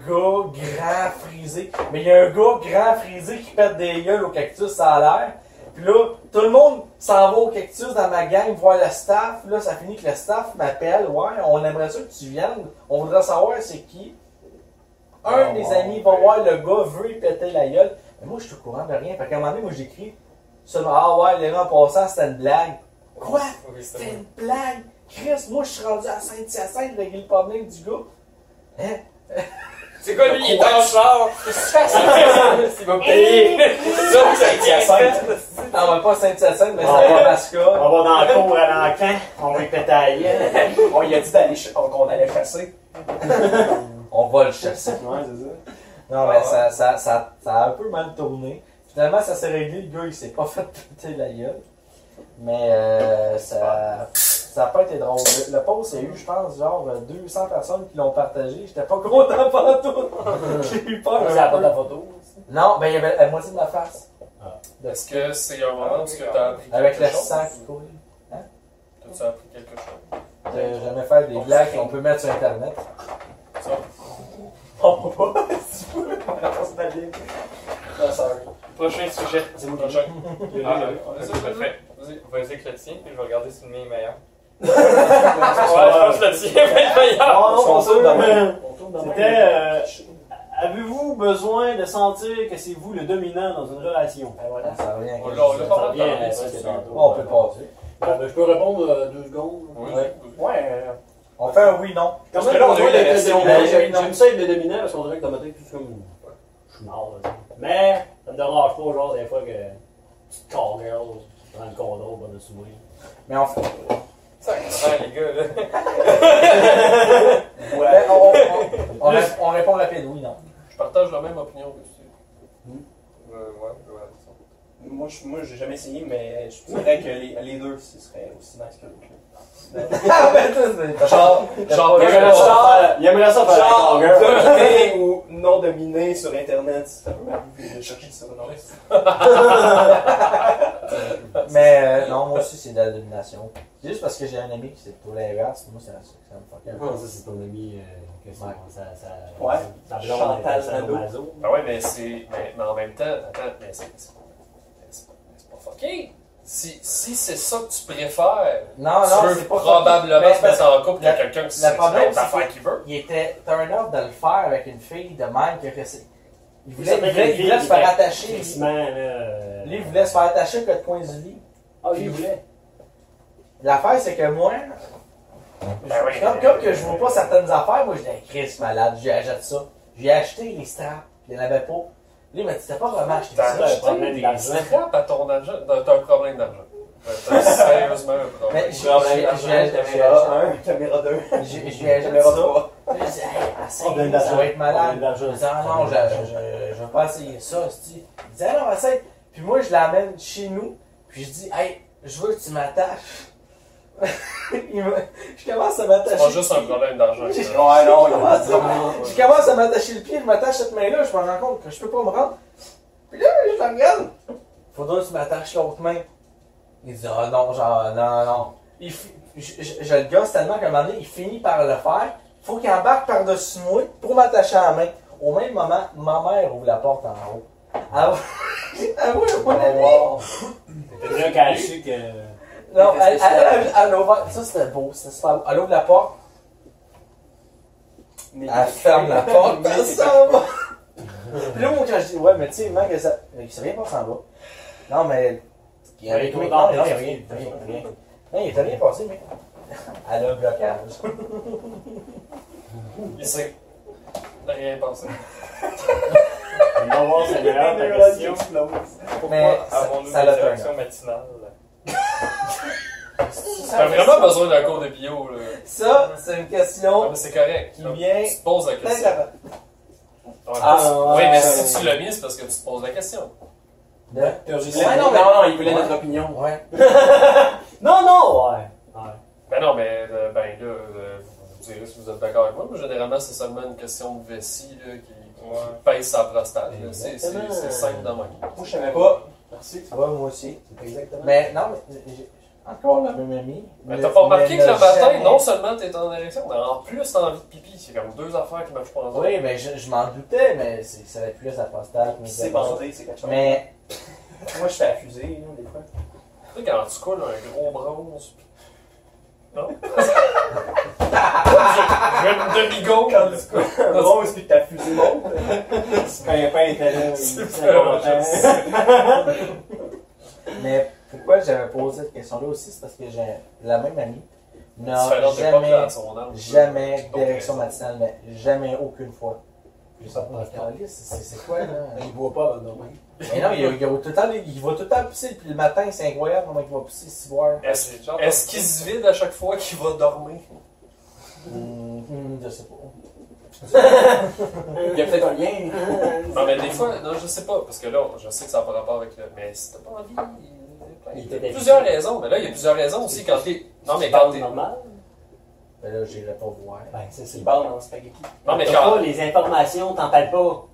F: grand frisé. Mais il y a un gars grand frisé qui pète des gueules au cactus, ça a l'air. Puis là, tout le monde s'en va au cactus dans ma gang voir le staff. Là, ça finit que le staff m'appelle. Ouais, on aimerait ça que tu viennes. On voudrait savoir c'est qui. Un
G: Ah,
C: Oh,
F: des
C: wow.
F: amis va voir le gars, veut y péter la gueule. Mais moi, je suis au courant de rien. Fait qu'à un moment donné, moi, j'écris seulement Ah ouais, les gens en passant, c'était une blague. Quoi?
G: Oui, c'est
F: C'était
G: vrai.
F: une blague! Chris, moi je suis rendu à Sainte-Hyacinthe, régler le problème du gars. Hein?
G: C'est quoi lui? Il est en char! Il va payer! Ça, ça dit à
F: Non, mais pas Sainte-Hyacinthe, mais
B: Ah
F: c'est
B: ouais.
F: à Masca.
B: On va dans le cours à l'encan. On va y péter à la gueule.
E: On lui a dit d'aller ch- qu'on allait chasser.
F: On va le chasser.
B: Ouais, c'est
F: Non, mais ça, ça, ça, ça a un peu mal tourné. Finalement, ça s'est réglé, le gars il s'est pas fait péter la gueule. Mais euh, ça, ça a pas été drôle. Le, le post, il y a eu, je pense, genre 200 personnes qui l'ont partagé. J'étais pas content pendant tout. J'ai eu peur.
C: Ça,
F: un
C: c'est la
F: peu.
C: bonne la photo.
F: Non, ben il y avait la moitié de ma face.
D: Est-ce que c'est un moment où tu as appris quelque
F: Avec le
D: chose?
F: sang qui coule.
D: T'as-tu appris quelque chose?
F: De jamais faire des blagues qu'on peut mettre sur Internet.
D: Ça?
E: On va, si tu veux, on va passer la ligne. Non, sorry.
G: Prochain sujet.
E: C'est moi
D: Prochain.
E: qui
G: Ah,
B: bah
E: l'ai.
G: vas-y, parfait. Vas-y, vas-y avec le tien, puis je vais regarder si le mien est meilleur. Ouais,
B: ça.
G: je pense que le tien est
E: Ah,
G: meilleur!
B: Oh, non, on
E: Ils sont dans
B: peut.
E: On tourne dans
B: C'était. euh, Avez-vous besoin de sentir que c'est vous le dominant dans une relation?
E: Ben voilà.
F: Ça revient à
D: On
F: quelque
D: l'a on
F: chose.
D: l'a pas mal
B: bien,
D: parlé,
B: ça,
D: ça,
B: c'est
D: c'est
B: bien.
F: On peut passer.
C: Ah, ben, je peux répondre euh, deux secondes.
D: Oui,
F: Ouais.
D: oui.
E: Ouais, euh,
F: On fait un oui, non.
B: Parce
C: Comment
B: que là, on a eu
C: doit
B: la
C: être le
B: version-
C: dominant?
F: Ben,
C: J'aime
F: non.
C: j'aime ça être le dominant parce qu'on dirait que dans ma tête, c'est comme. Je suis mort, là. Mais, ça me dérange pas, genre, des fois que. Petite call-girl dans le condo, bon, de moi.
F: Mais on fait.
G: Ça, comprend, les gars, là.
F: Ben, on, on- on- on rép- on répond rapide, oui, non.
D: Je partage la même opinion que tu.
G: Euh, ouais, je vais regarder ça.
E: moi, je- moi, j'ai jamais essayé, mais je dirais que les, les deux, ce serait aussi nice que l'autre.
F: Ah, ben, ça, c'est. Genre,
D: genre,
B: Il aimerait ça faire- il aimerait ça faire la
E: Genre,
B: call girl.
E: dominé ou non dominé sur Internet, ça peut m'arriver de chercher ça. Non,
F: Mais euh, non, moi aussi, c'est de la domination. Juste parce que j'ai un ami qui c'est tout l'inverse, moi, ça, ça me fuck up.
C: Non, ça, c'est ton ami. Euh, que ça,
F: Ouais.
C: ça, ça,
E: Ouais.
C: ça blonde,
E: Chantal
C: ça
E: Nadeau.
C: Mazo.
D: Ben ouais, mais c'est. Mais, mais en même temps, attends, mais c'est. c'est- mais C'est pas- mais c'est pas fucké! Si, si c'est ça que tu préfères,
G: Ah,
F: Non,
D: tu
F: non,
D: veux
F: c'est pas
D: probablement
F: fucké.
D: te mettre en couple
F: Le-
D: avec quelqu'un qui c'est
F: problème,
D: l'autre
F: c'est
D: affaire
F: que-
D: qu'il veut.
F: Il était turn off de le faire avec une fille de même que, que c'est. Il voulait,
C: Ça
F: il
C: fait
F: voulait-
C: une
F: il
C: fille
F: voulait se
C: qui
F: faire
C: était
F: attacher. lui.
C: crissement, là, euh,
F: Lui, il voulait se faire attacher que le coin du lit.
C: Ah, lui, il voulait.
F: L'affaire, c'est que moi, je-
D: Ben oui.
F: comme, comme que je vois pas certaines affaires, moi, je dis, Chris, malade, j'ai acheté ça. J'ai acheté les straps, il n'y en avait pas. Lui, il m'a dit, t'as pas vraiment acheté
D: T'as
F: ça.
C: un
D: acheté
C: problème
D: des
C: d'argent.
D: straps à ton argent. T'as t'as un problème d'argent. T'as- T'as sérieusement un
F: Mais
D: problème.
F: j'ai- j'ai- j'ai- j'ai acheté-
E: Caméra 1, caméra 2,
F: j'ai- j'ai acheté
E: caméra
F: ça.
E: 3.
F: J'ai dit, Hey, assez,
C: On donne de
F: ça
C: l'argent.
F: va être
C: On donne
F: malade.
C: de l'argent.
F: Il dit, Ah non, je, je, je, je vais pas essayer ça, c'ti. Il dit, ah non, essaye. Puis moi, je l'amène chez nous, puis je dis, hey, je veux que tu m'attaches. Il me- je commence à m'attacher.
D: C'est pas
F: le
D: juste un
F: pied.
D: problème d'argent.
F: J'ai-
D: ça.
E: Ouais, non, il y a
F: Je commence- je commence à m'attacher le pied, je m'attache cette main-là, je me rends compte que je peux pas me rendre. Puis là, je la regarde. Faudrait que tu m'attaches l'autre main. Il dit, ah non, genre, non, non. Il fi- je, je- je le gosse tellement qu'à un moment donné, il finit par le faire. Faut qu'il embarque par-dessus moi pour m'attacher à la main. Au même moment, ma mère ouvre la porte en haut. Elle elle voit le bon ami.
C: T'étais là quand elle su que.
F: Non, elle, elle, elle- elle ouvre- Ça, c'était beau, c'était super beau. Elle ouvre la porte, elle ferme la porte, elle s'en va. Puis là, moi, quand je dis, ouais, mais tu sais, mec, ça. Il savait pas s'en va. Non, mais. Il y
C: Ouais,
F: avait
C: il
F: tout le
C: tourne en
F: temps, non, il y a
C: tête.
F: rien, rien, rien. Non, il était rien passé, mais. Elle a un blocage.
D: Il sait. Il n'a rien pensé.
C: On va voir, c'est meilleur ta question.
F: Mais
G: Pourquoi
F: ça-
G: avons-nous
F: ça
G: des
F: l'a fait,
G: érections matinales?
D: T'as vraiment besoin d'un cours de bio, là.
F: Ça, c'est une
D: Non,
F: question
D: mais c'est correct.
F: qui
D: Là,
F: vient.
D: Tu te poses la
F: peut-être
D: question.
F: la-
E: Ah,
D: oui,
E: ouais.
D: mais si tu l'as mis, c'est parce que tu te poses la question.
F: de-
E: Ouais, non, mais- non, il voulait notre opinion.
F: Ouais.
C: Non, non, ouais.
D: Ben non, mais euh, ben là, euh, vous vous direz si vous êtes d'accord avec moi, mais généralement, c'est seulement une question de vessie là, qui, qui pèse sa prostate. là. C'est c'est- c'est simple dans ma vie.
E: Moi, je savais pas.
F: Ça va, moi aussi.
C: C'est exactement.
F: Mais non, mais. j'ai- Encore la même amie.
D: Mais
F: ne-
D: t'as pas remarqué
F: ne
D: que le
F: l'a
D: matin,
F: jamais-
D: non seulement t'es en érection, mais en plus t'as envie de pipi. C'est comme deux affaires qui marchent pas ensemble.
F: Oui, mais je, je m'en doutais, mais c'est- ça va être plus la postale.
E: Puis c'est bandé, c'est quelque chose.
F: Mais
E: Moi, je fais accuser, là, des fois.
D: Tu sais, quand tu coules un gros bronze. pis- Non? Je veux une demi-gaule.
E: Quand tu couches un bronze puis que ta fusée monte, c'est quand il n'y a pas intérêt.
D: C'est
E: C'est important.
F: Mais pourquoi j'avais posé cette question-là aussi, c'est parce que j'ai la même amie
D: Tu fais
F: n'a
D: l'autre époque, là,
F: jamais,
D: à son âge.
F: jamais
D: Donc,
F: d'érection
D: euh,
F: matinale, mais jamais aucune fois.
C: Je sais pas.
F: Oh, lisse, C'est c'est quoi, là?
C: Il boit pas avant demain.
F: Mais non, il, il- il- tout le temps, il va tout le temps pisser, puis le matin, c'est incroyable comment il va pisser, si boire.
D: Est-ce
G: J'ai déjà
D: est-ce qu'il se vide à chaque fois qu'il va dormir?
F: Hum, hum, je sais pas.
E: Il y a peut-être un lien.
D: Non, mais des fois, non, je sais pas, parce que là, je sais que ça n'a pas rapport avec le. Mais si t'as pas envie, il
C: Il
D: y a
C: était
D: plein- plusieurs raisons. Mais là, il y a plusieurs raisons aussi quand t'es. Non, mais quand t'es.
C: normal.
F: Mais là, j'irai pas voir.
C: Ben, ça, c'est
E: Il
C: bon.
E: parle en spaghetti.
D: Non, mais
C: T'as
D: quand.
C: pas les informations, t'en parles pas.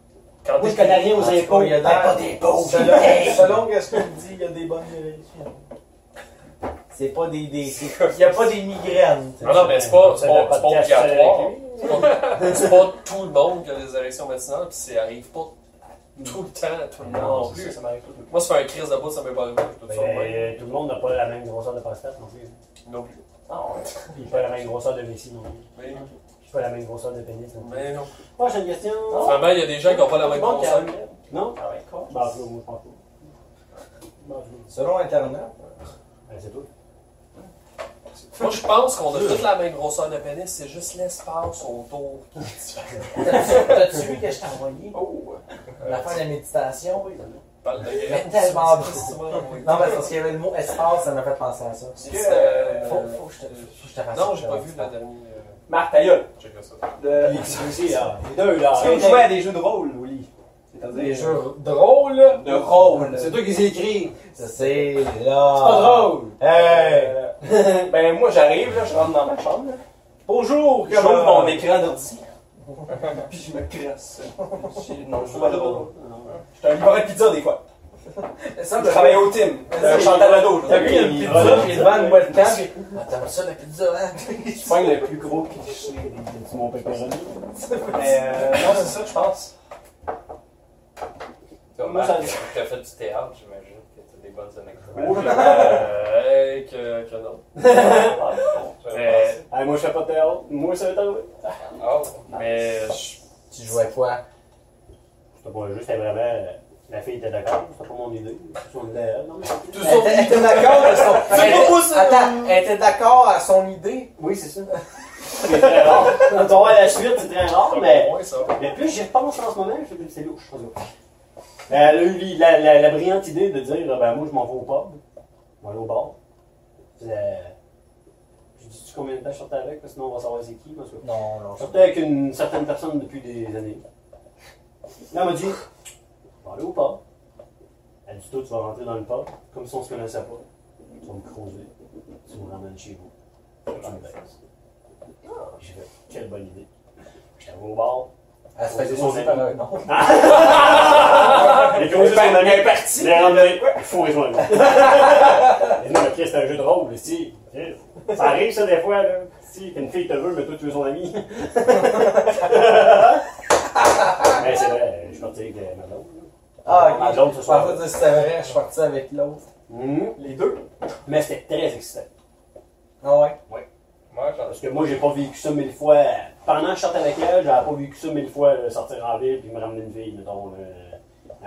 D: quand
C: Moi,
D: t'es-
C: je connais rien
F: En
C: aux
F: tout cas,
C: impôts.
F: il y a
C: T'as
F: dans-
C: pas d'impôts.
F: Selon, selon que ce qu'on dit, il y a des bonnes érections. C'est pas des. des c'est- il n'y a pas des migraines.
D: Non, Ah non, mais c'est pas, c'est pas, c'est pas
C: Podcast avec
D: obligatoire.
C: lui.
D: C'est pas, c'est pas tout le monde qui a des érections matinales, puis ça arrive pas tout le temps à tout le monde non
E: C'est ça,
D: plus.
E: ça m'arrive tout le temps.
D: Moi, ça fait un crise de bout, ça m'est pas arrivé. je peux te
C: Ben,
D: dire, ouais.
C: euh, tout le monde n'a pas la même grosseur de prostate non plus.
D: Non plus.
E: Non,
C: Puis pas la même grosseur de vessie non plus.
D: Mais,
C: Puis pas la même grosseur de pénis non plus.
D: mais non.
C: Prochaine question.
D: Vraiment, il y a des gens qui n'ont
B: Ah
D: pas la même
E: Bon,
B: hein.
D: console.
E: calme.
C: Non?
E: Ah ouais, quoi?
C: Bah, je moi, je pense pas. Bah, je-
F: Selon Internet,
C: Ben, c'est tout.
D: Moi, je pense qu'on a toute la même grosseur de pénis, c'est juste l'espace autour.
F: T'as-tu vu que je t'ai envoyé
E: Oh!
F: la fin de la méditation? Non,
D: Parle de
F: Mais tellement
D: Non,
F: mais c'est parce qu'il y avait le mot espace, ça m'a fait penser à ça.
E: C'est
D: Euh,
E: que.
F: Faut, faut que je te, faut que je te rassure.
D: Non, j'ai pas vu la dernière.
E: Marc, ta gueule!
D: euh, checker ça.
E: De...
C: Puis,
E: Est-ce
C: c'est aussi, là, les deux, là.
E: qu'on jouait à des jeux de rôle, Willy? C'est-à-dire.
F: Des jeux drôles, là.
E: De rôle!
B: C'est toi qui s'est écrit.
F: Ça, c'est là. C'est
E: pas drôle!
F: Hey!
E: Euh, ben, moi, j'arrive, là, je rentre dans ma chambre, là.
F: Bonjour!
E: J'ouvre mon écran d'ordi. Puis je me crasse. J'ai- Non, je suis pas drôle. J'étais un livreur de pizza, des fois.
F: semble
E: Je travaille au team.
F: Euh,
E: Chantal Lado.
F: T'as vu, il y a une pizza, puis il est devant une webcam, puis. Ah, t'aimes ça, la pizza, hein?
E: Je pogne le plus gros cliché des- du mont pepperoni. Mais euh, non, c'est ça, je pense.
G: Toi,
E: Moi,
G: Marc, t'as fait du théâtre, j'imagine que t'as des bonnes anecdotes.
D: Ou euh, que, que non. Euh, Mais,
B: Ah, moi, je fais pas de théâtre. Moi, ça va t'arriver.
G: Oh,
D: mais je-
F: Tu jouais quoi?
B: C'était pas juste, c'était vraiment. euh, La fille était d'accord, c'était pas mon idée. C'est son idée à elle, non?
E: Tout
F: Elle était- elle était d'accord à son. elle était- Attends, elle était d'accord à son idée.
B: Oui, c'est ça. C'est très rare. Quand on voit la suite, c'est très rare, mais.
D: ouais, ça.
B: Mais plus j'y repense en ce moment, je fais que c'est louche. en tout cas. Elle a eu li- Euh, la, la, la brillante idée de dire ben moi je m'en vais au pub, je vais aller au bar. Puis, euh, je dis tu combien de temps je sortais avec, parce que sinon on va savoir c'est qui. Parce que...
F: Non, non,
B: Je sortais avec une certaine personne depuis des années. Là, elle m'a dit on va aller au pub. Elle dit toi tu vas rentrer dans le pub, comme si on se connaissait pas. Tu vas me creuser, tu me ramènes chez vous. Tu me baises. J'ai fait quelle bonne idée. J'étais allé au bar.
F: Elle se faisait
B: Son
F: sauter
B: ami.
F: par un nom.
B: Ah, Les gros, c'est son ami.
E: parti.
B: Les randonnées, il faut rejoindre. Et non, mais Chris, c'est un jeu de rôle, si. Ça arrive, ça, des fois, là. Si, qu'une fille te veut, mais toi, tu veux son ami. mais c'est vrai, je suis parti avec euh, ma blonde.
F: Ah,
B: Ma
F: ok.
B: blonde, ce
F: Je
B: soir.
F: pensais que c'était vrai, je suis parti avec l'autre.
B: Mhm.
E: Les deux.
B: Mais c'était très excitant.
F: Ah ouais?
G: moi, j'en
B: Parce que moi, j'ai pas vécu ça mille fois. Pendant que je sortais avec elle, j'avais pas vécu ça mille fois, là, sortir en ville puis me ramener une fille, mettons, euh,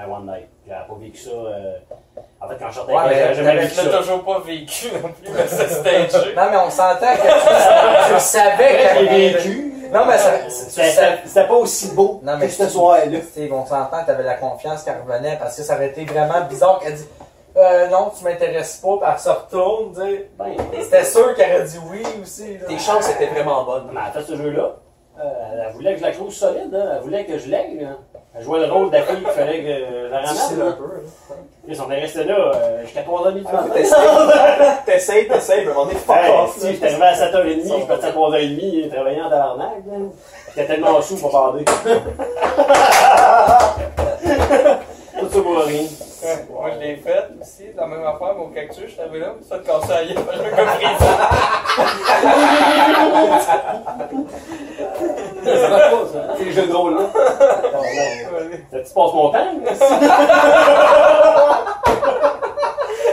B: un one night. J'avais pas vécu ça. euh, En fait, quand je sortais
F: Ouais,
B: avec
F: mais
B: elle, j'avais jamais
F: t'avais
B: vécu ça.
G: l'ai toujours pas vécu non plus, mais ça stagé.
F: Non, mais on s'entend que tu, tu savais
B: Après,
F: qu'elle
B: j'ai
F: avait-
B: vécu.
F: Non, mais ça.
B: C'était
F: tu savais-
B: c'était- c'était pas aussi beau
F: Non, mais
B: que ce soir-là.
F: T'sais, on s'entend, t'avais la confiance qu'elle revenait parce que ça aurait été vraiment bizarre qu'elle dise euh, non, tu m'intéresses pas, puis elle se retourne, t'sais.
B: Ben,
F: C'était sûr qu'elle aurait dit oui aussi. Là.
E: Tes chances étaient vraiment bonnes.
B: mais elle fait ce jeu-là. euh, elle voulait que je la trouve solide, hein. elle voulait que je l'aigle. hein. Elle jouait le rôle de la fille qu'il fallait que euh, la
E: Difficile
B: ramasse.
E: peu.
B: Ils on est resté là euh, jusqu'à 3h30 du matin.
E: T'essayes, t'essayes, t'essayes, mais à un moment donné, fuck
B: Hey,
E: off.
B: si, j'étais arrivé à 7h30, je partais à 3h30 et travaillant en tabarnak. là. J'étais tellement sous pour bander. Tout ça pour rien.
G: Ouais, Moi, je l'ai fait aussi, la même affaire, mon cactus, je l'avais là, mais ça te cassait à la gueule, je me compris ça.
B: Ça marche pas, ça.
E: C'est le jeu de rôle,
B: hein.
E: là.
B: Ça, Tu passes mon temps, là.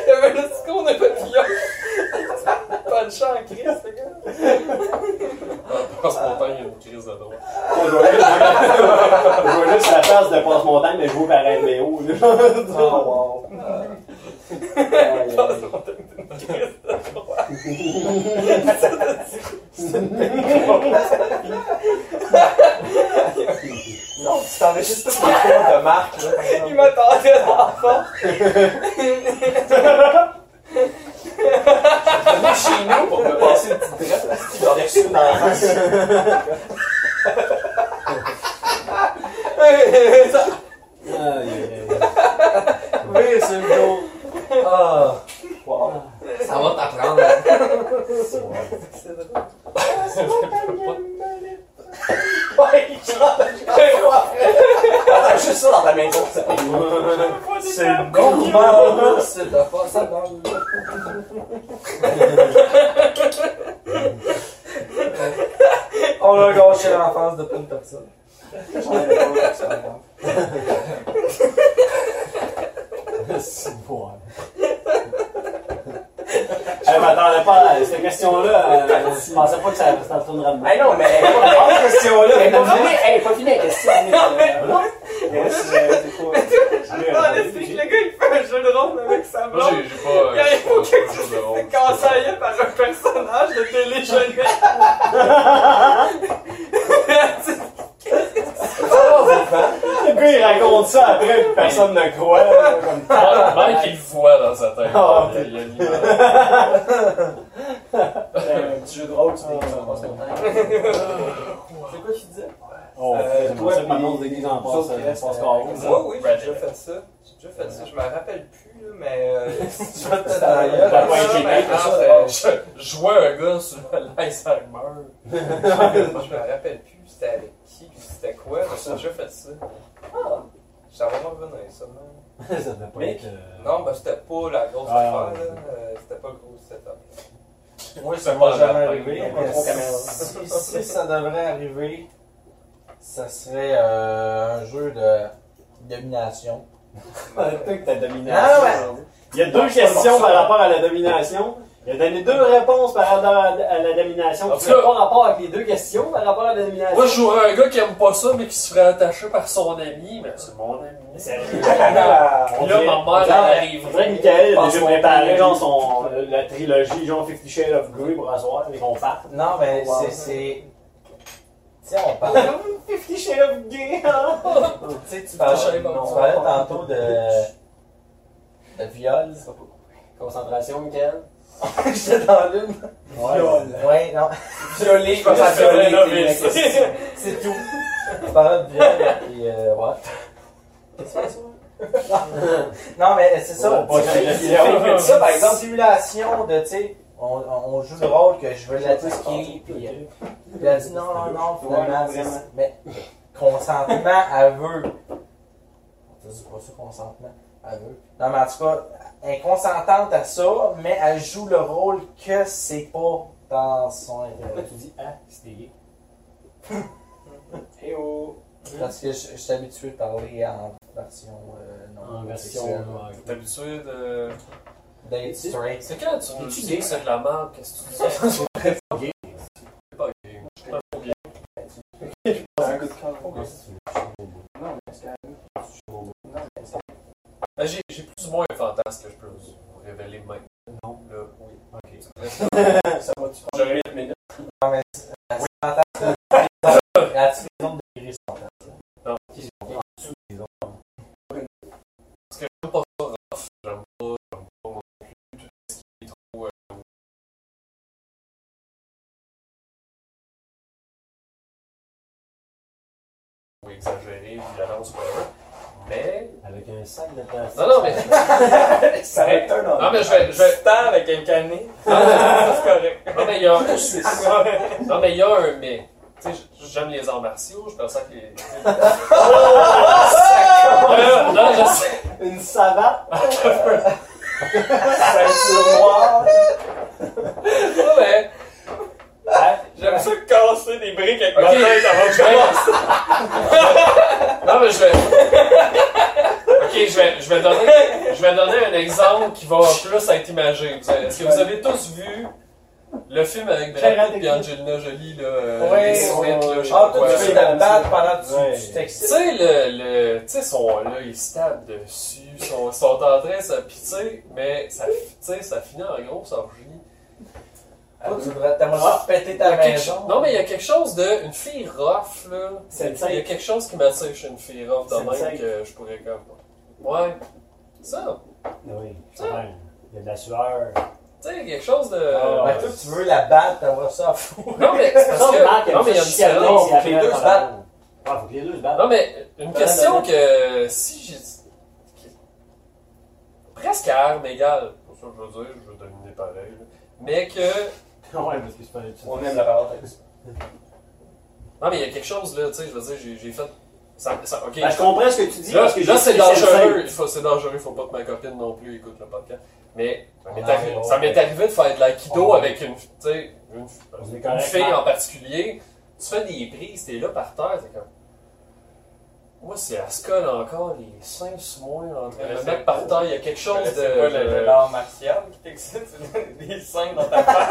G: Il y avait le petit con de papillon. Pas de chant en crise, ce gars.
D: En spontané, il y a une crise de drôle.
B: Je vois juste- je vois juste la face de passe-montagne, mais je vois par MBO.
E: Oh, wow. Euh,
G: Passe mon temps que t'es une crise.
E: Non, tu t'enregistres tous les cours de Marc, là.
G: Il m'attendait dans la porte.
E: Venu chez nous pour me passer une petite drette, là. J'en ai reçu une dans la face.
F: Oui, c'est le jour. Ah,
E: Wow.
F: ça va t'apprendre. hein.
G: C'est drôle.
E: Ouais, il chante. Attends, juste ça dans ta main gauche, ça fait
F: C'est le bon hein. C'est de faire ça dans le. On a gâché l'enfance de plein de personnes.
E: J'en avais pas eu comme ça, moi.
B: Je m'attendais pas à cette question-là. euh, Je pensais pas que ça ça tournerait de
E: Hey, non, mais hey, pas grave, cette question-là.
B: Mais
E: Mais
B: pas
E: non,
B: fini, hey, pas fini la question.
G: Attendez, c'est que le gars, il fait un jeu de rôle avec sa
D: Moi,
G: blonde.
D: j'ai j'ai pas. euh,
G: Il y a
D: j'ai
G: il
D: pas-
G: faut que
D: j'ai pas de drôle.
G: tu te casses à la gueule par un personnage de télé jeunesse.
B: Le gars, il raconte ça après, puis personne ne croit. là, comme-
D: Mike, Mike, il le voit dans sa tête.
B: Ah,
D: Il y a l'image.
B: Euh,
E: Un petit jeu de rôle, tu sais, ça passe ton temps. C'est quoi qu'il disait?
B: Oh,
E: Euh,
B: c'est
E: toi,
B: ça, ma
E: puis-
B: blonde d'église en passe,
E: sauf
B: euh,
E: qu'il
B: passe
E: reste,
B: carré.
E: euh,
G: Moi, oui, j'ai déjà fait ça. J'ai déjà fait ça. Je me rappelle plus, là, mais. euh,
E: Tu vas te
F: Ça,
E: tailler.
F: ça,
G: Ouais,
B: Ouais,
G: mais
B: j'ai
G: non,
E: ça,
G: c'est-
E: euh,
D: Je je vois un gars sur l'Alzheimer.
G: Je me rappelle plus c'était avec qui, puis c'était quoi, mais j'ai déjà fait ça. Ah! Ça va m'en revenir, ça, non?
C: ça devait pas
E: Mais-
C: être. euh,
G: Non, ben c'était pas la grosse
C: Ah,
G: affaire,
C: ouais.
G: là. Euh, C'était pas le gros setup.
F: Moi, ça va jamais
D: la
F: arriver.
D: fin,
F: mais
E: on prend
F: si, si ça devrait arriver, ça serait euh, un jeu de domination. Ah ouais!
B: Il y a deux questions par rapport à la domination. Il a donné deux réponses par rapport à à la domination.
D: En
B: Tu
D: tout cas-
B: n'as pas rapport avec les deux questions par rapport à la domination.
D: Moi, je jouerais un gars qui aime pas ça, mais qui se ferait attacher par son ami. Mais c'est mon ami.
B: Sérieux. Ah!
D: Puis là, ma mère, elle
B: Il
D: arrive.
B: faudrait que Michael a
D: Pense
B: déjà
D: qu'on
B: préparé
D: peut-
B: genre, son, euh, la trilogie genre Fifty Shades of Grey pour asseoir et qu'on parte.
F: Non, mais
B: Wow.
F: c'est. c'est... Tu sais, on parle.
B: Fifty Shades of Grey, hein?
F: tu sais, tu parlais, on parlait tantôt de. de viol.
B: Concentration, Michael.
F: J'étais dans l'une.
E: Viol.
F: Ouais, non.
E: Violer,
D: pense que c'est vrai,
B: Ah,
D: là, mais
F: c'est- C'est tout. Tu parlais de viol, et euh, ouais. Non, mais c'est ça.
B: Ah, Ouais, pas
F: tu sais,
B: de
F: c'est-
B: viol.
F: c'est ça, par exemple, simulation de, tu sais, on, on joue le rôle que je veux l'attaquer, puis euh, puis elle dit non, non, non, finalement,
E: Ouais,
F: c'est-
E: vraiment.
F: mais consentement, elle veut. On te dit pas ça, consentement, elle veut. Non, mais en tout cas, elle est consentante à ça, mais elle joue le rôle que c'est pas dans son
B: Là,
F: intérêt.
B: tu dis, ah, c'était gay.
E: Eh oh.
F: Parce que je, je suis habitué de parler en version euh, non.
B: En version.
F: sexuelle.
D: T'es habitué de.
F: D'être straight.
D: C'est quand tu nous
B: Es-tu
D: dis
B: gay?
D: que c'est de la merde, qu'est-ce que tu dis? C'est pas gay. C'est pas gay.
E: Un coup de cœur. Non, mais c'est
D: Ben, j'ai, j'ai plus ou moins un fantasme que je peux vous révéler maintenant. Non, là, oui. Ok.
E: Ça va-tu prendre
D: J'aurais-
E: 8 minutes?
F: Non, mais c'est- c'est fantastique. La petite zone de gris, c'est fantastique.
D: Parce que j'aime pas ça, rough. J'aime pas, j'aime pas non plus tout ce qui est trop. euh, ou exagéré, violence, whatever. Mais.
B: Avec un sac de plastique.
D: Non, non, mais.
E: Ça va être un homme.
D: Non, mais je vais. Je vais...
G: Tant avec un canet,
D: Non, mais-
G: c'est correct.
D: non, mais il y a.
E: Je suis sûr.
D: Non, mais il y a un mais. Tu sais, j'aime les arts martiaux, je pense que. non, non, je sais.
B: Une savate.
E: Ceinture noire.
D: pas, mais.
G: J'aime ça casser des briques avec ma
D: Ok.
G: tête avant
D: Je vais. non, mais je vais. Ok, je vais, je, vais donner, je vais donner un exemple qui va plus être imagé. Vous avez- Est-ce que vous avez tous vu le film avec Brad Pitt et Angelina Jolie, là, euh,
F: Ouais.
D: les suites, là, je sais
F: Ah, toi,
D: pas quoi,
F: tu
D: là?
F: veux te battre pendant que tu-
B: Ouais.
F: tu
D: Tu
F: t'excites.
D: sais, le, le, tu sais, son, là, ils se tapent dessus, ils sont, sont en train de se pitié, mais ça, tu sais, ça finit en grosse orgie.
F: Toi, tu voudrais t'aimerais ça péter ta
D: Il y a quelque cho-
F: maison.
D: Non, mais il y a quelque chose de. Une fille rough, là.
B: C'est le
D: Il y a
B: cinq.
D: quelque chose qui m'attire chez une fille rough de
B: C'est le
D: même
B: cinq.
D: que je pourrais comme. Ouais. Ça.
B: Ah Oui, je comprends. Il y a de la sueur.
D: Tu sais, quelque chose de.
B: Ah,
F: Ben, toi, tu veux la battre, t'aimerais ça à fou.
D: Non, mais. c'est parce
B: Non,
D: que-
B: Marc,
D: Non, mais il y a une
B: chicaner,
D: différence.
B: c'est après
F: les deux
B: un
F: se
B: pantalon. Ouais, Ah, faut que les deux se battent.
D: Non, mais une question que si j'ai. Presque à armes égales. Pour ça, que je veux dire, je veux dominer pareil. là. Mais que.
B: Ouais, parce que c'est pas
E: On aime la parole.
D: Non, mais il y a quelque chose, là, tu sais, je veux dire, j'ai- j'ai fait. Ça, ça, ok.
B: Ben, je comprends ce que tu dis.
D: Là,
B: parce que
D: là,
B: j'ai-
D: c'est
B: j'ai
D: dangereux.
B: le
D: Il faut- C'est dangereux. Faut pas que ma copine non plus écoute le podcast. Mais ça m'est
F: Non,
D: arri-
F: non,
D: ça m'est
F: ouais.
D: arrivé de faire de l'aïkido
F: Ouais.
D: avec une, tu sais, une,
B: On est
D: une
B: correct,
D: fille
B: Marc.
D: en particulier. Tu fais des prises, t'es là par terre, t'es comme. Moi, si elle se colle encore les seins sur moi en train de
G: Mais
D: me
G: c'est-
D: mettre par terre, il y a quelque chose de.
G: C'est pas le- le-
D: de-
G: l'art martial qui t'excite, tu donnes des seins dans ta face.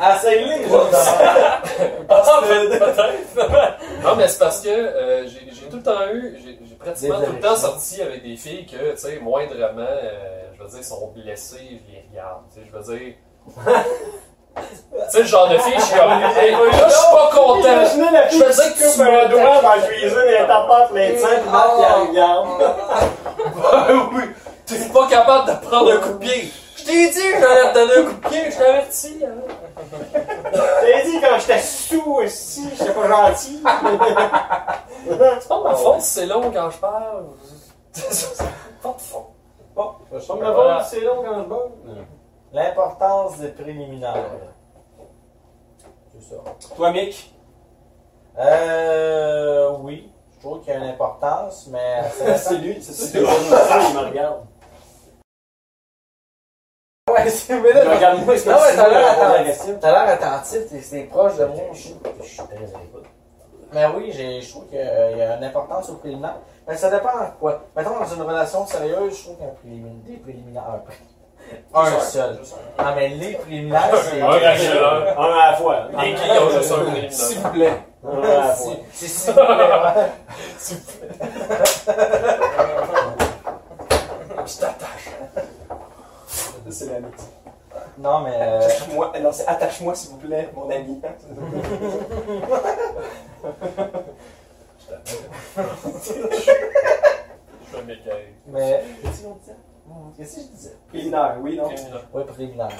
F: Ah, Essaye-les, genre.
G: Peut-être.
D: Non, mais c'est parce que euh, j'ai j'ai tout le temps eu, j'ai j'ai pratiquement
F: Des
D: tout le temps
F: érections.
D: sorti avec des filles que, tu sais, moindrement, euh, je veux dire, sont blessées, je les regarde. Tu sais, je veux dire. tu sais, le genre de fille, je suis comme. Hey, là, je suis pas content.
B: Imaginez la
D: Je
B: fille
D: veux dire
B: qui
D: que tu
B: coupe un
D: me
B: doigt dans la cuisine et elle t'apporte les seins, puis Marc, il la regarde.
D: oui, t'es pas capable de prendre un coup de pied. Je t'ai dit, que j'allais te donner un coup de pied, je t'avertis. hein.
B: T'avais dit quand j'étais sous aussi, j'étais pas gentil.
D: C'est pas de
F: Ah
D: ma faute si c'est long quand je parle. C'est pas de faute.
F: Bon, je
B: Comme
F: sens
B: le
F: que-
B: vol, c'est long quand je bois.
F: L'importance des préliminaires. C'est ça.
E: Toi, Mick.
F: Euh. Oui. trouve qu'il y a une importance, mais
E: C'est lui, c'est
B: C'est
E: ça.
B: bon, il me regarde.
F: Ouais, c'est mais là,
B: Il me regarde moi, c'est
F: Non,
B: comme
F: mais
B: si
F: Ah t'as
B: il me
F: l'air
B: répondait à la
F: attentif. T'as l'air attentif, t'es- t'es proche de moi. je-
B: Je suis très à l'écoute.
F: Mais oui, j'ai- je trouve qu'il y a une importance au préliminaire. Mais ça dépend en quoi. Mettons, dans une relation sérieuse, je trouve qu'un préliminaire. Des préliminaires. Un, un seul. Ah, mais les préliminaires, c'est.
D: Un racheur.
B: Un à la fois.
D: Les gays ils ont juste un préliminaire.
F: S'il vous plaît.
B: Un à la fois.
F: C'est- C'est s'il vous plaît. ouais.
E: C'est l'ami.
F: Non, mais. euh,
E: Attache-moi, non, c'est attache-moi s'il vous plaît, mon ami.
D: Je suis un mec gay.
F: Mais. hmm,
E: Qu'est-ce qu'on disait
F: Qu'est-ce que je disais?
E: Préliminaire, oui, non.
D: Préliminaire.
F: Ouais, préliminaire.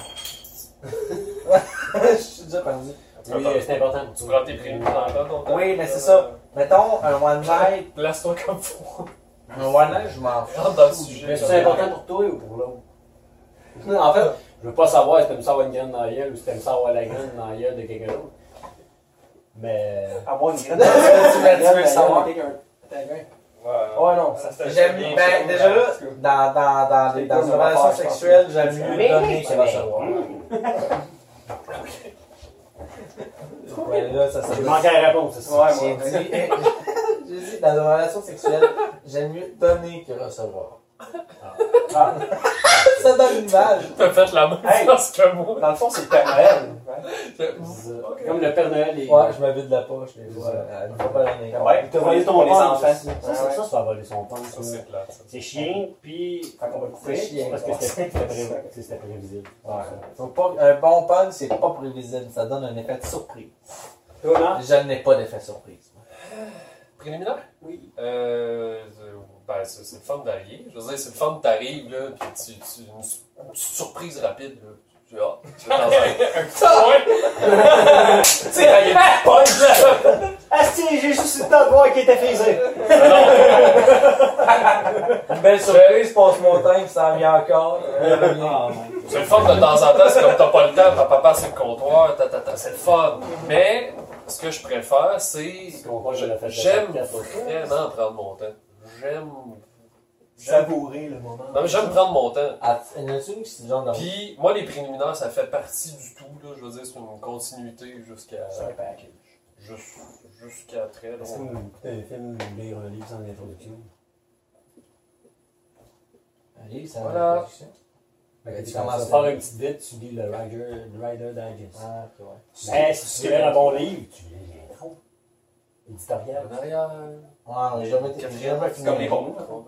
F: je suis déjà perdu.
B: Oui, euh, c'est important.
D: Tu prends tes préliminaires dans ton temps.
F: Oui, mais c'est
D: Euh,
F: ça. Mettons, un one night.
D: Place-toi comme fou.
F: Un one night, je m'en fous.
D: Rentre dans le sujet.
B: Mais c'est important pour toi ou pour l'autre? en fait, je veux pas savoir si t'aimes ça avoir une graine dans la gueule ou si t'aimes ça avoir la graine dans la gueule de quelqu'un d'autre. Mais.
E: Avoir une graine.
F: Tu veux- tu veux savoir?
E: Oh non, ça
F: J'aime mieux. Ben, déjà là, dans, dans, dans,
E: C'est
F: les- dans
E: cool,
F: une
E: on va
F: relation
E: faire, je pense.
F: sexuelle, j'aime mieux
B: Mais-
F: donner que
B: mais-
F: recevoir. Ouais, là, ça, ça
B: J'ai manqué la réponse, c'est ça?
E: Ouais,
F: J'ai
E: moi.
F: dit, j'ai dit, dans une relation sexuelle, j'aime mieux donner que recevoir. Ah. ça donne une image.
D: T'as fait la même
E: Hey.
D: chose que moi.
E: Dans le fond, c'est le Père Noël. Ouais.
B: Comme le Père Noël et.
F: Ouais, je m'habille de la poche, les fois, euh, une fois par année.
E: Ouais,
B: Il te voyait ton
E: pour les
B: père,
E: enfants.
B: Ça, c'est- ça, c'est- ça, ça va voler son père.
D: Ça, c'est plate. ça.
B: C'est chien, puis.
E: Fait qu'on va le couper.
F: C'est chien.
B: Parce que c'était c'était pré- c'était prévisible.
F: Faut pas, un bon punk, c'est pas prévisible, ça donne un effet de surprise.
B: Toi, non?
F: Je n'ai pas d'effet de surprise.
D: Préliminaire?
E: Oui.
D: Euh, euh, ben, c'est c'est le fun d'arriver. Je veux dire, c'est le fun que t'arrives, là, puis tu, tu, une, su- une surprise rapide, là. Tu ah, tu vas dans un-
F: Tu sais, quand il y a
B: Ah, si, j'ai juste eu le temps de voir qui était frisé.
F: une belle surprise, passe mon temps, il s'en vient encore.
B: Ah,
D: C'est le fun de temps en temps, c'est comme t'as pas le temps, papa passe sur le comptoir, ta, ta, ta, c'est le fun. Mais, ce que je préfère, c'est. J'aime vraiment prendre mon temps. J'aime. J'aime.
E: Savourer le moment.
D: Non, mais j'aime prendre mon temps.
F: Ah, il y en a-tu une qui se genre de.
D: Puis, moi, les préliminaires, ça fait partie du tout, là. Je veux dire, c'est une continuité jusqu'à.
E: C'est un package.
D: jus- Jusqu'à très
B: Est-ce que
D: longtemps.
B: vous écoutez un film ou lire un livre sans introduction?
F: Allez, ça
D: Voilà.
F: va.
B: Fait que Ben, tu
F: Ça
B: commences à
F: va.
B: faire une petite bite, tu lis le Rider, le Rider Digest.
F: Ah, ok, ouais.
B: Mais si tu lis un bon livre, tu lis l'intro. Éditorial.
D: En arrière.
F: Ouais, Ah, j'ai jamais, j'ai jamais
E: C'est
F: fini.
E: comme les
F: un livre.
E: robots.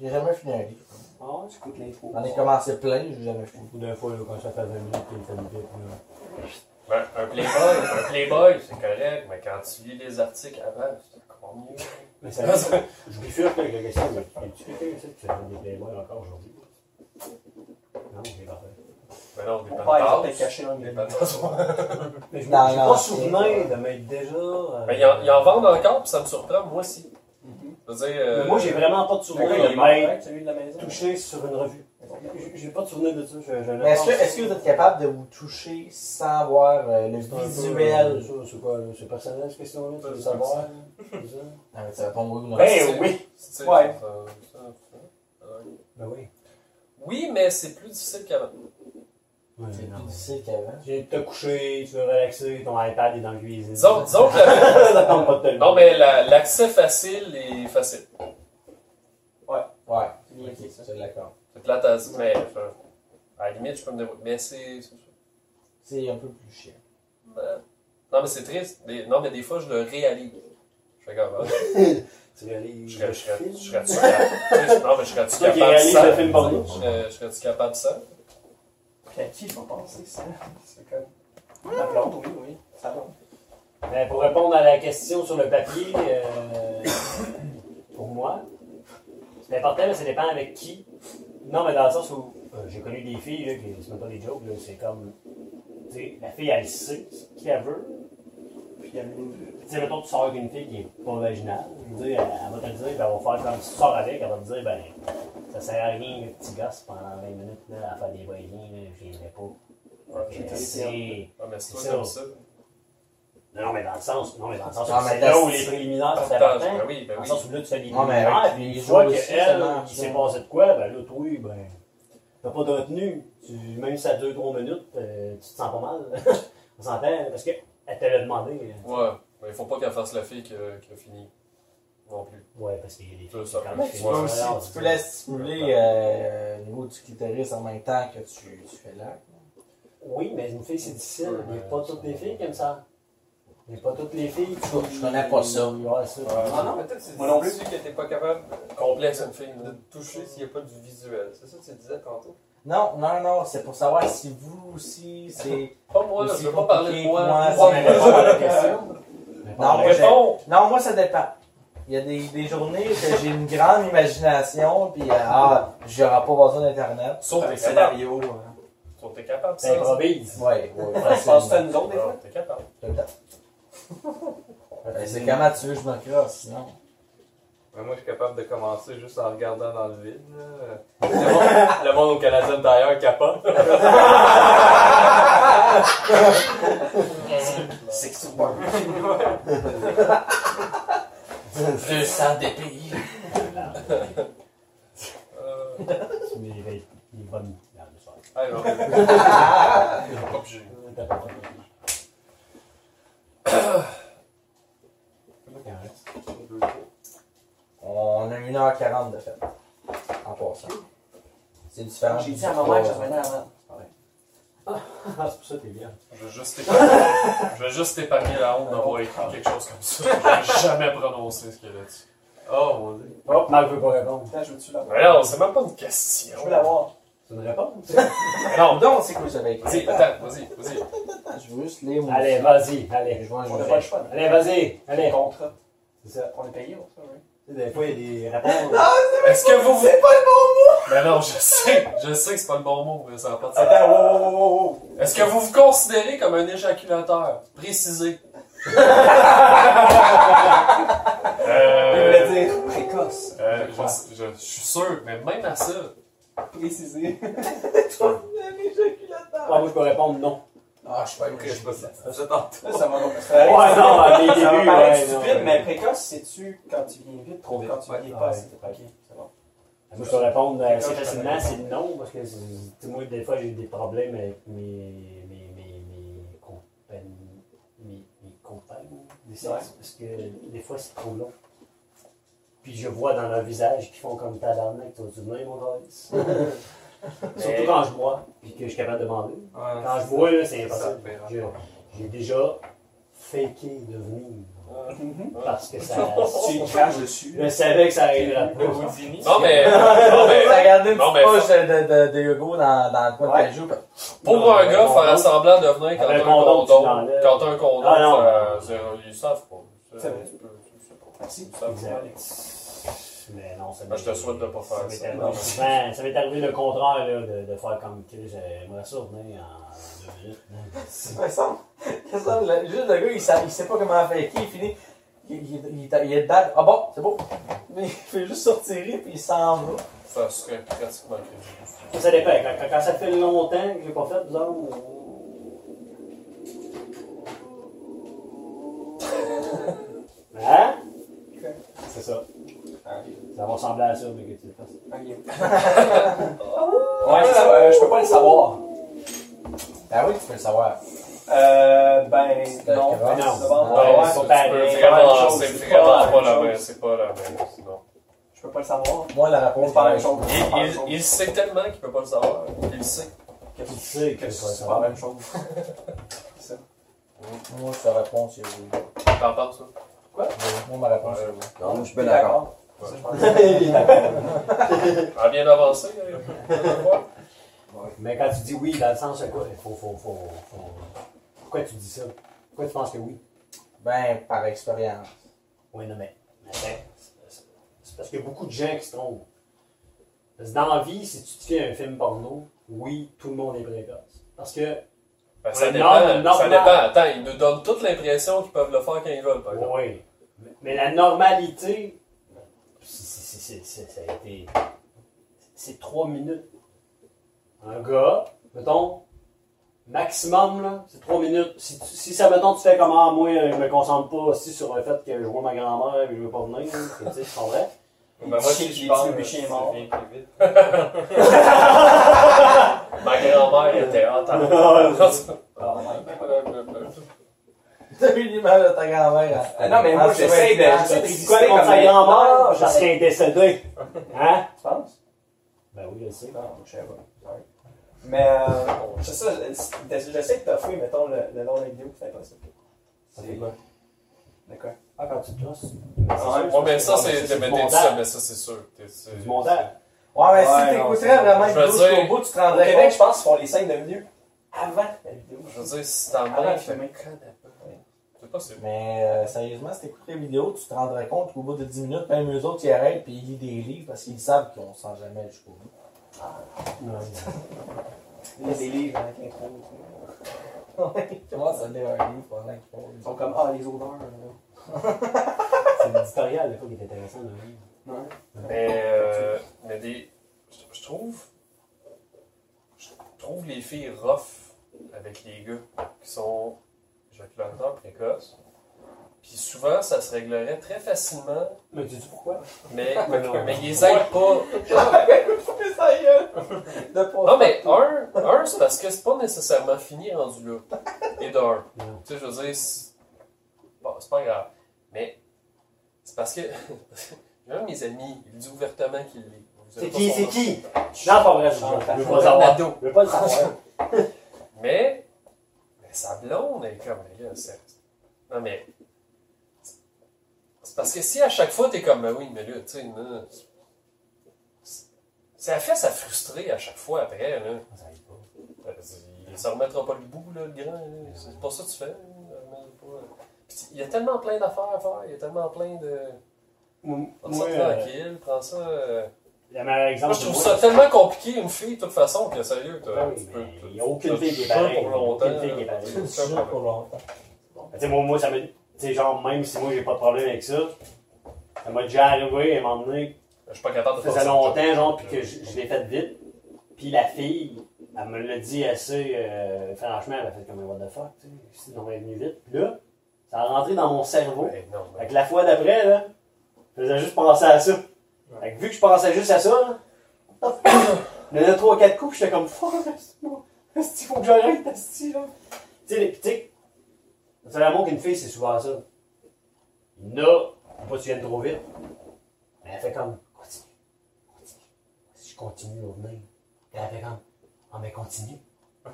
F: J'ai jamais fini un livre.
B: Ah ouais?
E: Tu coûtes l'intro.
F: J'en ai commencé plein, j'ai jamais fini.
B: Ou d'un fois, là, quand ça fait 20 minutes qu'il fait une bite, là.
D: Ben, un Playboy, un Playboy, c'est correct, mais quand tu lis les articles avant, c'est encore mieux.
B: Mais ça reste. Je bifurque avec la question. mais Tu quelqu'un qui sait que tu as fait des playboys encore aujourd'hui? Non, c'est parfait.
D: Ben non, des
E: Mon père, il
D: pantalons.
E: était caché dans le
D: Des
E: milieu.
D: pantalons.
B: Mais je
F: Non,
B: n'ai
F: non,
B: pas
F: c'est-
B: souvenir de m'être déjà. euh,
D: Ben, ils en, ils en vendent encore, puis ça me surprend, moi aussi. Je veux dire, euh,
B: Mhm. Mais Moi, j'ai vraiment pas de
E: Le
B: souvenir
E: gars, il est
B: de
E: mort,
B: m'être
E: hein, celui de la maison.
B: touché sur une revue. J'ai- J'ai pas de souvenir de ça. Je, je le
F: Mais est-ce que,
B: pense.
F: est-ce que vous êtes capable de vous toucher sans voir euh, le
B: C'est un peu, euh,
F: visuel?
B: ça, C'est quoi, là, c'est personnel, cette question-là? Tu
D: c'est
B: veux
D: ça.
B: savoir? c'est ça?
F: Ah, mais ça répond oui ou non.
B: Ben oui!
D: tu sais,
E: Ouais.
D: ça- ça- ça-
B: Ben oui.
D: Oui, mais c'est plus difficile qu'avant.
F: C'est plus difficile qu'avant.
B: Tu viens de te coucher, tu veux relaxer, ton iPad est dans la cuisine.
D: Disons, disons que la-
B: ça tombe pas de tellement.
D: Non, mais la- l'accès facile est facile.
F: Ouais.
E: Ok,
F: Ok,
E: ça.
F: c'est d'accord.
D: C'est plate à dire, mais euh, à la limite, je peux me débrouiller. Mais c'est. c'est-
F: C'est un peu plus chiant.
D: euh, Non, mais c'est triste. Des- Non, mais des fois, je le réalise. Je fais comme. ah,
B: Tu réalises.
D: Je serais, je serais,
B: le
D: je
B: film.
D: serais, tu capable. Non, mais je serais tu
B: Toi qui
D: capable
B: réalises le
D: ça.
B: film porno.
D: Je serais tu capable ça.
E: Puis à qui il va penser ça C'est comme. La blonde, oui, oui. Ça va.
B: Ben, pour répondre à la question sur le papier, euh, pour moi, c'est important, mais ça dépend avec qui. Non, mais dans le sens où euh, j'ai connu des filles, là, qui, c'est même pas des jokes, là, c'est comme. Tu sais, la fille, elle sait ce qu'elle veut.
E: Puis il y a le.
B: Tu sais, mettons, tu sors avec une fille qui est pas vaginale. Je veux dire, elle, elle va te le dire, ben, on va faire comme si tu sors avec, elle va te dire, ben, ça sert à rien, le petit gosse, pendant 20 minutes, là, à faire des voisins, là, je viendrai pas.
D: Ouais,
B: Fait que,
D: j'étais
B: c'est-
D: Ah, mais c'est
B: C'est
D: toi comme ça.
B: Non, non, mais dans le sens, non, mais dans le sens,
F: Non,
B: où
F: mais
B: c'est
F: la-
B: là où les préliminaires sont
D: Partage,
B: importants.
D: ben oui, ben
B: Dans le
D: oui.
B: sens où là, tu fais les
F: Non, mais avec
B: préliminaires,
F: les
B: tu
F: joueurs
B: vois
F: aussi, ça
B: qu'elle,
F: marche,
B: il s'est
F: ça.
B: passé de quoi, ben l'autre, oui, ben, t'as pas de retenue. Tu, même si ça dure trois minutes, euh, tu te sens pas mal. On s'entend, parce qu'elle te l'a demandé. euh,
D: Ouais, mais il faut pas qu'elle fasse la fille qui a, qui a fini. Non plus.
B: Ouais, parce qu'il y a des
D: Ça, ça
B: quand
D: peut.
B: même
D: Tu
F: Tu
B: fait
F: peux
D: Ouais.
B: mal,
F: aussi,
B: alors,
F: tu
B: c'est
F: peux
B: ça.
F: la stimuler euh, au niveau du clitoris en même temps que tu, tu fais là.
B: Oui, mais une fille, c'est difficile. Il n'y a pas toutes les filles qui aiment ça. Il n'y a pas toutes les filles qui.
F: Je connais pas ça.
B: Ouais, ça.
E: Ah non?
G: Mais toi, tu
E: Moi non
G: dis-tu que t'es pas capable
D: Complexe, une fille.
G: de
D: là.
G: te toucher s'il n'y a pas du visuel. C'est ça que tu disais tantôt.
F: Non, non, non, c'est pour savoir si vous aussi, c'est.
D: Pas moi, là,
F: Aussi
D: je veux pas parler de
F: compliqué
D: moi.
F: que
D: Moi,
F: moi,
D: mais
F: c'est-
D: moi,
B: la question.
F: Non, moi, j'ai-
D: Réponds!
F: non, moi, ça dépend. Il y a des, des journées que j'ai une grande imagination, puis euh, ah, j'aurai pas besoin d'Internet.
D: Sauf
E: un
D: t'es capable.
E: scénario. hein.
D: Sauf t'es capable, ça.
B: T'improvise.
F: Ouais, ouais,
E: Je pense que c'est à
F: facilement,
E: nous autres, des fois.
D: Non, T'es capable.
F: tout le temps. Ben, c'est comment tu veux que je me crosse, sinon.
G: Mais moi, je suis capable de commencer juste en regardant dans le vide. là. Le monde, le monde au Canadien d'ailleurs capote.
E: C'est super.
F: 200 DPI.
D: Euh,
B: Tu mets les veilles- les bonnes dans le soir.
D: ah, non. Pas obligé.
B: T'as pas compris.
F: On a 1h40 de fête. En passant. C'est différent.
E: J'ai
F: du-
E: dit à ma mère que hein. je revenais avant.
B: Ah, c'est pour ça que t'es bien.
D: Je vais juste épargner, je vais juste épargner la honte d'avoir écrit quelque chose comme ça. Je vais jamais prononcé ce qu'il y a là-dessus.
G: Oh mon dieu.
B: Oh, Marc veut pas répondre.
E: Putain, je veux-tu l'avoir?
D: Mais non, c'est même pas une question.
E: Je veux l'avoir.
B: C'est une réponse?
D: Non,
F: Pardon, c'est quoi j'avais écrit?
D: vas-y, attends, vas-y, vas-y.
F: Je veux juste lire mon.
B: Allez, vas-y, allez.
F: Je vois, je
E: On n'a
F: vois.
E: pas le choix.
B: Allez, vas-y,
E: Les
B: allez.
E: contrats.
B: C'est ça.
E: On est payé pour ça, oui. Ah!
B: Des fois, il y a des réponses.
D: Est-ce que vous...
F: C'est pas le
D: Mais non, je sais, je sais que c'est pas le bon mot, mais ça n'a pas de sens.
B: Ah,
E: Attends, wow, wow, wow, wow, wow.
D: Est-ce que vous vous considérez comme un éjaculateur? Précisez. Euh,
E: Je
D: euh,
E: voulais dire précoce.
D: euh, je, je- je suis sûr, mais même à ça,
E: Préciser.
B: Ah, moi, je peux répondre non.
F: Ah, je suis pas
G: Ok, je sais pas si tu disais
E: Là, ça va donc.
B: Ouais, non, à mes
E: Ça va
B: débuts,
E: paraître
B: ouais, non,
E: stupide,
B: ouais.
E: mais précoce, c'est-tu quand tu viens vite
B: Trop
E: ou
B: vite.
E: quand tu viens
B: Ouais.
E: pas
B: Ouais.
E: assez? Ok, c'est bon.
B: Moi, je peux répondre euh, assez facilement, c'est non, parce que c'est- tu sais, moi, des fois, j'ai des problèmes avec mes, mes, mes, mes compagnies, mes, mes compagnes, des sexes,
E: Ouais.
B: parce que des fois, c'est trop long. Puis je vois dans leur visage qu'ils font comme tabarnak, tu vas du même, mon gars. Surtout
G: Mais-
B: quand je bois, puis que je suis capable de demander. Quand je bois, là, c'est impossible. Je- J'ai déjà faké de venir, parce que ça...
E: Si tu craches dessus.
B: Je savais que ça arriverait
G: Le
B: pas.
G: Houdini.
D: Non, mais, non, mais
F: T'as regardé une
D: Non,
F: petite
D: mais-
F: poche de, de, de Hugo dans, dans le coin
B: Ouais.
F: de cajou. pis-
D: pour
B: Non,
D: un
B: un
D: gars,
B: condom.
D: faire semblant de venir quand
B: Avec
D: t'as
B: un
D: un
B: condom, tu
D: condom,
B: l'enlèves.
D: quand t'as un condom,
B: Ah, non.
D: ça- zéro- ils savent pas. Ça,
E: C'est vrai.
D: tu peux- tu sais pas.
E: Merci.
D: Ils savent pas.
B: Exact. Mais non, ça
D: Moi, Ben, je te
B: m'est-
D: souhaite de pas
B: ça
D: faire
B: m'est
D: ça.
B: arrivé souvent. Ça m'est arrivé le contraire, là, de, de faire comme Chris. J'aimerais ça revenir hein, en deux minutes. hein.
F: Ouais, ça, ça semble- le- juste le gars, il sait, il sait pas comment faire qui, il finit. Il, il, il, il, est dedans. Ah bon, c'est beau. Mais il fait juste sortir puis il s'en va.
D: Ça serait pratiquement crédible.
B: Ça dépend. Quand, quand- quand ça fait longtemps que je l'ai pas fait, disons. on- Hein? C'est ça. Ça va ressembler à ça, mais que tu le fasses.
E: Ouais, c'est ça, euh, je peux pas le savoir.
F: Ben oui, tu peux le savoir.
E: Euh, ben,
F: Euh,
E: non.
F: non.
E: D'abord,
D: Ouais,
E: ouais,
D: ça,
B: faut
D: Ben, tu
B: pas
D: peux
B: aller-
D: vraiment-
E: pas la
D: C'est
E: même
D: vraiment
E: chose, c'est
D: pas
E: pas
D: la
E: la même
D: même. C'est pas la même. sinon.
E: Je peux pas le savoir.
F: Moi, la
E: On
F: réponse
E: se parle la même
D: Il,
E: chose. on se parle la même
D: il-
E: chose.
D: il sait tellement qu'il peut pas le savoir. Il le sait.
E: Que
B: Tu
E: c'est-
B: sais que
E: que
B: c'est
E: c'est
B: pas
E: pas
B: la
E: la
B: même
E: même chose.
F: Moi, je réponse, c'est oui.
D: T'en parles, ça?
F: Moi, ma réponse,
D: Euh,
H: Non, moi, je suis bien d'accord.
E: Ça, je
D: Ah, bien avancé, là, on va voir.
B: Mais quand tu dis oui, dans le sens, quoi? Faut, faut, faut, faut... Pourquoi tu dis ça? Pourquoi tu penses que oui?
F: Ben, par expérience.
B: Oui, non, mais attends, c'est- c'est c'est parce qu'il y a beaucoup de gens qui se trompent. Parce que dans la vie, si tu te fais un film porno, oui, tout le monde est précoce. Parce que,
D: Ben, ça
B: Ouais,
D: dépend.
B: norme-
D: ça
B: normal.
D: dépend. Attends, ils nous donnent toute l'impression qu'ils peuvent le faire quand ils veulent, par exemple.
B: oui, mais- mais la normalité, c'est- c'est- c'est- c'est- ça a été. C'est trois minutes. Un gars, mettons, Maximum, là, c'est 3 minutes. Si, tu- si ça, mettons, tu fais comme Ah, moi, euh, je me concentre pas aussi sur le fait que je vois ma grand-mère et je veux pas venir, là, que, tu sais, tu comprends?
G: Ben, moi,
E: Les
G: si
E: petits-
G: je parle,
E: les petits
D: euh,
G: ça
E: bichets morts.
G: vient plus vite.
D: Ma grand-mère était hâte.
F: T'as eu l'image de ta grand-mère. hein?
G: Ah, non, mais moi, j'essaie de- j'essaie de-
B: C'est quoi contre sa
E: Non,
B: grand-mère?
E: je
B: Parce
E: sais.
B: qu'elle est décédée. Hein?
E: Tu penses?
B: Ben oui, je le sais.
E: Non, je sais pas. Sorry. Mais, euh, c'est ça, je- j'essaie de toffer, mettons, le, le long de la vidéo, c'est impossible.
B: Ça fait quoi?
E: D'accord.
B: Ah, quand tu te tosses.
D: Ouais, mais ça, c'est
B: Ah, C'est
D: de
B: du
D: mettre
B: montage.
D: ça, mais ça, c'est sûr. T'es- c'est-
B: Du montage.
F: Ouais, mais si
E: Ouais, non, c'est-
F: t'écouterais vraiment
D: je
F: une
D: veux
F: vidéo jusqu'au
D: dire-
F: bout, tu te
E: Au
F: rendrais
E: Québec,
F: compte.
E: je pense qu'ils font les scènes de venue avant la vidéo.
D: Je veux dire, si ta
E: Avant le
D: mère fait
E: film.
D: C'est pas c'est
F: Mais euh, sérieusement, si t'écouterais les vidéos, tu te rendrais compte qu'au bout de 10 minutes, même eux autres, ils arrêtent puis ils lisent des livres parce qu'ils savent qu'on sent jamais jusqu'au bout.
E: Les des livres avec l'intro. et tout.
F: Comment ça lire un livre pendant qu'ils parlent?
E: Ils sont comme, ah, les odeurs. là.
B: C'est l'éditorial, des fois, qui est intéressant. là.
E: Non.
D: Mais, euh, mais des, je, je trouve, je trouve les filles rough avec les gars qui sont éjaculateurs précoces. Puis souvent, ça se réglerait très facilement,
B: Mais tu dis pourquoi?
D: mais,
B: Mais non.
D: mais ils les aident pas.
E: Mais ça y est! De
F: Oh,
E: pas-
D: Non, mais un, un c'est parce que c'est pas nécessairement fini rendu là. Et d'un. Tu
B: Non.
D: sais, je veux dire, c'est bon, c'est pas grave. Mais c'est parce que, même mes amis, ils disent ouvertement qu'ils les. vous avez
B: C'est
D: pas
B: qui?
D: son
B: C'est
D: nom.
B: qui? Non, pas vrai, je je veux pas le
D: C'est un
B: savoir.
D: ado.
B: Je veux pas le savoir.
D: Mais, mais sa blonde elle est comme mais là, c'est. Non, mais. C'est parce que si à chaque fois t'es comme, mais oui, mais là, tu sais, non. c'est- Ça fait ça frustrer à chaque fois après, là.
B: Ça aide pas.
D: Euh, Il se remettra pas le bout, là, le grand. là. C'est pas ça que tu fais. là. Vraiment pas. euh. Puis Il y a tellement plein d'affaires à faire, il y a tellement plein de. Prends ça
B: Moi, euh, Ah,
D: tranquille, prends ça. euh.
B: le meilleur exemple,
D: Moi, je trouve
B: c'est
D: ça tellement compliqué, une fille, de toute façon, que sérieux, t'as-
B: Ouais,
D: tu
B: Ah mais
D: peux.
B: il y a aucune
D: t'as
B: fille
D: du
B: qui est
D: champ
B: pareille,
D: pour
B: il y a
D: longtemps,
B: aucune fille qui est
D: là.
B: pareille.
D: Du champ pour longtemps.
B: Tu sais, moi, moi, ça me. Tu sais, genre, même si moi, j'ai pas de problème avec ça, ça m'a déjà arrivé à un moment donné,
D: Je suis pas capable de Euh,
B: ça faisait longtemps, genre, puis que je, je l'ai fait vite. Puis la fille, elle me l'a dit assez. euh, franchement, elle a fait comme un what the fuck, tu sais, sinon elle est venue vite. Puis là, ça a rentré dans mon cerveau.
D: Eh, non, mais-
B: Fait que la fois d'après, là, je faisais juste penser à ça. Fait que vu que je pensais juste à ça, là, hop, il y en a 3-4 coups, puis j'étais comme, fuck, il faut que j'arrête, esti, là. Tu sais, les- puis tu sais, c'est l'amour qu'une fille, c'est souvent ça. Il y en a, faut pas que tu viennes trop vite. Mais elle fait comme, continue, continue. Si je continue, on va venir. Puis elle fait comme, ah, mais continue.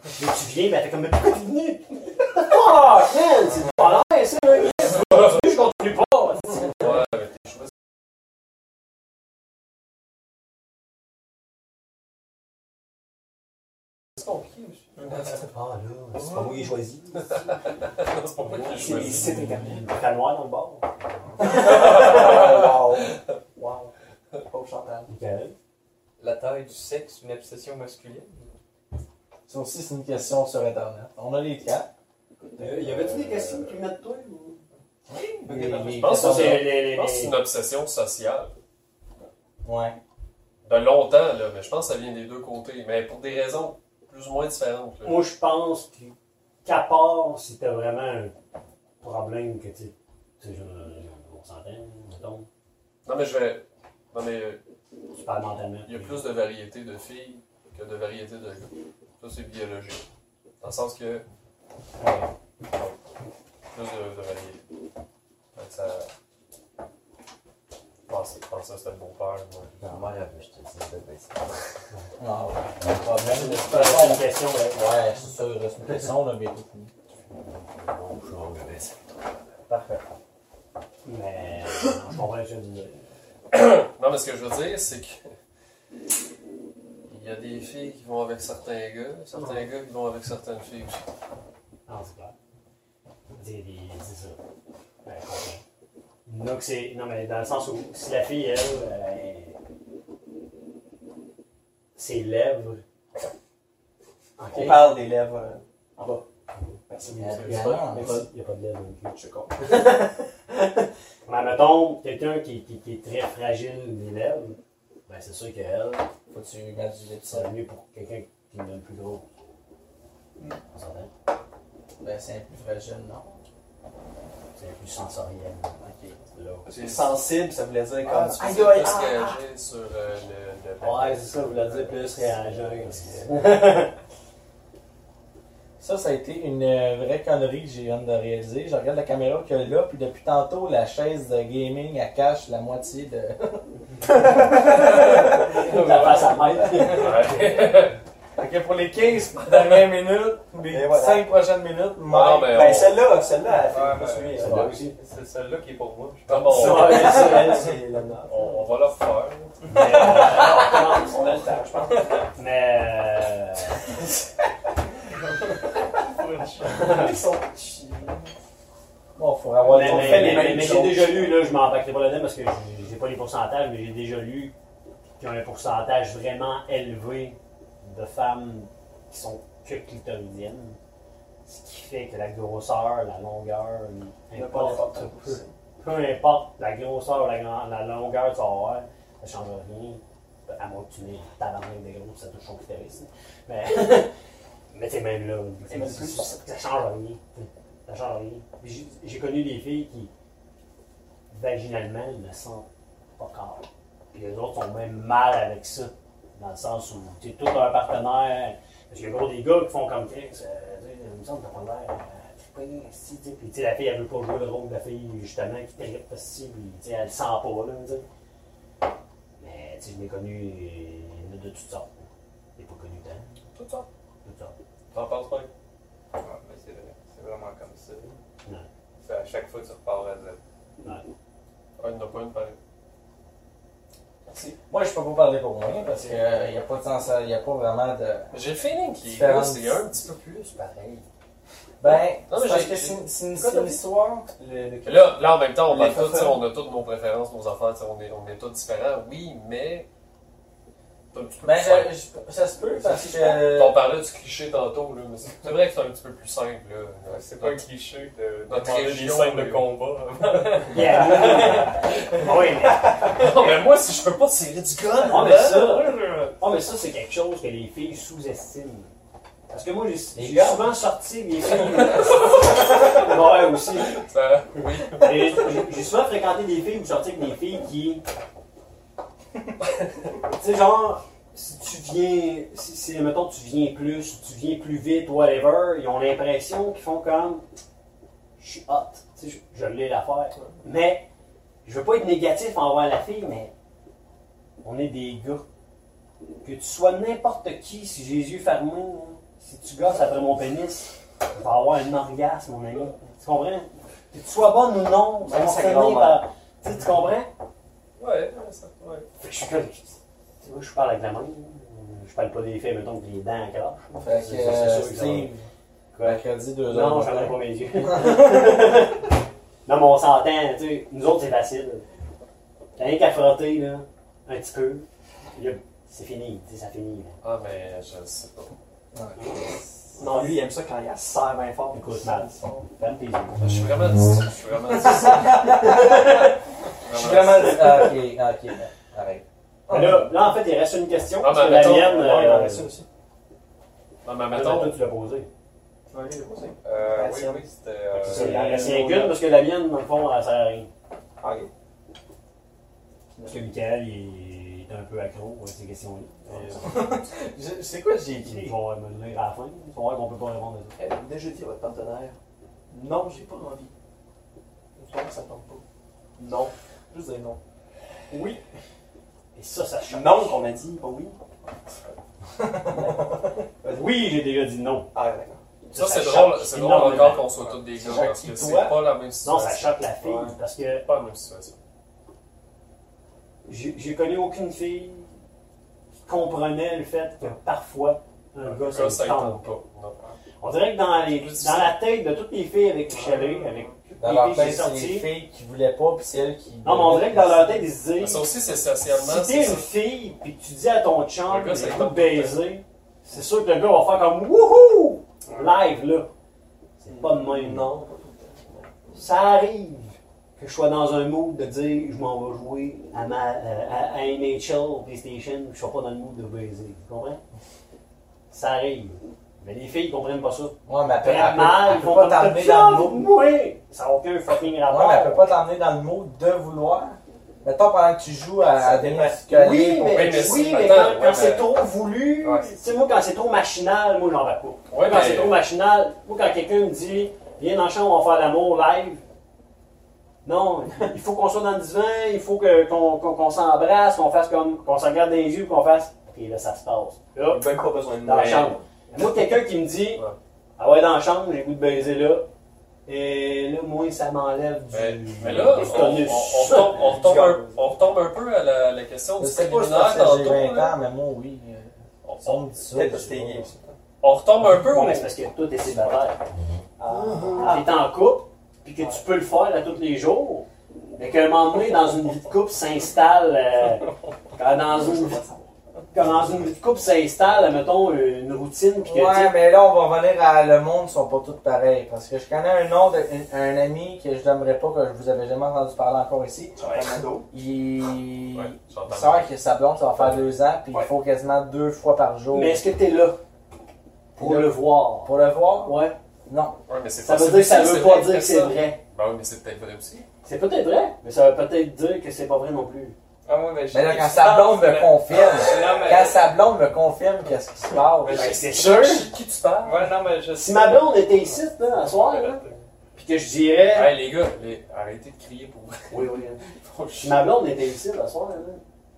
B: Puis là, tu viens, mais elle fait comme, mais pourquoi tu es venu? Oh, man, c'est pas l'air, ça, là. Je continue pas.
D: Ouais, mais tes cheveux, c'est compliqué aussi.
B: Ah là, c'est pas moi qui ai choisi.
D: C'est pas moi qui ai
E: C'est des
D: choisi.
E: sites internet.
B: T'as noir dans le bord.
E: Wow! Wow! Pauvre Chantal.
G: La taille du sexe, une obsession masculine.
F: Ça aussi, c'est une question sur Internet. On a les quatre.
B: Y avait-tu des questions qui venaient de toi ou...
F: Les- les
D: Je pense que
F: questions-
D: c'est-
B: les,
D: Je pense que c'est une obsession sociale.
F: Ouais.
D: De Ben, longtemps, là, mais je pense que ça vient des deux côtés. Mais pour des raisons plus ou moins différentes. là.
B: Moi, je pense que- qu'à part si t'as vraiment un problème que tu sais, tu sais, genre, on s'entend, mettons,
D: Non, mais je vais. Non, mais euh,
B: tu parles mentalement.
D: il y a plus de variétés de filles que de variétés de gars. Ça, c'est biologique. Dans le sens que. ouais, Plus de, de variétés. Fait que ça. Je pensais, je pensais que c'était le beau-père, moi.
F: Ah ouais. Pas de problème. De toute
B: Ah,
F: façon,
B: C'est une question, ouais.
F: Ouais, c'est sûr, c'est une question, on a bientôt fini. Parfait.
B: Mais non, je comprends ce que tu veux dire.
D: Non, mais ce que je veux dire, c'est que. Il y a des filles qui vont avec certains gars, certains gars qui vont avec certaines filles aussi.
B: Non, c'est clair. C'est des- c'est ça. Ben, je comprends. Donc, c'est. Non, mais dans le sens où si la fille, elle. euh, ses lèvres. Ok.
E: On parle des lèvres euh,
B: Ah
E: en
B: bah.
E: bas. Merci.
B: Il
F: Mais
B: n'y a,
F: c'est
B: il y a
F: bien,
B: pas- il y a
F: c'est-
B: pas- il y a pas de lèvres non plus.
E: Je comprends.
B: Mais mettons, quelqu'un qui, qui, qui est très fragile des lèvres, ben c'est sûr qu'elle,
F: Faut-tu mettre du lip
B: ça va mieux pour quelqu'un qui est un peu gros. on s'entend?
F: Ben, c'est un plus fragile, non?
B: C'est plus sensoriel. Ok. Là.
E: Sensible, ça voulait dire comme.
D: tu
F: aïe, aïe,
D: peux
F: ah,
D: se réagir sur euh, le, le
B: Ouais, c'est ça, vous l'avez dit, plus réagir.
F: Ça, ça a été une euh, vraie connerie que j'ai viens de réaliser. Je regarde la caméra que là, puis depuis tantôt, la chaise de gaming, elle cache la moitié de.
B: La face à maître.
F: Ok, pour les 15 dernières minutes, les
E: Et voilà.
F: 5 prochaines minutes,
D: Ah,
F: moi.
D: non, mais
E: Ben,
D: on-
E: celle-là, celle-là, elle fait
G: Ouais,
E: pas
G: ouais.
E: suer,
B: C'est
E: elle.
B: là aussi.
G: C'est celle-là qui est pour moi.
D: comme on,
B: Ouais, c'est elle,
E: C'est la meilleure.
D: on, on va le refaire.
E: On a le temps, je pense.
B: euh, Mais. euh,
E: Ils sont chiés.
F: Bon, faut avoir
B: mais
F: on
B: mais-
F: fait les
B: mais-
F: mêmes
B: mais j'ai
F: choses.
B: déjà lu, là, je m'en bacterai pas là-dedans parce que j'ai- j'ai pas les pourcentages, mais j'ai déjà lu qu'il y a un pourcentage vraiment élevé de femmes qui sont que clitoridiennes. Ce qui fait que la grosseur, la longueur, importe peu. Peu importe la grosseur, la, grand- la longueur que tu vas avoir, ça change rien. À moins que tu n'aies tabarnak des gros, ça touche son clitoris. Mais, mais t'es même là.
E: C'est même plus.
B: Ça change rien. Ça change rien. Puis J'ai j'ai connu des filles qui, vaginalement, ne sentent pas corps. Puis les autres sont même mal avec ça. Dans le sens où tu es tout un partenaire. Parce qu'il y a gros des gars qui font comme Chris. euh, tu sais, il me semble que t'as pas l'air euh, trippé, si, tu sais. Puis tu sais, la fille, elle veut pas jouer le rôle de la fille, justement, qui trippe si, puis tu sais, elle le sent pas, là, tu sais. Mais tu sais, je l'ai connu, il y en a de toutes sortes. Il n'est pas connu tant.
D: Tout ça.
B: Toutes sortes.
D: T'en penses pas?
G: Ouais, mais c'est vrai. C'est vraiment comme ça.
B: Ouais.
G: C'est à chaque fois que tu repars à zéro.
D: Un n'a pas une pareille.
F: Moi, je peux pas parler pour moi parce qu'il n'y a pas de sens, il n'y a pas vraiment de.
D: J'ai le feeling qu'il
F: Différence.
D: c'est un petit peu plus pareil.
F: Ben,
D: Non, mais
F: c'est parce
D: j'ai-
F: que c'est une- c'est une,
D: Pourquoi
F: c'est une
D: t'as-
F: histoire. Le, le-
D: Là, là, en même temps, on,
E: Les
D: parle tous, tu sais,
E: préférences.
D: on a toutes nos préférences, nos affaires, tu sais, on est, on est tous différents, oui, mais. t'as un petit peu
F: Ben,
D: plus
F: je-
D: simple.
F: je- ça se peut parce que.
D: On parlait du cliché tantôt, là, mais c'est c'est vrai que c'est un petit peu plus simple. Là.
G: C'est pas un cliché de
D: Notre
G: manger
D: religion, oui.
G: combat.
B: Yeah. oui, mais,
D: Non, mais moi, si je peux pas tirer du gun,
B: Ah,
F: Ben,
B: mais
D: là,
B: ça-
D: là, là.
B: Ah, mais ça, c'est quelque chose que les filles sous-estiment. Parce que moi, j'ai
F: Les
B: j'ai
F: gars.
B: souvent sorti les filles. ouais, aussi.
D: Ça- oui.
B: Et j'ai- J'ai souvent fréquenté des filles ou sorti avec des filles qui. tu sais, genre, si tu viens. Si, si, mettons, tu viens plus, tu viens plus vite, whatever, ils ont l'impression qu'ils font comme. Je suis hot. Tu sais, je, je l'ai l'affaire. Mais, je veux pas être négatif envers la fille, mais. On est des gars. Que tu sois n'importe qui, si j'ai les yeux fermés, là, si tu gosses après mon pénis, tu vas avoir un orgasme, mon ami. Tu comprends? Que tu sois bonne ou non, ça
E: Même
B: va
E: sa
B: finir
E: grand-mère.
B: par- Tu sais, tu comprends?
D: Ouais, ouais, ça, ouais.
B: Fait que je suis comme. Tu sais, moi, je parle avec la main. là. Je parle pas des faits, mettons, que les dents en crache.
F: Fait que, euh, ben,
B: que ça va.
F: Steve,
B: Quoi?
F: mercredi 2h.
B: Non, je fermerai pas mes yeux. non, mais on s'entend, tu sais. Nous autres, c'est facile. T'as rien qu'à frotter, là, un petit peu. puis là, C'est fini, tu sais, ça finit. là.
D: Ah, mais je sais pas.
E: Non, lui, il aime ça quand il a serre bien fort.
B: Écoute, Matt, ferme tes yeux.
D: Je suis vraiment difficile. Je suis vraiment difficile.
F: Je suis vraiment. Ah, ok, ah, ok, ben, arrête.
B: Mais Ah, Là, là, en fait, il reste une question.
D: Ah,
B: parce
D: ben,
B: que la
D: mettons,
B: mienne,
E: Ouais, il en
B: euh,
E: reste aussi.
D: Non, mais
B: mettons, toi,
D: mettons,
B: tu l'as posée.
E: Ouais, lui, il est posé.
G: Euh, oui,
E: Tiens.
G: oui, c'était.
E: C'est
B: C'est
E: la
G: Euh,
B: la
E: raison,
B: sienne
E: là.
B: parce que la mienne, dans le fond, elle sert à rien.
E: Ah, ok.
B: Parce que Michael, il est un peu accro à ces questions-là. Euh,
F: Je- C'est quoi j'ai
B: Ils vont me le dire à la fin. Ils vont voir qu'on peut pas répondre à ça.
E: Elle a Eh, déjà dit à votre partenaire Non, j'ai pas envie. Je pense que ça tombe pas. Non. Juste dire non. Oui.
B: Et ça, ça change.
E: Non, qu'on a dit, pas oui.
B: Oui, j'ai déjà dit non.
E: Ah, d'accord.
D: ça, c'est
B: choque
D: drôle, c'est drôle
B: énormément.
D: encore qu'on soit tous des gars
E: C'est
D: parce que
E: gentil,
D: c'est
E: toi.
D: pas la même
B: Non,
D: situation.
B: ça choque la fille
E: Ouais.
B: parce que
D: C'est pas la même situation.
B: j'ai j'ai connu aucune fille qui comprenait le fait que parfois un gars, ça
D: Ça, ça
B: lui tente
D: étonne
B: pas.
D: pas. Non.
B: On dirait que dans, les,
D: Plus
B: dans la tête de toutes les filles avec qui je suis allé, avec
F: Dans
B: les
F: leur
B: filles
F: tête, Ah, ben,
B: que j'ai
F: c'est les
B: sorties,
F: filles qui voulaient pas, puis c'est elles qui.
B: non, mais on dirait que dans leur tête, ils se
D: Mais
B: disent
D: Ça aussi, c'est
B: Si
D: socialement.
B: t'es
D: c'est
B: une
D: ça.
B: fille puis que tu dis à ton chum
D: Le gars, c'est
B: j'ai le
D: pas
B: goût de baiser, c'est sûr que le gars va faire comme wouhou live là. C'est pas de même.
E: Non.
B: Ça arrive que je sois dans un mood de dire je m'en vais jouer à ma euh, à, à NHL au PlayStation, puis je sois pas dans le mood de baiser. Tu comprends? Ça arrive. Mais les filles, ils comprennent pas ça.
F: Ouais, mais elle peut, elle peut-
B: Vraiment,
F: elle
B: ils
F: peut
B: vont
F: pas
B: comme
F: t'emmener
B: ça,
F: dans le
B: vous
F: mot.
B: mouillez. Ça n'a aucun fucking
F: Ouais,
B: rapport.
F: mais elle peut pas t'emmener dans le mot de vouloir. Mettons pendant que tu joues à, à des muscles.
B: Oui, mais,
D: mais
B: oui,
D: si,
B: mais
D: attends,
B: quand, quand
D: ouais,
B: c'est
D: mais-
B: trop voulu,
G: Ouais.
B: tu sais, moi, quand c'est trop machinal, moi, j'en vais pas.
D: Ouais, ben,
B: quand
D: mais-
B: c'est trop machinal, moi, quand quelqu'un me dit, viens dans le champ, on va faire l'amour live, non, il faut qu'on soit dans le divan, il faut que- qu'on qu'on- qu'on s'embrasse, qu'on fasse comme, qu'on se regarde dans les yeux, qu'on fasse, puis là, ça se passe. Là,
E: Même pas besoin de
B: dans la
E: moi.
B: chambre. Moi, quelqu'un qui me dit, ah ouais, dans la chambre, j'ai le goût de baiser là, et là, moi, ça m'enlève du.
D: Mais, Ben, mais là,
B: du
D: on, on,
B: tonus.
D: on retombe, on, retombe un, on retombe un peu à la, la question
F: Je
D: du
F: sais pas si
D: préliminaire
F: parce que j'ai
D: tantôt.
F: 20
D: là.
F: ans, mais moi, oui. Euh,
D: On,
F: On
D: on-
F: me dit ça.
E: Peut-être
F: je
E: que
F: sais
E: c'était
F: pas.
E: gay.
D: on retombe un peu
B: Bon,
D: au...
B: mais c'est parce que tout est célibataire.
D: Mm-hmm.
B: Ah, T'es en couple, puis que tu peux le faire à tous les jours, mais qu'à un moment donné, dans une vie de couple, s'installe. euh, quand dans une. Quand dans une vie de couple s'installe, mettons, une routine, puis que tu
F: Ouais,
B: sais,
F: mais là, on va revenir à le monde, ils sont pas tous pareils. Parce que je connais un nom d'un un ami que je n'aimerais pas, que je vous avais jamais entendu parler encore ici. Il.
D: Ouais, j'entends.
F: C'est vrai que sa blonde, ça va faire deux ans, puis
D: Ouais.
F: il faut quasiment deux fois par jour.
B: Mais est-ce que t'es là pour
F: Là.
B: le voir?
F: Pour le voir?
B: Ouais.
F: Non.
D: Ouais, mais Ah, c'est
B: Ça
D: pas-
B: veut dire que ça
D: c'est-
B: veut
D: c'est
B: pas
D: vrai,
B: dire que c'est
D: personne.
B: vrai.
D: Ben oui, mais c'est peut-être vrai aussi.
B: C'est peut-être vrai, mais ça veut peut-être dire que c'est pas vrai non plus.
G: Ah, moi, mais
F: Mais là, quand sa blonde me confirme,
G: Non, mais.
F: quand sa blonde me confirme qu'est-ce qui se passe,
G: Ben,
B: c'est sûr!
D: Qui tu parles?
G: Ouais, non, mais je
B: Si ma blonde était ici, là, à soir, là, puis que je dirais.
D: Hey, les gars, les- arrêtez de crier pour
B: Oui, oui. hein.
D: pour
B: Si
D: chier.
B: ma blonde était ici la soir, là,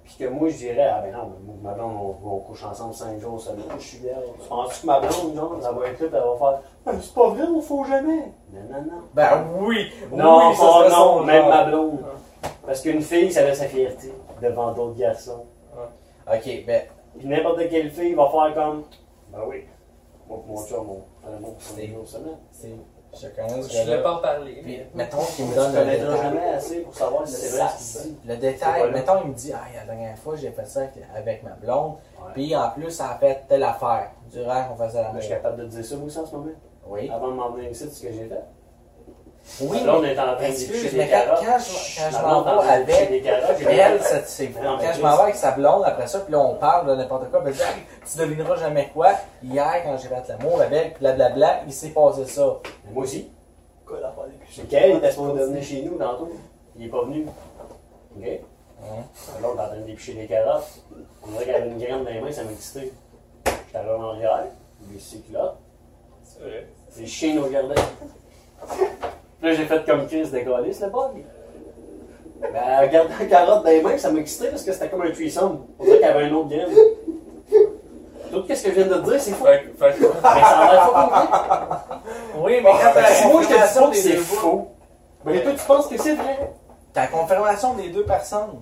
B: puis que moi je dirais, ah ben non, moi, ma blonde, on, on couche ensemble 5 jours semaine, je suis là. Tu penses que ma blonde, genre, elle va être là, puis elle va faire, Ah, c'est pas vrai, on faut jamais. Non, non, non.
F: ben oui!
B: Non,
F: oui, ça
B: oh,
F: serait
B: non, Ah.
F: son
B: même
F: genre.
B: ma blonde. Parce qu'une fille, ça avait sa fierté devant d'autres garçons.
F: Ok, ben,
B: Puis n'importe quelle fille va faire comme, ben oui, moi, pour mon chum, on fait l'amour 5 jours semaine.
F: c'est. Je connais
D: Je
F: ce
D: voulais
F: gars-là.
D: pas en parler.
F: Puis, mettons qu'il
B: Tu
F: me donne le
B: connaîtras
F: détail.
B: jamais assez pour savoir si c'est vrai ce qu'il dit.
F: Le
B: C'est
F: détail,
B: pas là.
F: mettons, il me dit, ah, la dernière fois, j'ai fait ça avec, avec ma blonde,
B: Ouais.
F: puis en plus, ça a fait telle affaire durant qu'on faisait la
B: Je suis capable de te dire ça, moi, ça, en ce moment.
F: Oui.
B: Avant de m'en venir ici, c'est ce que j'ai fait.
F: Oui,
B: Là, on Ah, est en train de
F: excuse,
B: dépicher
F: mais
B: des
F: quand,
B: carottes.
F: quand je, quand je
B: Ma
F: m'en
B: blonde est en
F: vais
B: train de dépicher
F: avec
B: des carottes, j'ai des
F: elle,
B: carottes.
F: ça, c'est
B: Non, mais
F: quand je m'en vais
B: Chris.
F: avec sa blonde, après ça, puis là, on parle de n'importe quoi, ben, je dis, Ah, tu devineras jamais quoi. Hier, quand j'ai fait l'amour avec, blablabla, il s'est passé ça.
B: Mais Moi aussi.
E: Quoi, la part des culs?
B: C'est qu'elle était supposée de venir chez nous tantôt. Il est pas venu. OK? L'autre est en train de dépicher des carottes. On dirait qu'elle avait une graine dans les mains, ça m'a excité. J'étais allé en arrière, j'ai cycles là.
G: C'est vrai.
B: C'est le chien nous regardait. Là, j'ai fait comme Chris de Galis, le bug. Ben, regardant la carotte dans les mains, ça m'a excité parce que c'était comme un cuisson. On dirait qu'il y avait un autre graine. Tout ce que je viens de te dire, c'est faux.
D: Fait que- fait que-
B: Mais Ben, ça a l'air faux comme ça.
F: Oui, mais quand t'as la
B: Moi, je te dis
F: confirmation
B: pas que
F: des
B: Ben, c'est
F: deux fois-
B: faux. Mais toi, tu penses que c'est vrai?
F: t'as la confirmation des deux personnes.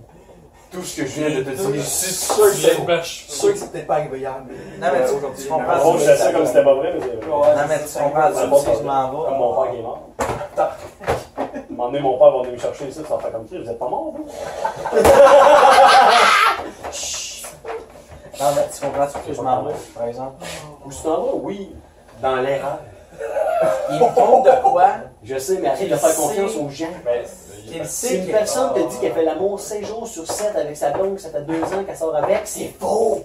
B: Tout ce que je viens de te
E: dire,
D: C'est
E: sûr que c'est-
D: marche.
E: Je suis sûr que c'est peut-être pas arrivé hier, mais.
F: Non, mais tu-
B: Euh,
E: aujourd'hui,
F: tu comprends
E: mais-
F: ce que je sais
B: comme c'était pas Ah, vrai, mais c'est vrai.
E: Ouais,
F: Non, mais tu
E: c'est
B: Ah,
F: comprends,
E: ça.
F: tu sais que je m'en vais.
B: Comme mon père qui est mort. Un moment donné, mon père va venir me chercher ici, ça va faire comme ça. Vous êtes pas mort, vous?
F: Non, mais tu comprends ce que je m'en vais, par exemple.
B: Où tu t'en vas? Oui. Dans l'erreur.
F: Il me compte de quoi
B: Je sais, mais arrête de
F: Il
B: faire
F: sait.
B: confiance aux gens.
F: qu'il
B: Si
F: sait
B: une
F: que.
B: personne te dit qu'elle fait l'amour 5 jours sur 7 avec sa blonde, que ça fait 2 ans qu'elle sort avec, c'est faux!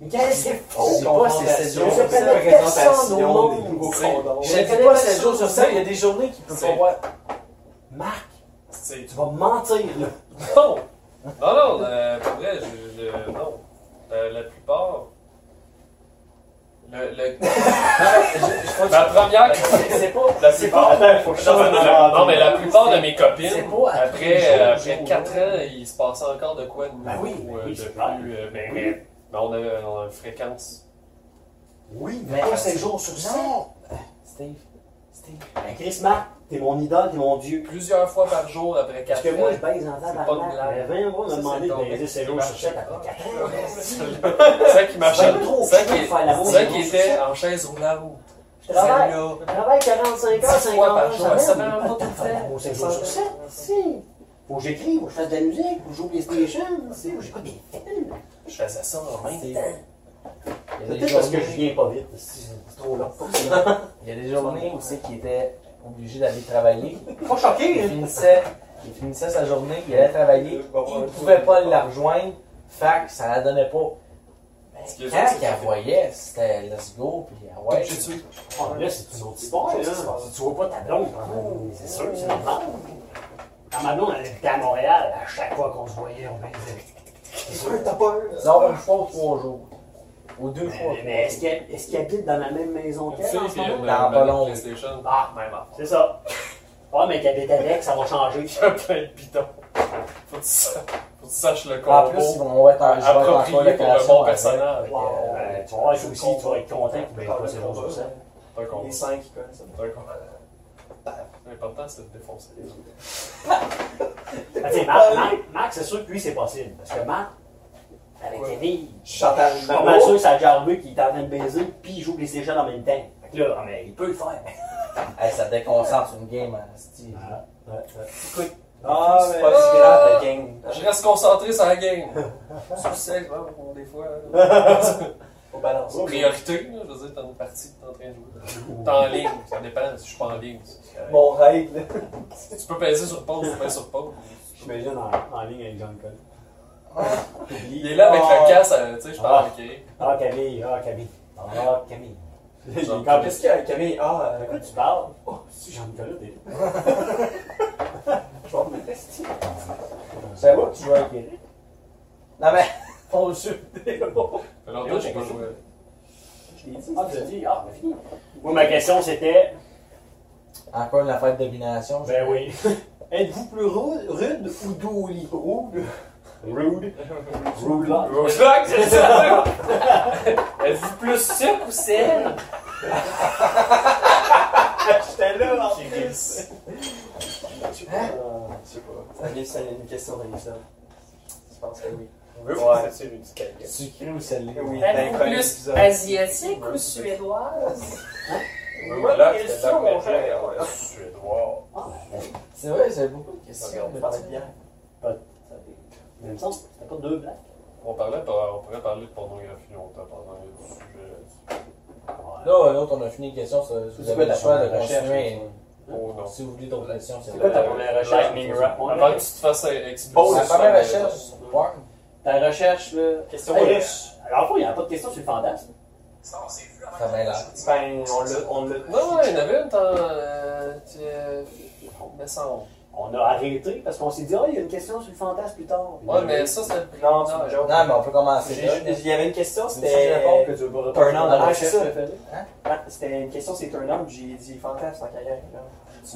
B: Michael, c'est faux!
F: Je sais pas, c'est sept jours sur
B: Je
F: sept.
B: connais personne au monde!
F: Je te dis pas 7 jours sur 7, il y a des journées qu'il peut pas
D: C'est-
F: voir.
B: Marc,
D: C'est
B: tu vas mentir, là!
D: Non! Non, non, euh, pour vrai, je, je- non. Euh, la plupart. Le, le... la première.
F: C'est pas.
D: La plupart.
B: faut que
D: Non, mais la- non, mais la plupart de mes
F: C'est
D: copines,
F: pas à tous les
D: après,
F: jours,
D: euh,
F: jour,
D: après 4
F: jour.
D: ans, il se passait encore de quoi de nouveau.
B: Ben oui, ben
D: euh,
B: oui,
D: de
B: c'est
D: plus,
B: clair.
D: euh, ben,
B: Oui.
D: ben, on avait on avait une fréquence.
B: Oui,
F: mais
B: mais
F: pas
B: pas
F: sept
B: 7 jours sur 7!
F: Non! Steve. Steve.
B: Euh, Ben, Chris, Marc, t'es mon idole, t'es mon dieu!
D: Plusieurs fois par jour après 4
B: Parce
D: ans.
B: que moi, je baise en
D: C'est
B: tabarnak.
D: pas de blague.
B: Ben, viens, on m'a
D: Ça,
B: demandé
D: c'est
B: de
D: ton Ah,
B: baiser 7 jours sur 7 après 4 ans!
D: C'est ça qui marchait.
B: Ben, trop
D: C'est ça
B: occupé
D: qui-
B: de faire l'amour,
D: c'est ça
B: c'est
D: qui
B: bon,
D: était
B: c'est
D: en chaise roulante.
B: Je travaille!
D: Celle-là.
B: Je travaille 45 heures, 50
D: fois par
B: heures
D: jour,
B: semaine.
D: ça va,
B: Pas tout faire. Faut que j'aille sur scène, si. Faut que j'écris, faut que je fasse de la musique, faut que je joue PlayStation, si, faut que j'écoute des films.
D: Je faisais ça en même
F: Steve.
D: temps.
F: Il y a des
B: Peut-être parce que
F: journées-
B: je viens pas vite, si c'est trop long.
F: Il y a des journées où c'est qu'il était obligé d'aller travailler.
B: Pas hein. choqué,
F: Il finissait, il finissait sa journée, il allait travailler, il ne pouvait pas la rejoindre, fait que ça la donnait pas. Mais
D: Excusez,
F: Quand
D: c'est-
F: qu'elle voyait, c'était let's go, puis ah ouais.
D: J'ai tué.
B: Ah, Là, c'est une autre histoire, là. Si tu vois pas ta blonde, hein, c'est sûr, c'est normal. Quand ma blonde, elle habitait à Montréal, à chaque fois qu'on se voyait, on baisait. C'est sûr.
E: T'as peur?
F: Non, une fois ou trois jours. Ou deux fois ou
B: Mais,
F: trois
B: mais
F: jours.
B: est-ce qu'elle est habite dans la même maison
D: Une
B: qu'elle
D: fille
B: en ce
D: qui a
B: moment?
D: une
F: Dans pas long.
D: PlayStation.
B: Ah,
D: Même affaire.
B: c'est ça. Ouais, mais qu'elle habite avec, ça va changer.
D: plein de pitons. Faut que tu sa- faut que tu saches le
F: En plus, ils
D: combo
F: vont être en
D: approprié pour le
F: hein.
D: bon
E: Ah,
D: personnage.
B: Wow. Euh, tu vas voir, ça aussi, tu vas être content que tu pas ces choses ça.
D: T'as un combo.
E: Les cinq qui connaissent ça.
D: T'as un combo. L'important, c'est de défoncer.
B: Ah, t'sais, Marc, Marc- Marc, c'est sûr que lui, c'est possible. Parce que Marc, avec
E: Ouais.
B: Émile,
E: Chantal
B: je suis pas mal sûr que ça a déjà arrivé qu'il est en train de baiser, puis il joue les séchelles en même temps. Fait que là, ah, mais il peut le faire.
F: Hey, ça déconcentre une game, hein, style.
E: Ah,
D: C'est
E: mais
D: pas si
E: c'est
D: grave,
E: grave,
D: la
E: la gang.
D: Je reste concentré sur la game.
E: Sur le sexe, ouais, on- des fois. là. Faut balancer.
B: euh,
D: Priorité, là, je veux dire, t'es en partie, t'es en train de jouer. T'es en ligne, ça dépend si je suis pas en ligne. c'est correct.
E: Mon rêve, là.
D: Tu peux peser sur pause ou pas sur pause.
B: J'imagine en, en ligne avec Jean-Claude.
D: Il est là avec
E: Ah.
D: le casse, euh, tu sais, je parle
B: Ah.
D: avec Eric.
B: Ah, Camille, ah, Camille. Ah, Camille.
D: Jean-Claude.
B: Quand
E: Qu'est-ce qu'il y a, Camille? Ah, euh,
B: tu parles, oh, c'est Jean-Claude, t'es là.
E: je vais me tester.
F: C'est vrai que tu joues avec Eric? Non, mais, on le suit.
D: Fait longtemps que j'ai pas joué.
E: Je l'ai dit.
B: Ah, tu as dit, ah, mais fini. Moi, ma question, c'était,
F: Encore une affaire de domination.
B: ben oui,
E: Êtes-vous plus rude, rude ou doux au lit? Rude?
B: rude, rude là.
D: Roadblock, c'est ça! Êtes-vous plus sucre ou sel?
E: J'étais là, en
D: J'ai
E: plus.
D: glissé.
E: Je sais pas. Ça vient- C'est une question de ça. Je pense que oui.
D: On veut
E: Ouais.
D: faire celui du cahier.
F: Sucré ou salé?
E: Oui,
G: Elle
E: d'un
G: est
E: premier
G: plus
E: épisode.
G: asiatique ou suédoise?
D: Roadblock,
G: Quel
D: c'est
G: son,
D: la
G: mon frère?
D: première. Suédois.
F: C'est vrai, c'est beaucoup de questions.
D: Regarde,
E: Je parlais de bière.
B: Même sens, c'était pas deux blagues.
D: On parlait, par- on pourrait parler de pornographie longtemps pendant le
E: Hein?
D: sujet.
B: Ouais.
F: Là, l'autre, on a fini une question. ça, si Vous
E: C'est
F: avez
E: quoi
F: le
E: ta
F: choix de
E: première recherche,
F: continuer.
D: Oh non.
F: Si vous voulez d'autres questions, c'est
D: C'est
F: vrai.
D: quoi
G: ta première recherche, Mingra?
D: Avant que tu te fasses exploser.
E: Bon,
F: Oh, La
D: sur
F: première
D: la-
F: recherche, porn.
G: Ta recherche, là.
E: Question
B: Hey,
E: russe.
B: Alors, en fait, il n'y a pas de question sur le fantasme.
F: Ça m'a l'air.
E: Ben, on l'a. On l'a.
D: Non, ouais, il y en avait une dans. Euh, tu, euh, me semble.
B: On a arrêté parce qu'on s'est dit, ah, il y a une question sur le fantasme plus tard.
D: Ouais, mais ça, c'était le prix.
E: Non, c'est une joke.
F: Non, mais on peut commencer
E: J'ai-
F: là.
E: Il y avait une question,
B: réponds
E: c'était.
B: tu veux pas répondre.
E: Turn on.
F: la
E: Ah, c'est
F: recherche,
E: ça.
F: le
E: Ah, C'était une question, c'est turn on, puis j'ai dit fantasme en carrière. là.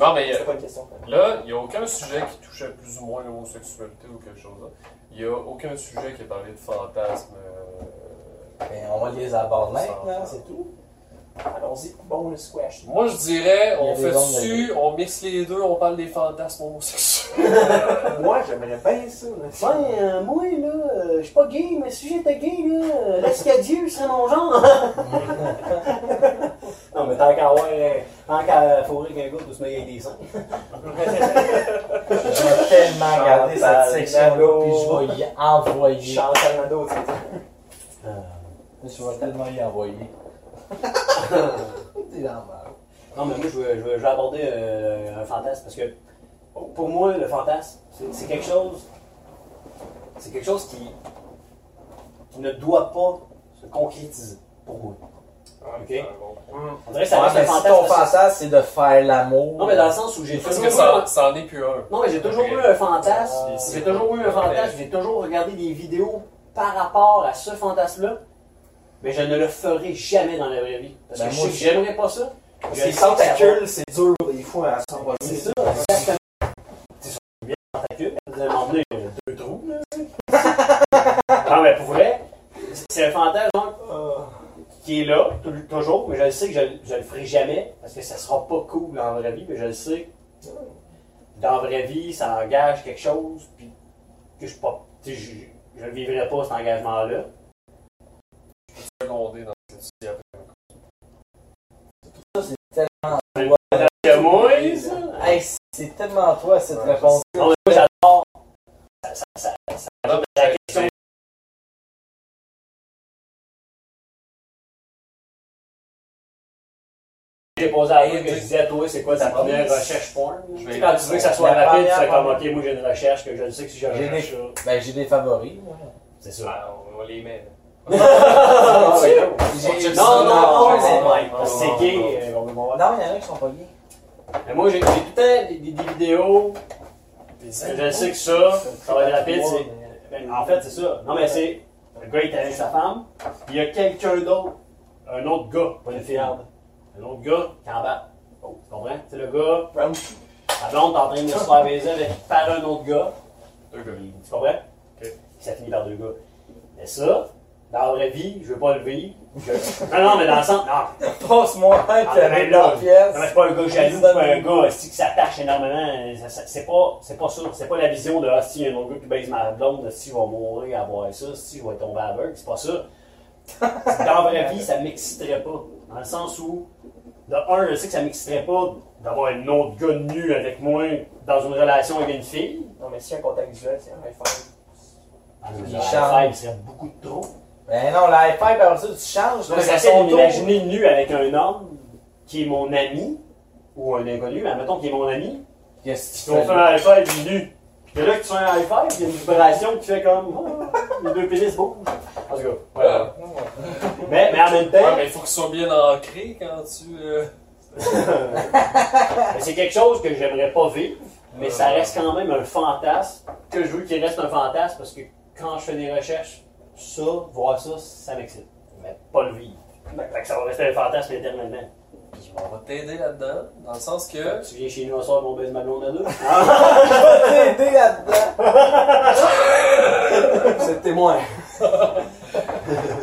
D: Non, mais euh,
E: C'était pas une question.
D: là, il n'y a aucun sujet qui touchait plus ou moins l'homosexualité ou quelque chose. là. Il n'y a aucun sujet qui a parlé de fantasme. euh,
F: Ben, on va les aborder maintenant, c'est tout.
E: Allons-y. Bon, le squash.
D: Moi, je
F: Il y
D: dirais,
F: a
D: on
F: des
D: fait
F: zones de-
D: dessus, on mixe les deux, on parle des fantasmes homosexuels.
E: Moi, j'aimerais bien ça. là.
B: Ouais, euh, moi, là, euh, je suis pas gay, mais si j'étais gay, là, euh, l'escadier serait mon genre. non, mais tant qu'à avoir, euh, tant qu'à fourrer qu'un gars, tout se met avec des seins.
F: Je vais tellement garder cette
E: Chantal
F: section-là,
E: Nado.
F: puis je vais y envoyer.
E: Chantal Nadeau, tu sais.
F: Ah. Je vais tellement y envoyer. T'es dans le mal.
B: Non, mais moi, je veux, je veux- je veux aborder euh, un fantasme parce que pour moi, le fantasme, c'est- c'est quelque chose. C'est quelque chose qui, qui ne doit pas se concrétiser pour moi. Ok? On dirait que ça
F: Ouais,
B: reste
F: mais
B: un
F: si
B: fantasme.
F: ton
B: parce-
F: fantasme, c'est de faire l'amour.
B: Non, mais dans le sens où j'ai
D: Parce
B: toujours.
D: que ça, ça en est plus un.
B: Non, mais j'ai toujours eu un fantasme.
D: Euh,
B: J'ai toujours eu un fantasme. J'ai toujours regardé des vidéos par rapport à ce fantasme-là. Mais je ne le ferai jamais dans la vraie vie. Parce que
F: Ben,
B: je
F: moi
B: sais que
F: aussi.
B: j'aimerais pas ça.
E: Parce
B: Je
E: que les
B: sais que ça va-
E: tentacules, c'est dur des fois à s'envoler.
B: C'est ça, exactement. C'est sûr, bien tentacule. Vous allez m'emmener euh, deux trous, là. non, mais pour vrai, c'est un fantasme donc,
E: Euh,
B: qui est là, tou- toujours, mais je le sais que je, je le ferai jamais, parce que ça sera pas cool dans la vraie vie, mais je le sais. Dans la vraie vie, ça engage quelque chose, puis que je suis pas. tu sais, Je, je le vivrai pas cet engagement-là.
D: Secondé dans cette société.
B: C'est moi, ça!
F: Hey, c'est tellement toi, cette
D: Ouais,
F: réponse.
B: Non, mais moi, j'adore. Ça, ça, ça, ça-
D: Non, mais
B: la
D: c'est-
B: question J'ai posé à Will que je disais à toi, c'est quoi ta première recherche porn?
D: Je
B: Tu
D: vais-
B: sais, quand tu veux que ça soit
F: La
B: rapide, tu
F: première,
B: fais comme,
F: première.
B: ok, moi j'ai une recherche que je le sais que si je
F: J'ai
B: recherche ça,
F: Ben, j'ai des favoris. moi.
B: c'est ça.
G: on, on les met.
F: J'ai-
B: Non, non, non,
F: Ouais,
B: non, non,
F: ouais.
B: c'est gay, euh, on veut voir.
F: Non, il y en a qui sont pas gays.
B: Mais moi, j'ai j'ai tout le temps des, des vidéos, que je sais que ça, ça va être rapide, c'est... ben, en fait, c'est ça. Non, mais c'est... Le gars, il est avec sa femme, puis il y a quelqu'un d'autre, un autre gars, pas une fiarde, un autre gars qui en bat. Tu comprends? C'est le gars,
E: Round.
B: la blonde est en train de se faire baiser avec, par un autre gars,
D: Deux gars.
B: tu comprends? Puis ça finit par deux gars. Mais ça, dans la vraie vie, je veux pas le vivre. Je- Non, non, mais dans le sens... Non,
F: Passe-moi un
B: Ah, ben,
F: avec la
B: là,
F: pièce.
B: Non, mais c'est pas un gars jaloux, c'est pas un gars aussi qui s'attache énormément. euh, ça- ça- C'est pas, c'est pas ça. C'est pas la vision de ah, si il y a un autre gars qui baise ma blonde, si je vais mourir à voir ça, si je vais tomber aveugle. C'est pas ça. C'est que Dans la vraie vie, ça m'exciterait pas. Dans le sens où, de un, je sais que ça m'exciterait pas d'avoir un autre gars nu avec moi dans une relation avec une fille.
E: Non, mais si un contact visuel, c'est un iPhone.
B: Il
F: charme.
B: serait beaucoup de trop.
F: Ben non, la F5, après ça, tu changes.
B: Je
F: là,
B: me
F: c'est à
B: suis
F: son tour.
B: imaginer nu avec un homme qui est mon ami, ou un inconnu, mais admettons qu'il est mon ami.
F: Qu'est-ce
B: Puis
F: que
B: on
F: tu
B: fait
F: fais?
B: un high five il est nu. Puis là, que tu fais un high five, il y a une vibration qui fait comme. Ah, les deux pénis bougent. En tout cas, voilà.
D: Ouais,
B: Mais, mais en même temps,
D: mais il faut qu'ils soient bien ancrés quand tu. euh,
B: mais c'est quelque chose que j'aimerais pas vivre, mais ça reste quand même un fantasme que je veux qu'il reste un fantasme parce que quand je fais des recherches, ça, voir ça, ça m'excite. Mais pas le vivre. Ben, Fait que ça va rester un fantasme éternellement.
D: On va t'aider là-dedans, dans le sens que.
B: Tu viens chez nous un soir, mon baise ma blonde à deux.
F: Je vais t'aider là-dedans.
E: C'est témoin.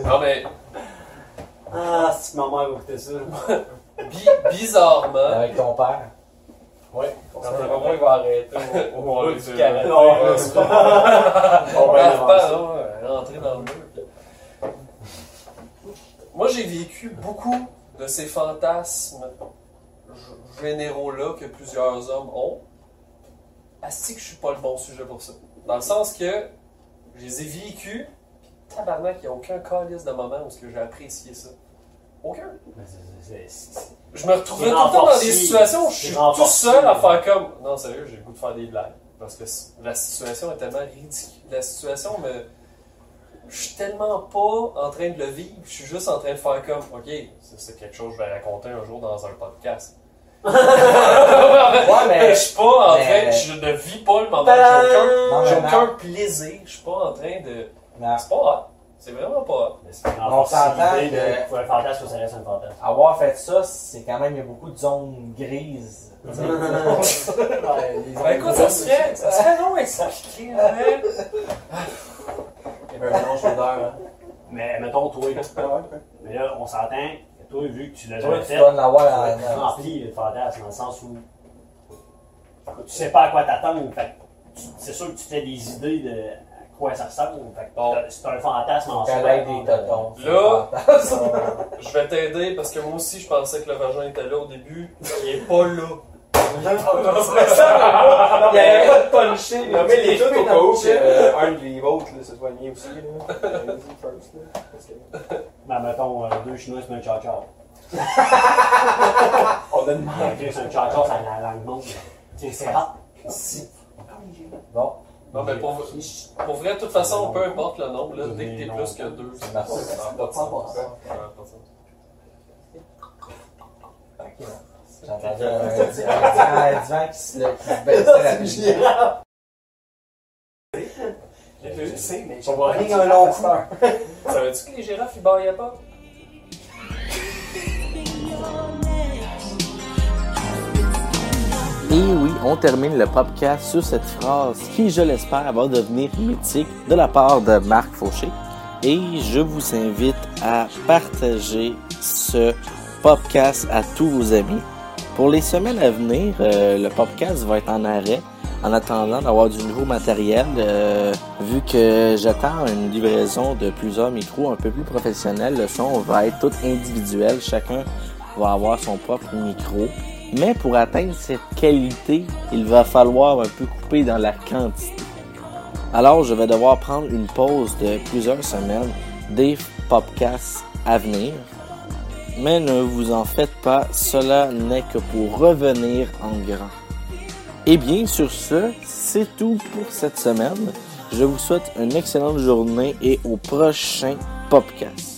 D: Non, mais
B: Ah, si ma mère va écouter ça.
D: bi- bizarrement.
F: Avec ton père.
I: Vraiment, il va arrêter au- au bout du carré.
D: Non,
I: Ouais.
D: On
B: On va
D: va
B: aller voir ça.
D: rentrer dans le mur. Moi, j'ai vécu beaucoup de ces fantasmes g- généraux-là que plusieurs hommes ont. Asti que je suis pas le bon sujet pour ça. Dans le sens que je les ai vécus, pis tabarnak, il n'y a aucun calice de moment où est-ce que j'ai apprécié ça. Aucun.
B: Mais c'est- c'est- c'est-
D: Je me retrouvais
B: C'est
D: tout le temps dans
B: renforcé.
D: des situations où je suis
B: C'est
D: tout
B: renforcé.
D: seul à faire comme. Non, sérieux, j'ai le goût de faire des blagues. Parce que c- la situation est tellement ridicule. La situation me. Je suis tellement pas en train de le vivre. Je suis juste en train de faire comme. Ok, ça, c'est quelque chose que je vais raconter un jour dans un podcast.
F: Ouais, mais-
D: je suis pas en train.
F: mais-
D: Je ne vis pas le moment. J'ai aucun,
F: Non,
D: j'ai
F: mais
D: aucun plaisir. Je suis pas en train de. Ben,
F: Non.
D: C'est pas hot. C'est vraiment pas hot.
B: mais c'est une
F: On s'entend
B: impossibilité de-
F: que-
B: Faut un fantasme, ça reste un fantasme.
F: Avoir fait ça, c'est quand même, il y a beaucoup de zones grises.
D: Ben écoute, ça serait. Ça serait long à expliquer, hein.
E: Il y avait un mélange d'odeur.
B: Mais mettons, toi,
E: Ah ouais, quoi.
B: mais là, on s'entend que toi, vu que tu l'as
F: Toi,
B: jamais
F: tu
B: fait,
F: dois en avoir
B: tu
F: en- en-
B: rempli le fantasme, dans le sens où tu sais pas à quoi t'attendre. Fait que tu- C'est sûr que tu fais des idées de à quoi ça ressemble. Fait que
D: Bon.
B: t'as- c'est un fantasme en hein.
F: Qu'à l'aide des totons.
D: Là, Je vais t'aider parce que moi aussi je pensais que le vagin était là au début. Il est pas là.
E: Il y avait pas de puncher.
F: là.
E: Non, mais les
F: Tu
E: trucs
F: fais
E: au cas
F: dans
E: où
F: le chest.
E: que, euh, un des vôtres là, se soignait aussi. Là. Euh, easy first, là. Parce que-
B: Ben, mettons, euh, deux chinois, c'est un char-char.
E: On a demandé.
B: Ok, C'est un char-char, ça a la langue monde. C'est rare.
F: Bon,
D: Non, mais pour, pour vrai, de toute façon, peu importe le nombre, là, dès que t'es plus que deux, ça n'a pas de sens. Ça n'a pas de sens. Ça n'a pas de sens.
F: j'ai entendu un un divan un divan qui se le- qui se baissait rapidement.
E: Je sais, mais
B: On va
F: Rien un long coup.
D: Savais-tu que les girafes ils bâillaient pas?
A: Et oui, on termine le podcast sur cette phrase qui, je l'espère, va devenir mythique de la part de Marc Fauché. Et je vous invite à partager ce podcast à tous vos amis. Pour les semaines à venir, euh, le podcast va être en arrêt en attendant d'avoir du nouveau matériel, euh, vu que j'attends une livraison de plusieurs micros un peu plus professionnels. Le son va être tout individuel, chacun va avoir son propre micro. Mais pour atteindre cette qualité, il va falloir un peu couper dans la quantité. Alors, je vais devoir prendre une pause de plusieurs semaines des podcasts à venir. Mais ne vous en faites pas, cela n'est que pour revenir en grand. Et Eh bien, sur ce, c'est tout pour cette semaine. Je vous souhaite une excellente journée et au prochain Popcast.